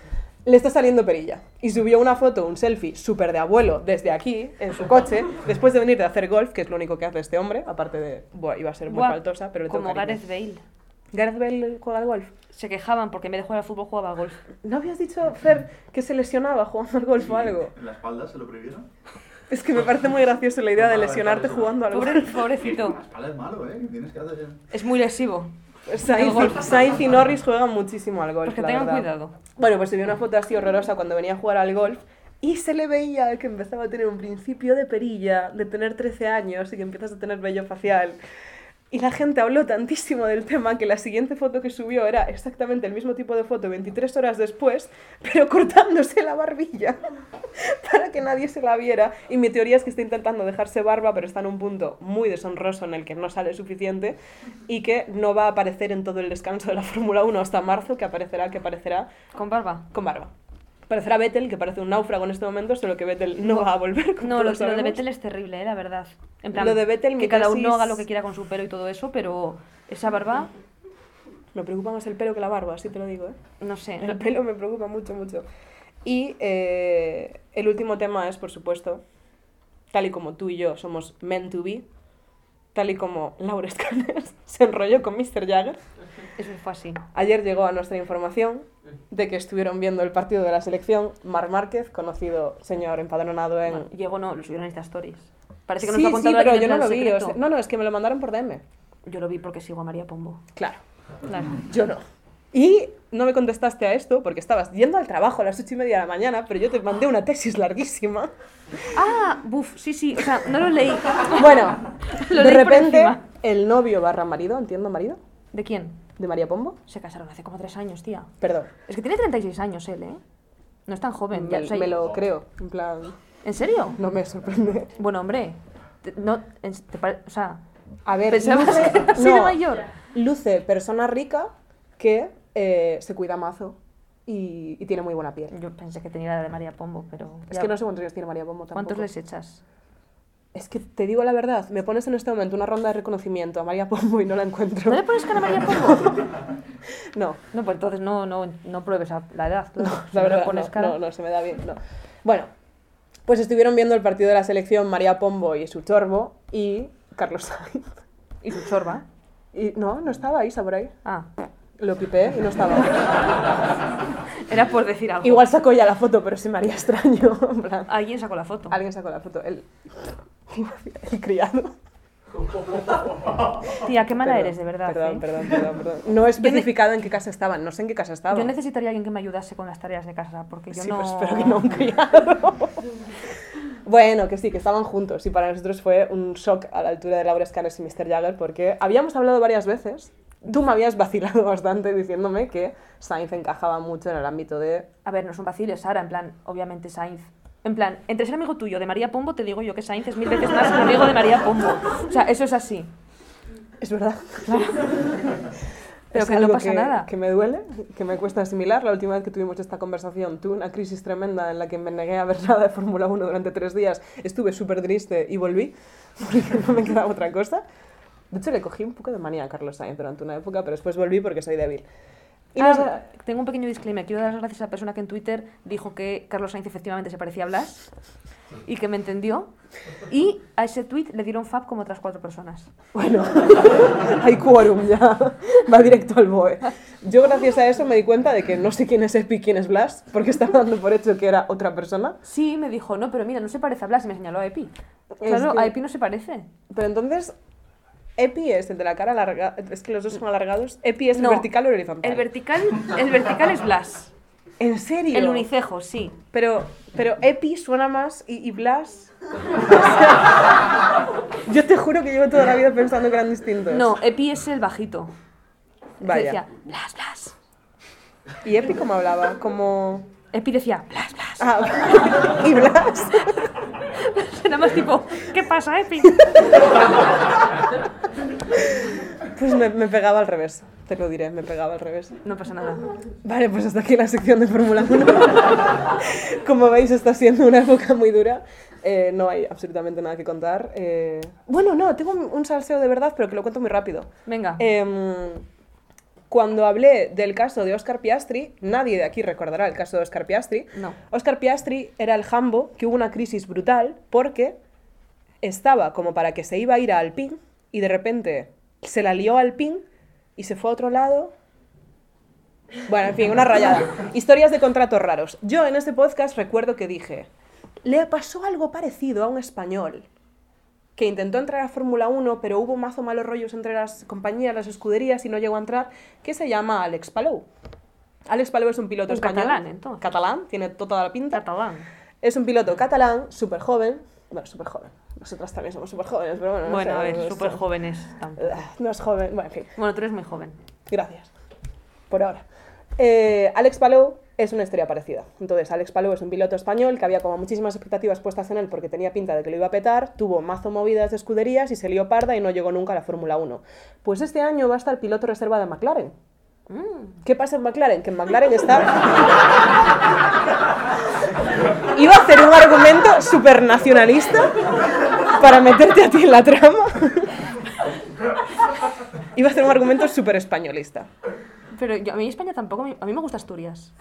[SPEAKER 2] le está saliendo perilla. Y subió una foto, un selfie súper de abuelo desde aquí, en su coche, después de venir de hacer golf, que es lo único que hace este hombre, aparte de, bueno, iba a ser muy
[SPEAKER 1] Buah,
[SPEAKER 2] faltosa, pero le tengo
[SPEAKER 1] Como
[SPEAKER 2] cariño.
[SPEAKER 1] Gareth Bale.
[SPEAKER 2] Gareth Bale juega al golf.
[SPEAKER 1] Se quejaban porque en vez de jugar al fútbol jugaba al golf.
[SPEAKER 2] ¿No habías dicho, Fer, que se lesionaba jugando al golf o algo?
[SPEAKER 5] ¿En la espalda se lo prohibieron?
[SPEAKER 2] Es que me parece muy gracioso la idea de
[SPEAKER 5] Vale, vale,
[SPEAKER 2] lesionarte
[SPEAKER 5] vale.
[SPEAKER 2] jugando al
[SPEAKER 1] Pobre-
[SPEAKER 2] golf.
[SPEAKER 1] pobrecito.
[SPEAKER 5] La espalda es malo, ¿eh? Que Tienes que hacer...
[SPEAKER 1] Es muy lesivo. El golf.
[SPEAKER 2] Sainz, Sainz y Norris juegan muchísimo al golf,
[SPEAKER 1] Porque
[SPEAKER 2] la
[SPEAKER 1] tengan
[SPEAKER 2] verdad.
[SPEAKER 1] cuidado.
[SPEAKER 2] Bueno, pues se vio una foto así horrorosa cuando venía a jugar al golf y se le veía que empezaba a tener un principio de perilla, de tener 13 años y que empiezas a tener vello facial. Y la gente habló tantísimo del tema que la siguiente foto que subió era exactamente el mismo tipo de foto 23 horas después, pero cortándose la barbilla para que nadie se la viera. Y mi teoría es que está intentando dejarse barba, pero está en un punto muy deshonroso en el que no sale suficiente y que no va a aparecer en todo el descanso de la Fórmula 1 hasta marzo, que aparecerá, que aparecerá
[SPEAKER 1] Con barba.
[SPEAKER 2] con barba. Parecerá Vettel, que parece un náufrago en este momento, solo que Vettel no va a volver. como
[SPEAKER 1] No, lo,
[SPEAKER 2] todos
[SPEAKER 1] lo de
[SPEAKER 2] sabemos.
[SPEAKER 1] Vettel es terrible, eh, la verdad. En plan,
[SPEAKER 2] Lo de Vettel, mi
[SPEAKER 1] que cada uno
[SPEAKER 2] tesis-
[SPEAKER 1] haga lo que quiera con su pelo y todo eso, pero esa barba,
[SPEAKER 2] Me preocupa más el pelo que la barba, así te lo digo. ¿eh?
[SPEAKER 1] no sé.
[SPEAKER 2] El pelo me preocupa mucho, mucho. Y eh, el último tema es, por supuesto, tal y como tú y yo somos meant to be, tal y como Laura Escanes se enrolló con Mr. Jagger.
[SPEAKER 1] Eso fue así.
[SPEAKER 2] Ayer llegó a nuestra información de que estuvieron viendo el partido de la selección Mar Márquez, conocido señor empadronado en
[SPEAKER 1] Bueno, Diego no, lo subieron en estas stories. Parece que nos
[SPEAKER 2] sí,
[SPEAKER 1] lo ha contado
[SPEAKER 2] sí, pero
[SPEAKER 1] alguien
[SPEAKER 2] yo
[SPEAKER 1] en
[SPEAKER 2] no
[SPEAKER 1] plan
[SPEAKER 2] lo vi.
[SPEAKER 1] secreto.
[SPEAKER 2] o sea, no, no, es que me lo mandaron por DM.
[SPEAKER 1] Yo lo vi porque sigo a María Pombo.
[SPEAKER 2] Claro,
[SPEAKER 1] Claro.
[SPEAKER 2] yo no. Y no me contestaste a esto porque estabas yendo al trabajo a las ocho y media de la mañana, pero yo te mandé una tesis larguísima.
[SPEAKER 1] Ah, buf, sí, sí. O sea, no lo leí.
[SPEAKER 2] Bueno,
[SPEAKER 1] Lo leí
[SPEAKER 2] de
[SPEAKER 1] por
[SPEAKER 2] repente,
[SPEAKER 1] encima.
[SPEAKER 2] el novio barra marido, entiendo marido,
[SPEAKER 1] ¿De quién?
[SPEAKER 2] de María Pombo,
[SPEAKER 1] Se casaron hace como tres años, tía.
[SPEAKER 2] perdón,
[SPEAKER 1] Es que tiene 36 años él, ¿eh? No es tan joven. ya,
[SPEAKER 2] me,
[SPEAKER 1] o sea,
[SPEAKER 2] me lo creo, en plan,
[SPEAKER 1] ¿En serio?
[SPEAKER 2] no me sorprende.
[SPEAKER 1] Bueno, hombre. te- No, en- te pare- o sea,
[SPEAKER 2] A ver,
[SPEAKER 1] Pensabas
[SPEAKER 2] luce-
[SPEAKER 1] que era así de mayor.
[SPEAKER 2] Luce persona rica que eh, se cuida mazo y, y tiene muy buena piel.
[SPEAKER 1] yo pensé que tenía la de María Pombo, pero...
[SPEAKER 2] Es
[SPEAKER 1] ya-
[SPEAKER 2] que no sé cuántos años tiene María Pombo tampoco.
[SPEAKER 1] ¿Cuántos les echas?
[SPEAKER 2] Es que te digo la verdad, me pones en este momento una ronda de reconocimiento a María Pombo y no la encuentro.
[SPEAKER 1] ¿No le pones cara a María Pombo?
[SPEAKER 2] No,
[SPEAKER 1] No, pues entonces no, no, no pruebes a la edad. claro. Si no
[SPEAKER 2] la
[SPEAKER 1] le
[SPEAKER 2] verdad,
[SPEAKER 1] pones
[SPEAKER 2] no,
[SPEAKER 1] cara-
[SPEAKER 2] no, no, se me da bien. no. Bueno, pues estuvieron viendo el partido de la selección María Pombo y su chorbo y Carlos Sainz.
[SPEAKER 1] Y su chorba.
[SPEAKER 2] Y no, no estaba Isa por ahí.
[SPEAKER 1] Ah,
[SPEAKER 2] Lo pipé y no estaba.
[SPEAKER 1] Era por decir algo.
[SPEAKER 2] Igual sacó ya la foto, pero se me haría extraño. en plan,
[SPEAKER 1] Alguien sacó la foto.
[SPEAKER 2] Alguien sacó la foto. El, el criado.
[SPEAKER 1] Tía, qué mala
[SPEAKER 2] Perdón,
[SPEAKER 1] eres, de verdad.
[SPEAKER 2] Perdón,
[SPEAKER 1] ¿eh?
[SPEAKER 2] perdón, perdón, perdón. No he especificado en qué casa estaban. No sé en qué casa estaban.
[SPEAKER 1] Yo necesitaría a alguien que me ayudase con las tareas de casa, porque yo
[SPEAKER 2] sí,
[SPEAKER 1] no...
[SPEAKER 2] pero espero que no un criado. bueno, que sí, que estaban juntos. Y para nosotros fue un shock a la altura de Laura Escanes y Mr. Jagger, porque habíamos hablado varias veces. Tú me habías vacilado bastante diciéndome que Sainz encajaba mucho en el ámbito de.
[SPEAKER 1] A ver, no es un vacile, Sara, en plan, obviamente Sainz. En plan, entre ser amigo tuyo de María Pombo, te digo yo que Sainz es mil veces más que amigo de María Pombo. O sea, eso es así.
[SPEAKER 2] Es verdad.
[SPEAKER 1] Pero
[SPEAKER 2] Es
[SPEAKER 1] que no
[SPEAKER 2] algo
[SPEAKER 1] pasa nada.
[SPEAKER 2] Que me duele, que me cuesta asimilar. La última vez que tuvimos esta conversación, tuve una crisis tremenda en la que me negué a ver nada de Fórmula 1 durante tres días. Estuve súper triste y volví, porque no me quedaba otra cosa. De hecho, le cogí un poco de manía a Carlos Sainz durante una época, pero después volví porque soy débil. Y
[SPEAKER 1] Ah,
[SPEAKER 2] nos-
[SPEAKER 1] Tengo un pequeño disclaimer. Quiero dar las gracias a la persona que en Twitter dijo que Carlos Sainz efectivamente se parecía a Blas y que me entendió. Y a ese tweet le dieron fab como otras cuatro personas.
[SPEAKER 2] Bueno, hay quórum ya. Va directo al BOE. Yo, gracias a eso, me di cuenta de que no sé quién es Epi, quién es Blas, porque estaba dando por hecho que era otra persona.
[SPEAKER 1] Sí, me dijo, no, pero mira, no se parece a Blas y me señaló a Epi. Claro,
[SPEAKER 2] que-
[SPEAKER 1] a Epi no se parece.
[SPEAKER 2] Pero entonces, Epi es el de la cara alargada. Es que los dos son alargados. Epi es
[SPEAKER 1] No.
[SPEAKER 2] el vertical o el horizontal.
[SPEAKER 1] El vertical, el vertical es Blas.
[SPEAKER 2] ¿En serio?
[SPEAKER 1] El unicejo, sí.
[SPEAKER 2] Pero, pero Epi suena más y, y Blas. Yo te juro que llevo toda la vida pensando que eran distintos.
[SPEAKER 1] No, Epi es el bajito. Que
[SPEAKER 2] Vaya.
[SPEAKER 1] decía, Blas, Blas.
[SPEAKER 2] ¿Y Epi cómo hablaba? Como.
[SPEAKER 1] Epi decía, Blas, Blas.
[SPEAKER 2] Ah, y Blas.
[SPEAKER 1] Era más tipo, ¿qué pasa, Epi?
[SPEAKER 2] Pues me, me pegaba al revés. Te lo diré, me pegaba al revés.
[SPEAKER 1] No pasa nada.
[SPEAKER 2] Vale, pues hasta aquí la sección de Fórmula 1. Como veis, está siendo una época muy dura. Eh, no hay absolutamente nada que contar. Eh, Bueno, no, tengo un un salseo de verdad, pero que lo cuento muy rápido.
[SPEAKER 1] Venga.
[SPEAKER 2] Em, cuando hablé del caso de Oscar Piastri, nadie de aquí recordará el caso de Oscar Piastri.
[SPEAKER 1] No.
[SPEAKER 2] Oscar Piastri era el jambo que hubo una crisis brutal porque estaba como para que se iba a ir a Alpine y de repente se la lió a Alpine y se fue a otro lado. Bueno, en fin, una rayada. Historias de contratos raros. Yo en este podcast recuerdo que dije, le pasó algo parecido a un español que intentó entrar a Fórmula 1, pero hubo mazo malos rollos entre las compañías, las escuderías y no llegó a entrar, que se llama Alex Palou. Alex Palou es un piloto
[SPEAKER 1] Un
[SPEAKER 2] español.
[SPEAKER 1] catalán, entonces.
[SPEAKER 2] Catalán, tiene toda la pinta.
[SPEAKER 1] Catalán.
[SPEAKER 2] Es un piloto catalán, súper joven. Bueno, súper joven. Nosotras también somos súper jóvenes, pero bueno. no
[SPEAKER 1] Bueno,
[SPEAKER 2] sé,
[SPEAKER 1] a
[SPEAKER 2] no
[SPEAKER 1] ver,
[SPEAKER 2] sé.
[SPEAKER 1] súper jóvenes. tampoco.
[SPEAKER 2] No es joven. Bueno, en fin.
[SPEAKER 1] Bueno, tú eres muy joven.
[SPEAKER 2] Gracias. Por ahora. Eh, Alex Palou es una historia parecida. Entonces, Alex Palou es un piloto español que había como muchísimas expectativas puestas en él porque tenía pinta de que lo iba a petar, tuvo mazo movidas de escuderías y se lió parda y no llegó nunca a la Fórmula 1. Pues este año va a estar piloto reserva de McLaren. Mm. ¿Qué pasa en McLaren? Que en McLaren está... Iba a hacer un argumento súper nacionalista para meterte a ti en la trama. Iba a hacer un argumento súper españolista.
[SPEAKER 1] Pero yo- a mí España tampoco, me- a mí me gusta Asturias.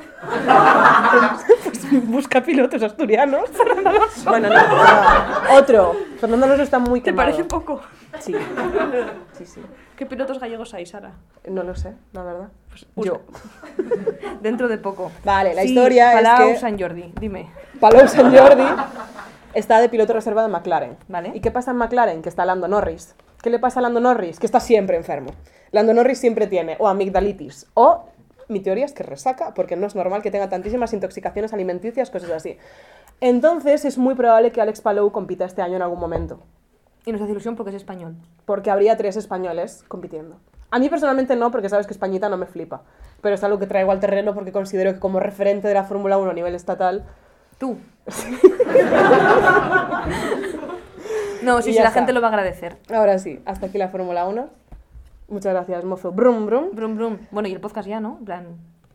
[SPEAKER 1] Pues
[SPEAKER 2] Busca pilotos asturianos. Fernando Alonso. Bueno, no, no. Otro. Fernando Alonso está muy
[SPEAKER 1] ¿Te
[SPEAKER 2] quemado.
[SPEAKER 1] parece poco?
[SPEAKER 2] Sí. Sí, sí.
[SPEAKER 1] ¿Qué pilotos gallegos hay, Sara?
[SPEAKER 2] No lo sé, la verdad.
[SPEAKER 1] Pues busca. Dentro de poco.
[SPEAKER 2] Vale, la historia es
[SPEAKER 1] Palau,
[SPEAKER 2] que-
[SPEAKER 1] San Jordi, dime.
[SPEAKER 2] Palou San Jordi está de piloto reserva de McLaren.
[SPEAKER 1] Vale.
[SPEAKER 2] ¿Y qué pasa en McLaren? Que está Lando Norris. ¿Qué le pasa a Lando Norris? Que está siempre enfermo. Lando Norris siempre tiene o amigdalitis o mi teoría es que resaca porque no es normal que tenga tantísimas intoxicaciones alimenticias, cosas así. Entonces es muy probable que Alex Palou compita este año en algún momento.
[SPEAKER 1] Y nos hace ilusión porque es español.
[SPEAKER 2] porque habría tres españoles compitiendo. A mí personalmente no, porque sabes que Españita no me flipa, pero es algo que traigo al terreno porque considero que como referente de la Fórmula 1 a nivel estatal,
[SPEAKER 1] Tú. no, sí,
[SPEAKER 2] Y
[SPEAKER 1] sí,
[SPEAKER 2] ya
[SPEAKER 1] la
[SPEAKER 2] está.
[SPEAKER 1] gente lo va a agradecer.
[SPEAKER 2] ahora sí, hasta aquí la Fórmula 1. Muchas gracias, mozo. Brum, brum.
[SPEAKER 1] Brum, brum. Bueno, y el podcast ya, ¿no? En plan,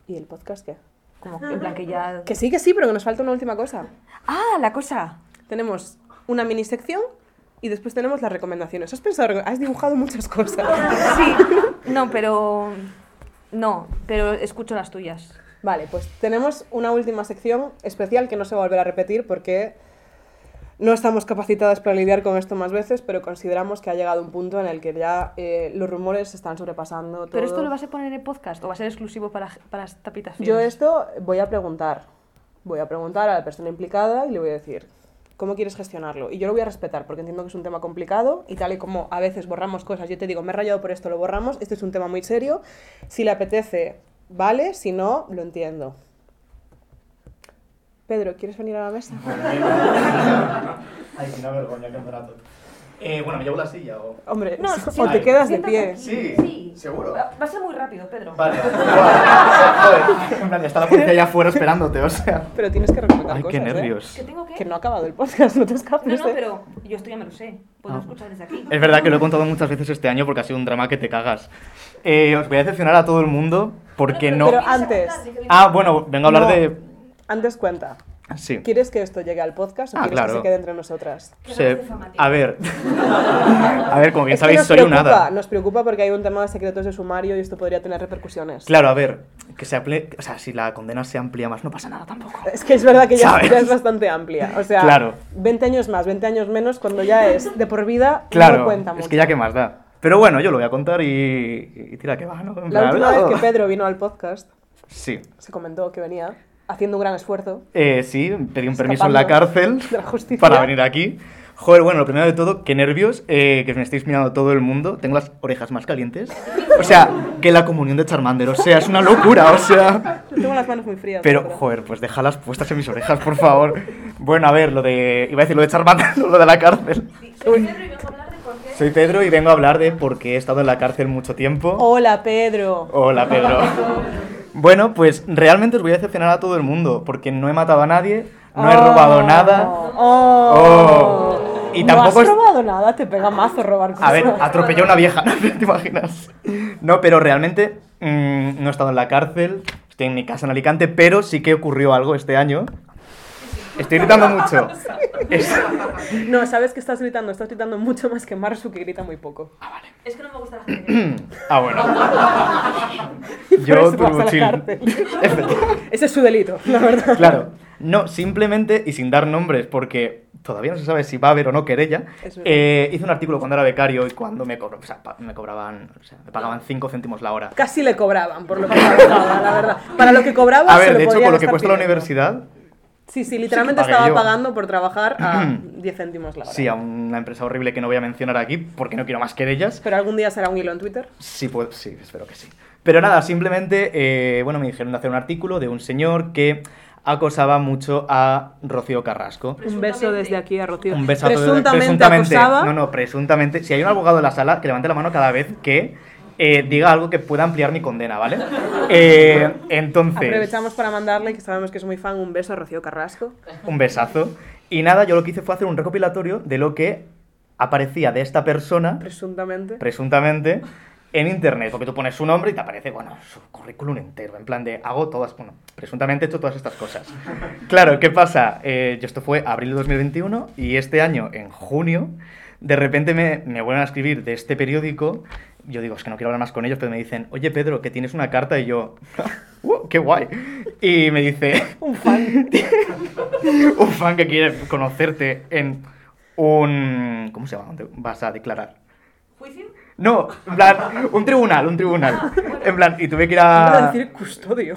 [SPEAKER 2] ¿Y el podcast qué?
[SPEAKER 1] como, en plan que ya...
[SPEAKER 2] Que sí, que sí, pero que nos falta una última cosa.
[SPEAKER 1] ¡Ah, la cosa!
[SPEAKER 2] Tenemos una mini sección y después tenemos las recomendaciones. ¿Has pensado? Has dibujado muchas cosas.
[SPEAKER 1] Sí. No, pero... No, pero escucho las tuyas.
[SPEAKER 2] Vale, pues tenemos una última sección especial que no se va a volver a repetir porque No estamos capacitadas para lidiar con esto más veces, pero consideramos que ha llegado un punto en el que ya eh, los rumores se están sobrepasando todo.
[SPEAKER 1] ¿Pero esto lo vas a poner en el podcast o va a ser exclusivo para, para las tapitas
[SPEAKER 2] Yo
[SPEAKER 1] fieles?
[SPEAKER 2] esto voy a preguntar. Voy a preguntar a la persona implicada y le voy a decir cómo quieres gestionarlo. Y yo lo voy a respetar porque entiendo que es un tema complicado y tal y como a veces borramos cosas, yo te digo, me he rayado por esto, lo borramos, este es un tema muy serio. Si le apetece, vale, si no, lo entiendo. Pedro, ¿quieres venir a la mesa?
[SPEAKER 5] Ay, qué una vergüenza, qué barato. Eh, bueno, ¿me llevo la silla o...?
[SPEAKER 2] Hombre,
[SPEAKER 1] No,
[SPEAKER 2] o
[SPEAKER 1] siéntate,
[SPEAKER 2] te quedas de
[SPEAKER 1] siéntate
[SPEAKER 2] pie.
[SPEAKER 1] aquí.
[SPEAKER 5] Sí,
[SPEAKER 1] Sí.
[SPEAKER 5] seguro.
[SPEAKER 1] Va va a ser muy rápido, Pedro.
[SPEAKER 5] Vale. Joder, en plan, está la policía allá afuera esperándote, o sea...
[SPEAKER 2] Pero tienes que respetar
[SPEAKER 5] Ay,
[SPEAKER 2] cosas,
[SPEAKER 5] qué
[SPEAKER 2] ¿eh?
[SPEAKER 5] nervios.
[SPEAKER 1] ¿Que tengo que...?
[SPEAKER 2] Que no ha acabado el podcast, no te
[SPEAKER 1] No,
[SPEAKER 2] escapes.
[SPEAKER 1] no,
[SPEAKER 2] ¿eh?
[SPEAKER 1] pero yo esto ya me lo sé. Puedo
[SPEAKER 5] Ah.
[SPEAKER 1] escuchar desde aquí.
[SPEAKER 5] Es verdad que lo he contado muchas veces este año porque ha sido un drama que te cagas. Eh, os voy a decepcionar a todo el mundo porque no...
[SPEAKER 2] Pero antes,
[SPEAKER 5] Ah, bueno, vengo a hablar
[SPEAKER 2] No.
[SPEAKER 5] de...
[SPEAKER 2] antes cuenta.
[SPEAKER 5] Sí.
[SPEAKER 2] ¿Quieres que esto llegue al podcast o
[SPEAKER 5] Ah,
[SPEAKER 2] quieres
[SPEAKER 5] claro.
[SPEAKER 2] que se quede entre nosotras?
[SPEAKER 5] Se- A ver. a ver, como bien
[SPEAKER 2] Es que
[SPEAKER 5] sabéis,
[SPEAKER 2] nos
[SPEAKER 5] soy un
[SPEAKER 2] preocupa,
[SPEAKER 5] hada.
[SPEAKER 2] Nos preocupa porque hay un tema de secretos de sumario y esto podría tener repercusiones.
[SPEAKER 5] Claro, a ver. Que se amplie... O sea, si la condena se amplía más, no pasa nada tampoco.
[SPEAKER 2] Es que es verdad que ya,
[SPEAKER 5] ¿Sabes?
[SPEAKER 2] ya es bastante amplia. O sea,
[SPEAKER 5] Claro.
[SPEAKER 2] 20 años más, 20 años menos, cuando ya es de por vida, no
[SPEAKER 5] Claro.
[SPEAKER 2] cuenta mucho.
[SPEAKER 5] es que ya que más da. Pero bueno, yo lo voy a contar y, y tira que va, ¿no? En
[SPEAKER 2] La
[SPEAKER 5] plan,
[SPEAKER 2] última
[SPEAKER 5] ¡ah!
[SPEAKER 2] vez que Pedro vino al podcast,
[SPEAKER 5] Sí.
[SPEAKER 2] se comentó que venía haciendo un gran esfuerzo
[SPEAKER 5] Eh, sí, pedí un permiso en la
[SPEAKER 2] Escapando
[SPEAKER 5] cárcel
[SPEAKER 2] de la justicia.
[SPEAKER 5] para venir aquí. Joder, bueno, lo primero de todo, qué nervios, eh, que me estáis mirando todo el mundo. Tengo las orejas más calientes. O sea, que la comunión de Charmander, o sea, es una locura, o sea.
[SPEAKER 2] Yo tengo las manos muy frías.
[SPEAKER 5] Pero,
[SPEAKER 2] la verdad.
[SPEAKER 5] joder, pues déjalas puestas en mis orejas, por favor. Bueno, a ver, lo de. Iba a decir lo de Charmander, no lo de la cárcel. Soy Pedro y vengo a hablar de por qué he estado en la cárcel mucho tiempo.
[SPEAKER 2] Hola, Pedro.
[SPEAKER 5] Hola, Pedro. Bueno, pues realmente os voy a decepcionar a todo el mundo, porque no he matado a nadie, no he
[SPEAKER 2] Oh,
[SPEAKER 5] robado nada.
[SPEAKER 2] Oh.
[SPEAKER 5] Oh. Y
[SPEAKER 2] No
[SPEAKER 5] tampoco
[SPEAKER 2] has
[SPEAKER 5] es-
[SPEAKER 2] robado nada, te pega mazo robar cosas.
[SPEAKER 5] A ver, atropellé a una vieja, ¿no te imaginas? No, pero realmente mm, no he estado en la cárcel, estoy en mi casa en Alicante, pero sí que ocurrió algo este año. Estoy gritando mucho. Es-
[SPEAKER 2] No, sabes que estás gritando, estás gritando mucho más que Marsu, que grita muy poco.
[SPEAKER 1] Es que no me gusta la gente.
[SPEAKER 5] Ah, bueno.
[SPEAKER 2] Por eso
[SPEAKER 5] Yo,
[SPEAKER 2] vas a la
[SPEAKER 5] turbochill.
[SPEAKER 2] cárcel. Ese es su delito, la verdad.
[SPEAKER 5] Claro. No, simplemente y sin dar nombres, porque todavía no se sabe si va a haber o no querella,
[SPEAKER 2] Es verdad.
[SPEAKER 5] eh, hice un artículo cuando era becario y cuando me, cobro- o sea, pa- me cobraban, o sea, me pagaban 5 céntimos la hora.
[SPEAKER 2] Casi le cobraban, por lo que pagaba, la verdad. Para lo que cobraba,
[SPEAKER 5] A
[SPEAKER 2] se
[SPEAKER 5] ver,
[SPEAKER 2] lo
[SPEAKER 5] de hecho,
[SPEAKER 2] podían
[SPEAKER 5] por lo que
[SPEAKER 2] estar
[SPEAKER 5] cuesta la
[SPEAKER 2] pidiendo.
[SPEAKER 5] universidad,
[SPEAKER 2] Sí, sí, literalmente
[SPEAKER 5] pagué
[SPEAKER 2] estaba
[SPEAKER 5] yo.
[SPEAKER 2] pagando por trabajar a 10 céntimos la hora.
[SPEAKER 5] sí, a una empresa horrible que no voy a mencionar aquí porque no quiero más querellas.
[SPEAKER 2] Pero algún día será un hilo en Twitter.
[SPEAKER 5] Sí, pues, sí, espero que sí. Pero nada, simplemente, eh, bueno, me dijeron de hacer un artículo de un señor que acosaba mucho a Rocío Carrasco.
[SPEAKER 2] Un beso desde aquí a Rocío.
[SPEAKER 5] Un besazo de-
[SPEAKER 2] presuntamente,
[SPEAKER 5] presuntamente.
[SPEAKER 2] acosaba.
[SPEAKER 5] No, no, presuntamente. Si hay un abogado en la sala, que levante la mano cada vez que eh, diga algo que pueda ampliar mi condena, ¿vale? Eh, entonces.
[SPEAKER 2] Aprovechamos para mandarle, que sabemos que es muy fan, un beso a Rocío Carrasco.
[SPEAKER 5] Un besazo. Y nada, yo lo que hice fue hacer un recopilatorio de lo que aparecía de esta persona,
[SPEAKER 2] Presuntamente.
[SPEAKER 5] presuntamente, en internet. Porque tú pones su nombre y te aparece, bueno, su currículum entero. En plan de, hago todas, bueno, presuntamente he hecho todas estas cosas. Claro, ¿qué pasa? Eh, yo esto fue abril de 2021 y este año, en junio, de repente me, me vuelven a escribir de este periódico. Yo digo, es que no quiero hablar más con ellos, pero me dicen, oye Pedro, que tienes una carta. Y yo, "Wow, Uh, ¡qué guay! Y me dice, un fan. un fan que quiere conocerte en un. ¿Cómo se llama? ¿Dónde vas a declarar?
[SPEAKER 1] ¿Juicio?
[SPEAKER 5] No, en plan, un tribunal, un tribunal. En plan, y tuve que ir
[SPEAKER 2] Iba
[SPEAKER 5] a.
[SPEAKER 2] a decir custodio.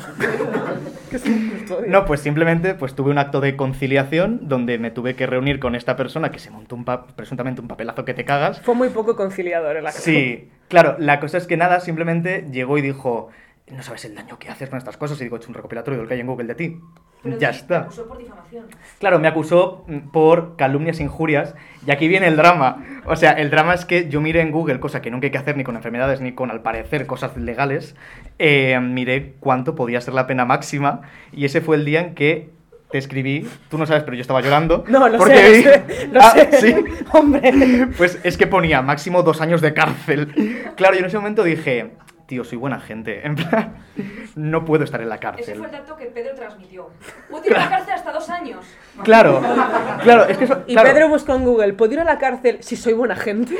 [SPEAKER 2] ¿Qué es un custodio?
[SPEAKER 5] Ah. No, pues simplemente pues tuve un acto de conciliación donde me tuve que reunir con esta persona que se montó un pa- presuntamente un papelazo que te cagas.
[SPEAKER 2] Fue muy poco conciliador el acto.
[SPEAKER 5] Sí, claro, la cosa es que nada, simplemente llegó y dijo, no sabes el daño que haces con estas cosas, y digo, he hecho un recopilatorio de lo que hay en Google de ti. ya está.
[SPEAKER 1] Acusó por difamación.
[SPEAKER 5] Claro, me acusó mm, por calumnias e injurias, y aquí viene el drama. O sea, el drama es que yo miré en Google, cosa que nunca hay que hacer ni con enfermedades ni con, al parecer, cosas legales, eh, miré cuánto podía ser la pena máxima, y ese fue el día en que te escribí, tú no sabes, pero yo estaba llorando.
[SPEAKER 2] No, lo
[SPEAKER 5] porque
[SPEAKER 2] sé,
[SPEAKER 5] vi-
[SPEAKER 2] lo sé, lo
[SPEAKER 5] Ah,
[SPEAKER 2] sé.
[SPEAKER 5] sí.
[SPEAKER 2] Hombre.
[SPEAKER 5] Pues es que ponía máximo dos años de cárcel. Claro, yo en ese momento dije, tío, soy buena gente. En plan, no puedo estar en la
[SPEAKER 9] Ese
[SPEAKER 5] cárcel.
[SPEAKER 9] fue el dato que Pedro transmitió. Útil en la cárcel hasta dos años.
[SPEAKER 5] Claro, claro, es que eso.
[SPEAKER 2] Y
[SPEAKER 5] claro,
[SPEAKER 2] Pedro buscó en Google, ¿puedo ir a la cárcel si soy buena gente?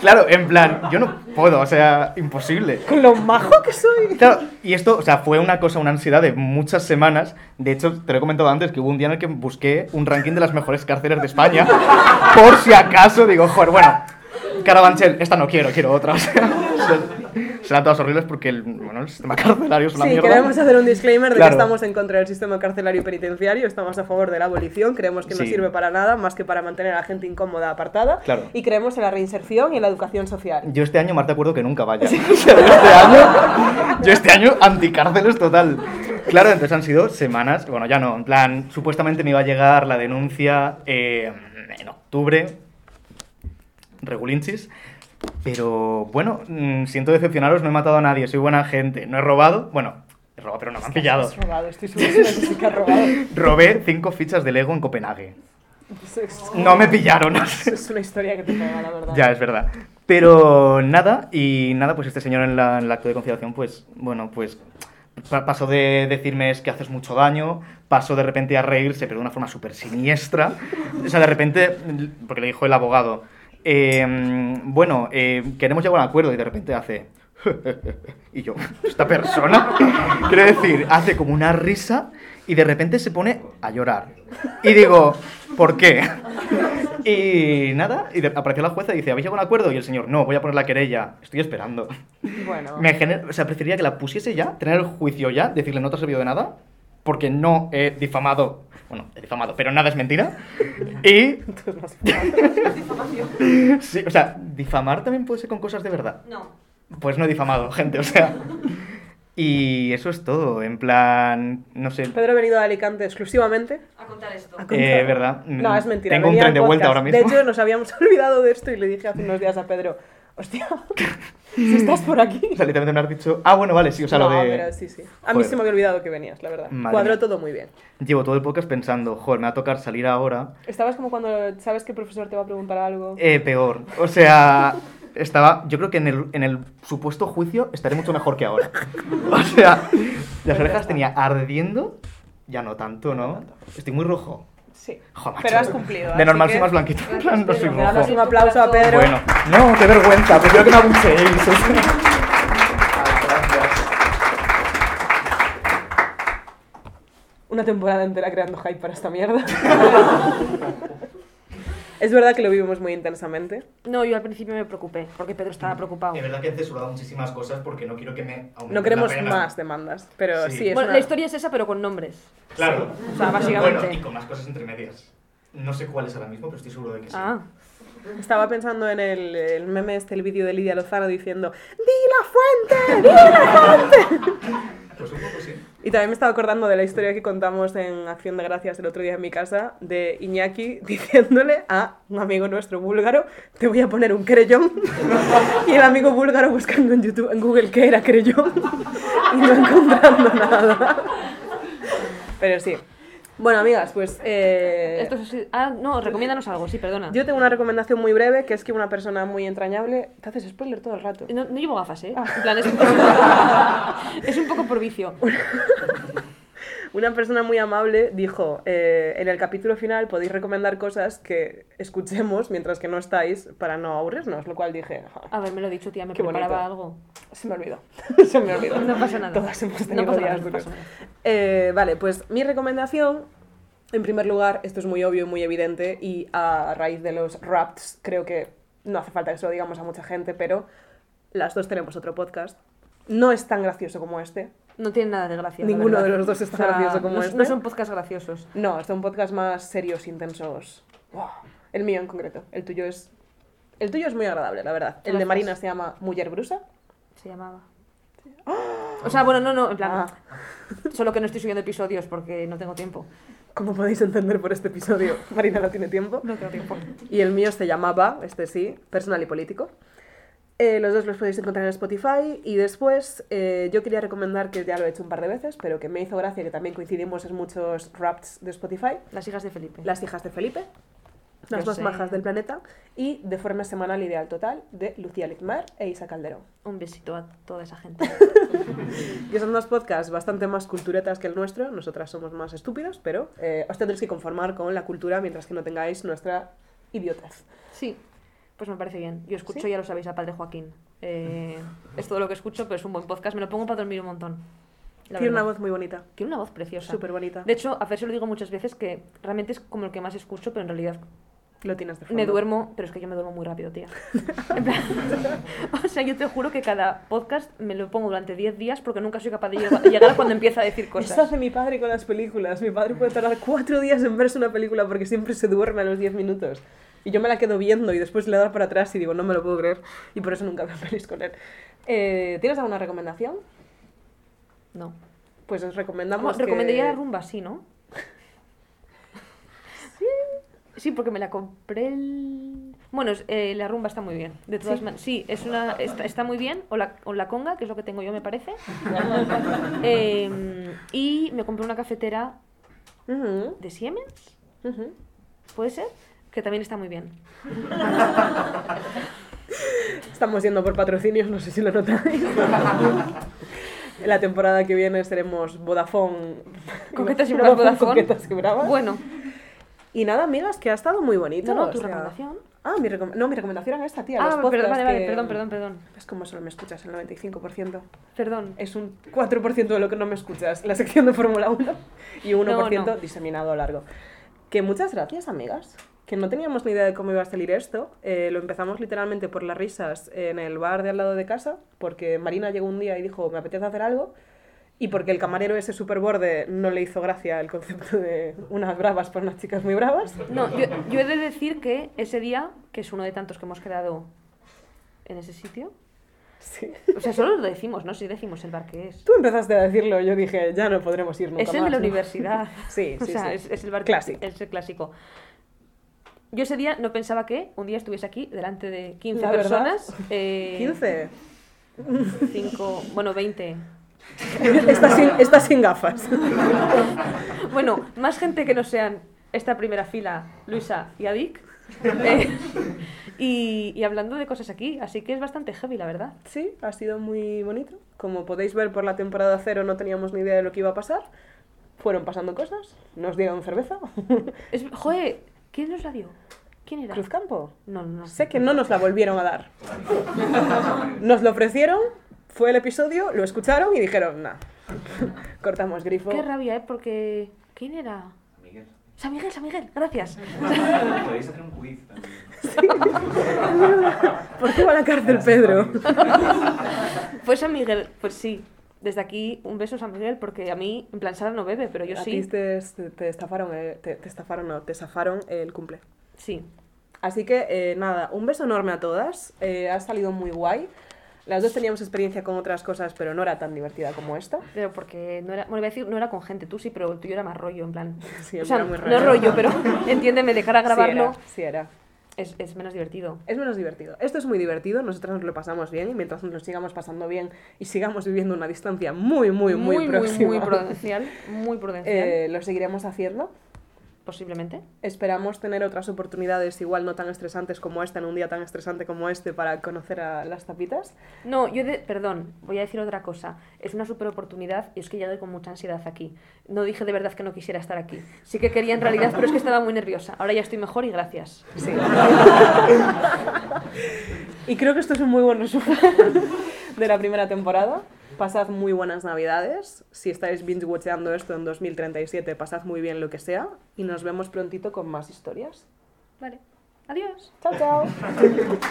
[SPEAKER 5] Claro, en plan, yo no puedo, o sea, imposible.
[SPEAKER 2] Con lo majo que soy.
[SPEAKER 5] Claro, y esto, o sea, fue una cosa, una ansiedad de muchas semanas. De hecho, te lo he comentado antes que hubo un día en el que busqué un ranking de las mejores cárceles de España. Por si acaso, digo, joder, bueno, Carabanchel, esta no quiero, quiero otra. O sea, son- serán todas horribles porque el, bueno, el sistema carcelario es una
[SPEAKER 2] Sí,
[SPEAKER 5] mierda.
[SPEAKER 2] queremos hacer un disclaimer de
[SPEAKER 5] Claro.
[SPEAKER 2] que estamos en contra del sistema carcelario y penitenciario, estamos a favor de la abolición, creemos que no
[SPEAKER 5] Sí.
[SPEAKER 2] sirve para nada más que para mantener a la gente incómoda apartada
[SPEAKER 5] Claro.
[SPEAKER 2] y creemos en la reinserción y en la educación social.
[SPEAKER 5] Yo este año, Marta, acuerdo que nunca vaya. Yo este año, yo este año anticárceles total. Claro, entonces han sido semanas, bueno, ya no, en plan, supuestamente me iba a llegar la denuncia eh, en octubre, regulinchis, pero bueno, mm, siento decepcionaros, no he matado a nadie, soy buena gente, no he robado, bueno, he robado, pero no me han pillado.
[SPEAKER 2] Has robado, estoy segura de que has robado.
[SPEAKER 5] Robé cinco fichas de Lego en Copenhague.
[SPEAKER 2] Eso es-
[SPEAKER 5] No me pillaron.
[SPEAKER 2] eso es una historia que te pega, la verdad. ¿eh?
[SPEAKER 5] Ya, es verdad. Pero nada, y nada, pues este señor en, la- en el acto de conciliación, pues, bueno, pues pa- pasó de decirme es que haces mucho daño, pasó de repente a reírse, pero de una forma súper siniestra. O sea, de repente, porque le dijo el abogado, "Eh, bueno, eh, queremos llegar a un acuerdo, y de repente hace... Y yo, esta persona, quiero decir, hace como una risa y de repente se pone a llorar. Y digo, ¿por qué? Y nada, y de- apareció la jueza y dice, ¿habéis llegado a un acuerdo? Y el señor, no, voy a poner la querella, estoy esperando.
[SPEAKER 2] Bueno,
[SPEAKER 5] Me gener- o sea, preferiría que la pusiese ya, tener el juicio ya, decirle no te ha servido de nada, porque no he difamado, bueno, he difamado, pero nada es mentira. Y, sí, o sea, difamar también puede ser con cosas de verdad.
[SPEAKER 9] No.
[SPEAKER 5] Pues no he difamado, gente, o sea. Y eso es todo, en plan, no sé.
[SPEAKER 2] Pedro ha venido a Alicante exclusivamente
[SPEAKER 9] A contar esto.
[SPEAKER 2] a contar-
[SPEAKER 5] Eh, ¿Verdad?
[SPEAKER 2] No, es mentira.
[SPEAKER 5] Tengo un
[SPEAKER 2] venía al
[SPEAKER 5] tren de vuelta
[SPEAKER 2] podcast.
[SPEAKER 5] ahora mismo.
[SPEAKER 2] De hecho, nos habíamos olvidado de esto y le dije hace unos días a Pedro, hostia, si estás por aquí.
[SPEAKER 5] O sea, literalmente me has dicho, ah, bueno, vale, sí, o sea,
[SPEAKER 2] no,
[SPEAKER 5] lo de...
[SPEAKER 2] pero sí, sí. A mí
[SPEAKER 5] Joder.
[SPEAKER 2] se me había olvidado que venías, la verdad.
[SPEAKER 5] Madre
[SPEAKER 2] Cuadró
[SPEAKER 5] mía.
[SPEAKER 2] todo muy bien.
[SPEAKER 5] Llevo todo el podcast pensando, joder, me va a tocar salir ahora.
[SPEAKER 2] Estabas como cuando sabes que el profesor te va a preguntar algo.
[SPEAKER 5] Eh, peor. O sea, estaba. Yo creo que en el, en el supuesto juicio estaré mucho mejor que ahora. O sea, las orejas tenía ardiendo. Ya no tanto, ¿no? Estoy muy rojo.
[SPEAKER 2] Sí.
[SPEAKER 5] Joder,
[SPEAKER 2] Pero has
[SPEAKER 5] macho.
[SPEAKER 2] cumplido,
[SPEAKER 5] De normal
[SPEAKER 2] así
[SPEAKER 5] soy
[SPEAKER 2] que-
[SPEAKER 5] más blanquito. En plan, No soy
[SPEAKER 2] Le damos
[SPEAKER 5] rojo.
[SPEAKER 2] un aplauso a Pedro.
[SPEAKER 5] Bueno, no, qué vergüenza. Prefiero que me abucheéis. o sea.
[SPEAKER 2] Una temporada entera creando hype para esta mierda. es verdad que lo vivimos muy intensamente.
[SPEAKER 1] No, yo al principio me preocupé, porque Pedro
[SPEAKER 2] Mm.
[SPEAKER 1] estaba preocupado.
[SPEAKER 5] Es verdad que he censurado muchísimas cosas porque no quiero que me aumente
[SPEAKER 2] No queremos
[SPEAKER 5] la pena.
[SPEAKER 2] más demandas, pero sí,
[SPEAKER 5] Sí.
[SPEAKER 2] es
[SPEAKER 1] Bueno,
[SPEAKER 2] una-
[SPEAKER 1] la historia es esa, pero con nombres.
[SPEAKER 5] Claro.
[SPEAKER 1] O sea, básicamente.
[SPEAKER 5] Bueno, y con más cosas entre medias. No sé cuál es ahora mismo, pero estoy seguro de que sí.
[SPEAKER 1] Ah,
[SPEAKER 2] Estaba pensando en el, el meme este, el vídeo de Lidia Lozano diciendo ¡Di la fuente! ¡Di la fuente!
[SPEAKER 5] Pues un poco sí.
[SPEAKER 2] Y también me estaba acordando de la historia que contamos en Acción de Gracias el otro día en mi casa, de Iñaki diciéndole a un amigo nuestro búlgaro, te voy a poner un creyón. y el amigo búlgaro buscando en YouTube, en Google, qué era creyón. y no encontrando nada. Pero sí. Bueno, amigas, pues... eh,
[SPEAKER 1] esto es así- Ah, no, recomiéndanos algo, sí, perdona.
[SPEAKER 2] Yo tengo una recomendación muy breve, que es que una persona muy entrañable... Te haces spoiler todo el rato.
[SPEAKER 1] No, no llevo gafas,
[SPEAKER 2] Ah.
[SPEAKER 1] ¿eh? En plan, es un poco, es un poco por vicio.
[SPEAKER 2] Una persona muy amable dijo, eh, en el capítulo final podéis recomendar cosas que escuchemos mientras que no estáis para no aburrirnos, lo cual dije, "Ja,
[SPEAKER 1] A ver, me lo he dicho, tía, me
[SPEAKER 2] Qué
[SPEAKER 1] preparaba
[SPEAKER 2] bonito.
[SPEAKER 1] algo.
[SPEAKER 2] se me olvidó, se me olvidó.
[SPEAKER 1] No pasa nada.
[SPEAKER 2] Todas hemos tenido
[SPEAKER 1] No pasa nada,
[SPEAKER 2] días
[SPEAKER 1] no
[SPEAKER 2] duros.
[SPEAKER 1] pasa nada.
[SPEAKER 2] Eh, vale, pues mi recomendación, en primer lugar, esto es muy obvio y muy evidente y a raíz de los raps creo que no hace falta que se lo digamos a mucha gente, pero las dos tenemos otro podcast. No es tan gracioso como este.
[SPEAKER 1] No tiene nada de gracia. la
[SPEAKER 2] Ninguno
[SPEAKER 1] verdad.
[SPEAKER 2] de los dos es tan gracioso como
[SPEAKER 1] no,
[SPEAKER 2] este.
[SPEAKER 1] No son podcasts graciosos.
[SPEAKER 2] No, es un podcast más serios, intensos. Wow. El mío en concreto. El tuyo es. El tuyo es muy agradable, la verdad. El de
[SPEAKER 1] Gracias.
[SPEAKER 2] Marina se llama Mujer Brusa.
[SPEAKER 1] Se llamaba. O sea, bueno, no, no, en plan.
[SPEAKER 2] Ah.
[SPEAKER 1] Solo que no estoy subiendo episodios porque no tengo tiempo.
[SPEAKER 2] Como podéis entender por este episodio, Marina no tiene tiempo.
[SPEAKER 1] No tengo tiempo.
[SPEAKER 2] Y el mío se llamaba, este sí, Personal y Político. Eh, los dos los podéis encontrar en Spotify. Y después, eh, yo quería recomendar que ya lo he hecho un par de veces, pero que me hizo gracia que también coincidimos en muchos raps de Spotify.
[SPEAKER 1] Las hijas de Felipe.
[SPEAKER 2] Las hijas de Felipe, las
[SPEAKER 1] Yo
[SPEAKER 2] más
[SPEAKER 1] sé.
[SPEAKER 2] majas del planeta, y de forma semanal ideal total de Lucía Litmar e Isa Calderón.
[SPEAKER 1] Un besito a toda esa gente.
[SPEAKER 2] Que son dos podcasts bastante más culturetas que el nuestro, nosotras somos más estúpidos, pero eh, os tendréis que conformar con la cultura mientras que no tengáis nuestra idiotez.
[SPEAKER 1] Sí. Pues me parece bien. Yo escucho, ya lo sabéis, a Padre Joaquín. Eh, es todo lo que escucho, pero es un buen podcast. Me lo pongo para dormir un montón. La
[SPEAKER 2] Tiene una
[SPEAKER 1] verdad.
[SPEAKER 2] voz muy bonita.
[SPEAKER 1] Tiene una voz preciosa.
[SPEAKER 2] Súper bonita.
[SPEAKER 1] De hecho, a Fer se lo digo muchas veces que realmente es como el que más escucho, pero en realidad
[SPEAKER 2] Lo tienes de fondo.
[SPEAKER 1] me duermo, pero es que yo me duermo muy rápido, tía. En plan, o sea, yo te juro que cada podcast me lo pongo durante 10 días porque nunca soy capaz de llega- llegar a cuando empieza a decir
[SPEAKER 2] Esto
[SPEAKER 1] cosas.
[SPEAKER 2] hace mi padre con las películas. Mi padre puede tardar cuatro días en verse una película porque siempre se duerme a los diez minutos. Y yo me la quedo viendo y después le doy para atrás y digo, no me lo puedo creer. Y por eso nunca veo pelis con él. Eh, ¿Tienes alguna recomendación?
[SPEAKER 1] No.
[SPEAKER 2] Pues os recomendamos. que-
[SPEAKER 1] Recomendaría la rumba, sí, ¿no? Sí, porque me la compré el... Bueno, es- eh, la rumba está muy bien. De todas maneras, sí, es una, está, está muy bien. O la, o la conga, que es lo que tengo yo, me parece. Eh, y me compré una cafetera
[SPEAKER 2] Ujú,
[SPEAKER 1] de Siemens,
[SPEAKER 2] ujú.
[SPEAKER 1] ¿puede ser? Que también está muy bien.
[SPEAKER 2] Estamos yendo por patrocinios, no sé si lo notáis. la temporada que viene seremos Vodafone.
[SPEAKER 1] Coquetas y bravas, Vodafone.
[SPEAKER 2] Coquetas y bravas.
[SPEAKER 1] Bueno,
[SPEAKER 2] Y nada, amigas, que ha estado muy bonito.
[SPEAKER 1] no, no,
[SPEAKER 2] o
[SPEAKER 1] tu
[SPEAKER 2] sea-
[SPEAKER 1] recomendación.
[SPEAKER 2] Ah, mi recom- no, mi recomendación era esta, tía.
[SPEAKER 1] Ah,
[SPEAKER 2] los
[SPEAKER 1] perdón,
[SPEAKER 2] podcasts
[SPEAKER 1] vale, vale,
[SPEAKER 2] que-
[SPEAKER 1] perdón, perdón, perdón.
[SPEAKER 2] Es como solo me escuchas el 95%.
[SPEAKER 1] Perdón.
[SPEAKER 2] Es un 4% de lo que no me escuchas, la sección de Fórmula 1 y un
[SPEAKER 1] No,
[SPEAKER 2] 1%
[SPEAKER 1] no.
[SPEAKER 2] diseminado a lo largo. Que muchas gracias, amigas. Que no teníamos ni idea de cómo iba a salir esto. Eh, lo empezamos literalmente por las risas en el bar de al lado de casa, porque Marina llegó un día y dijo, me apetece hacer algo. Y porque el camarero ese super borde no le hizo gracia el concepto de unas bravas para unas chicas muy bravas.
[SPEAKER 1] No, yo, yo he de decir que ese día, que es uno de tantos que hemos quedado en ese sitio,
[SPEAKER 2] Sí.
[SPEAKER 1] o sea, solo lo decimos, ¿no? Si decimos el bar que es.
[SPEAKER 2] Tú empezaste a decirlo, yo dije, ya no podremos ir nunca
[SPEAKER 1] Es el de
[SPEAKER 2] más,
[SPEAKER 1] la
[SPEAKER 2] ¿no?".
[SPEAKER 1] universidad.
[SPEAKER 2] Sí,
[SPEAKER 1] o
[SPEAKER 2] sí,
[SPEAKER 1] sea,
[SPEAKER 2] sí.
[SPEAKER 1] Es, eh, es el bar
[SPEAKER 2] Clásico.
[SPEAKER 1] Es el clásico. Yo ese día no pensaba que un día estuviese aquí delante de 15
[SPEAKER 2] La verdad.
[SPEAKER 1] personas. eh,
[SPEAKER 2] 15.
[SPEAKER 1] 5, bueno, 20.
[SPEAKER 2] Está sin, está sin gafas.
[SPEAKER 1] Bueno, más gente que no sean esta primera fila, Luisa y Adik. Eh, y, y hablando de cosas aquí, así que es bastante heavy, la verdad.
[SPEAKER 2] Sí, ha sido muy bonito. Como podéis ver por la temporada cero no teníamos ni idea de lo que iba a pasar. Fueron pasando cosas. Nos dieron cerveza.
[SPEAKER 1] Es, joe, ¿quién nos la dio? ¿Quién era?
[SPEAKER 2] Cruzcampo.
[SPEAKER 1] No, no, no.
[SPEAKER 2] Sé que no nos la volvieron a dar. Nos lo ofrecieron, fue el episodio, lo escucharon y dijeron, nah, cortamos grifo.
[SPEAKER 1] Qué rabia, ¿eh? Porque... ¿Quién era?
[SPEAKER 10] Miguel,
[SPEAKER 1] San Miguel, San Miguel, gracias.
[SPEAKER 10] podéis hacer un quiz también.
[SPEAKER 2] ¿Por qué va a la cárcel Pedro?
[SPEAKER 1] Fue San Miguel, pues sí. Desde aquí, un beso San Miguel, porque a mí, en plan, Sara no bebe, pero yo
[SPEAKER 2] A
[SPEAKER 1] sí.
[SPEAKER 2] ti te, te estafaron, eh, te, te estafaron, no, te zafaron el cumple.
[SPEAKER 1] Sí.
[SPEAKER 2] Así que eh, nada, un beso enorme a todas. Eh, ha salido muy guay. Las dos teníamos experiencia con otras cosas, pero no era tan divertida como esta.
[SPEAKER 1] Pero porque no era... Bueno, iba a decir, no era con gente. Tú sí, pero el tuyo era más rollo, en plan...
[SPEAKER 2] Sí,
[SPEAKER 1] o sea,
[SPEAKER 2] era muy
[SPEAKER 1] no rollo, pero entiéndeme, de cara a
[SPEAKER 2] Sí era,
[SPEAKER 1] grabarlo
[SPEAKER 2] sí era.
[SPEAKER 1] es, es menos divertido.
[SPEAKER 2] Es menos divertido. Esto es muy divertido, nosotras nos lo pasamos bien y mientras nos lo sigamos pasando bien y sigamos viviendo una distancia muy, muy, muy, próxima,
[SPEAKER 1] muy prudencial. Muy prudencial,
[SPEAKER 2] eh, lo seguiremos haciendo.
[SPEAKER 1] posiblemente.
[SPEAKER 2] Esperamos tener otras oportunidades igual no tan estresantes como esta, en un día tan estresante como este, para conocer a las tapitas.
[SPEAKER 1] No, yo, de- perdón, voy a decir otra cosa. Es una super oportunidad y es que llegué con mucha ansiedad aquí. No dije de verdad que no quisiera estar aquí. Sí que quería en realidad, pero es que estaba muy nerviosa. Ahora ya estoy mejor y gracias.
[SPEAKER 2] Sí. y creo que esto es un muy buen resumen de la primera temporada. Pasad muy buenas navidades. Si estáis binge-watcheando esto en 2037, pasad muy bien lo que sea. Y nos vemos prontito con más historias.
[SPEAKER 1] Vale. Adiós.
[SPEAKER 2] ¡Chao, chao!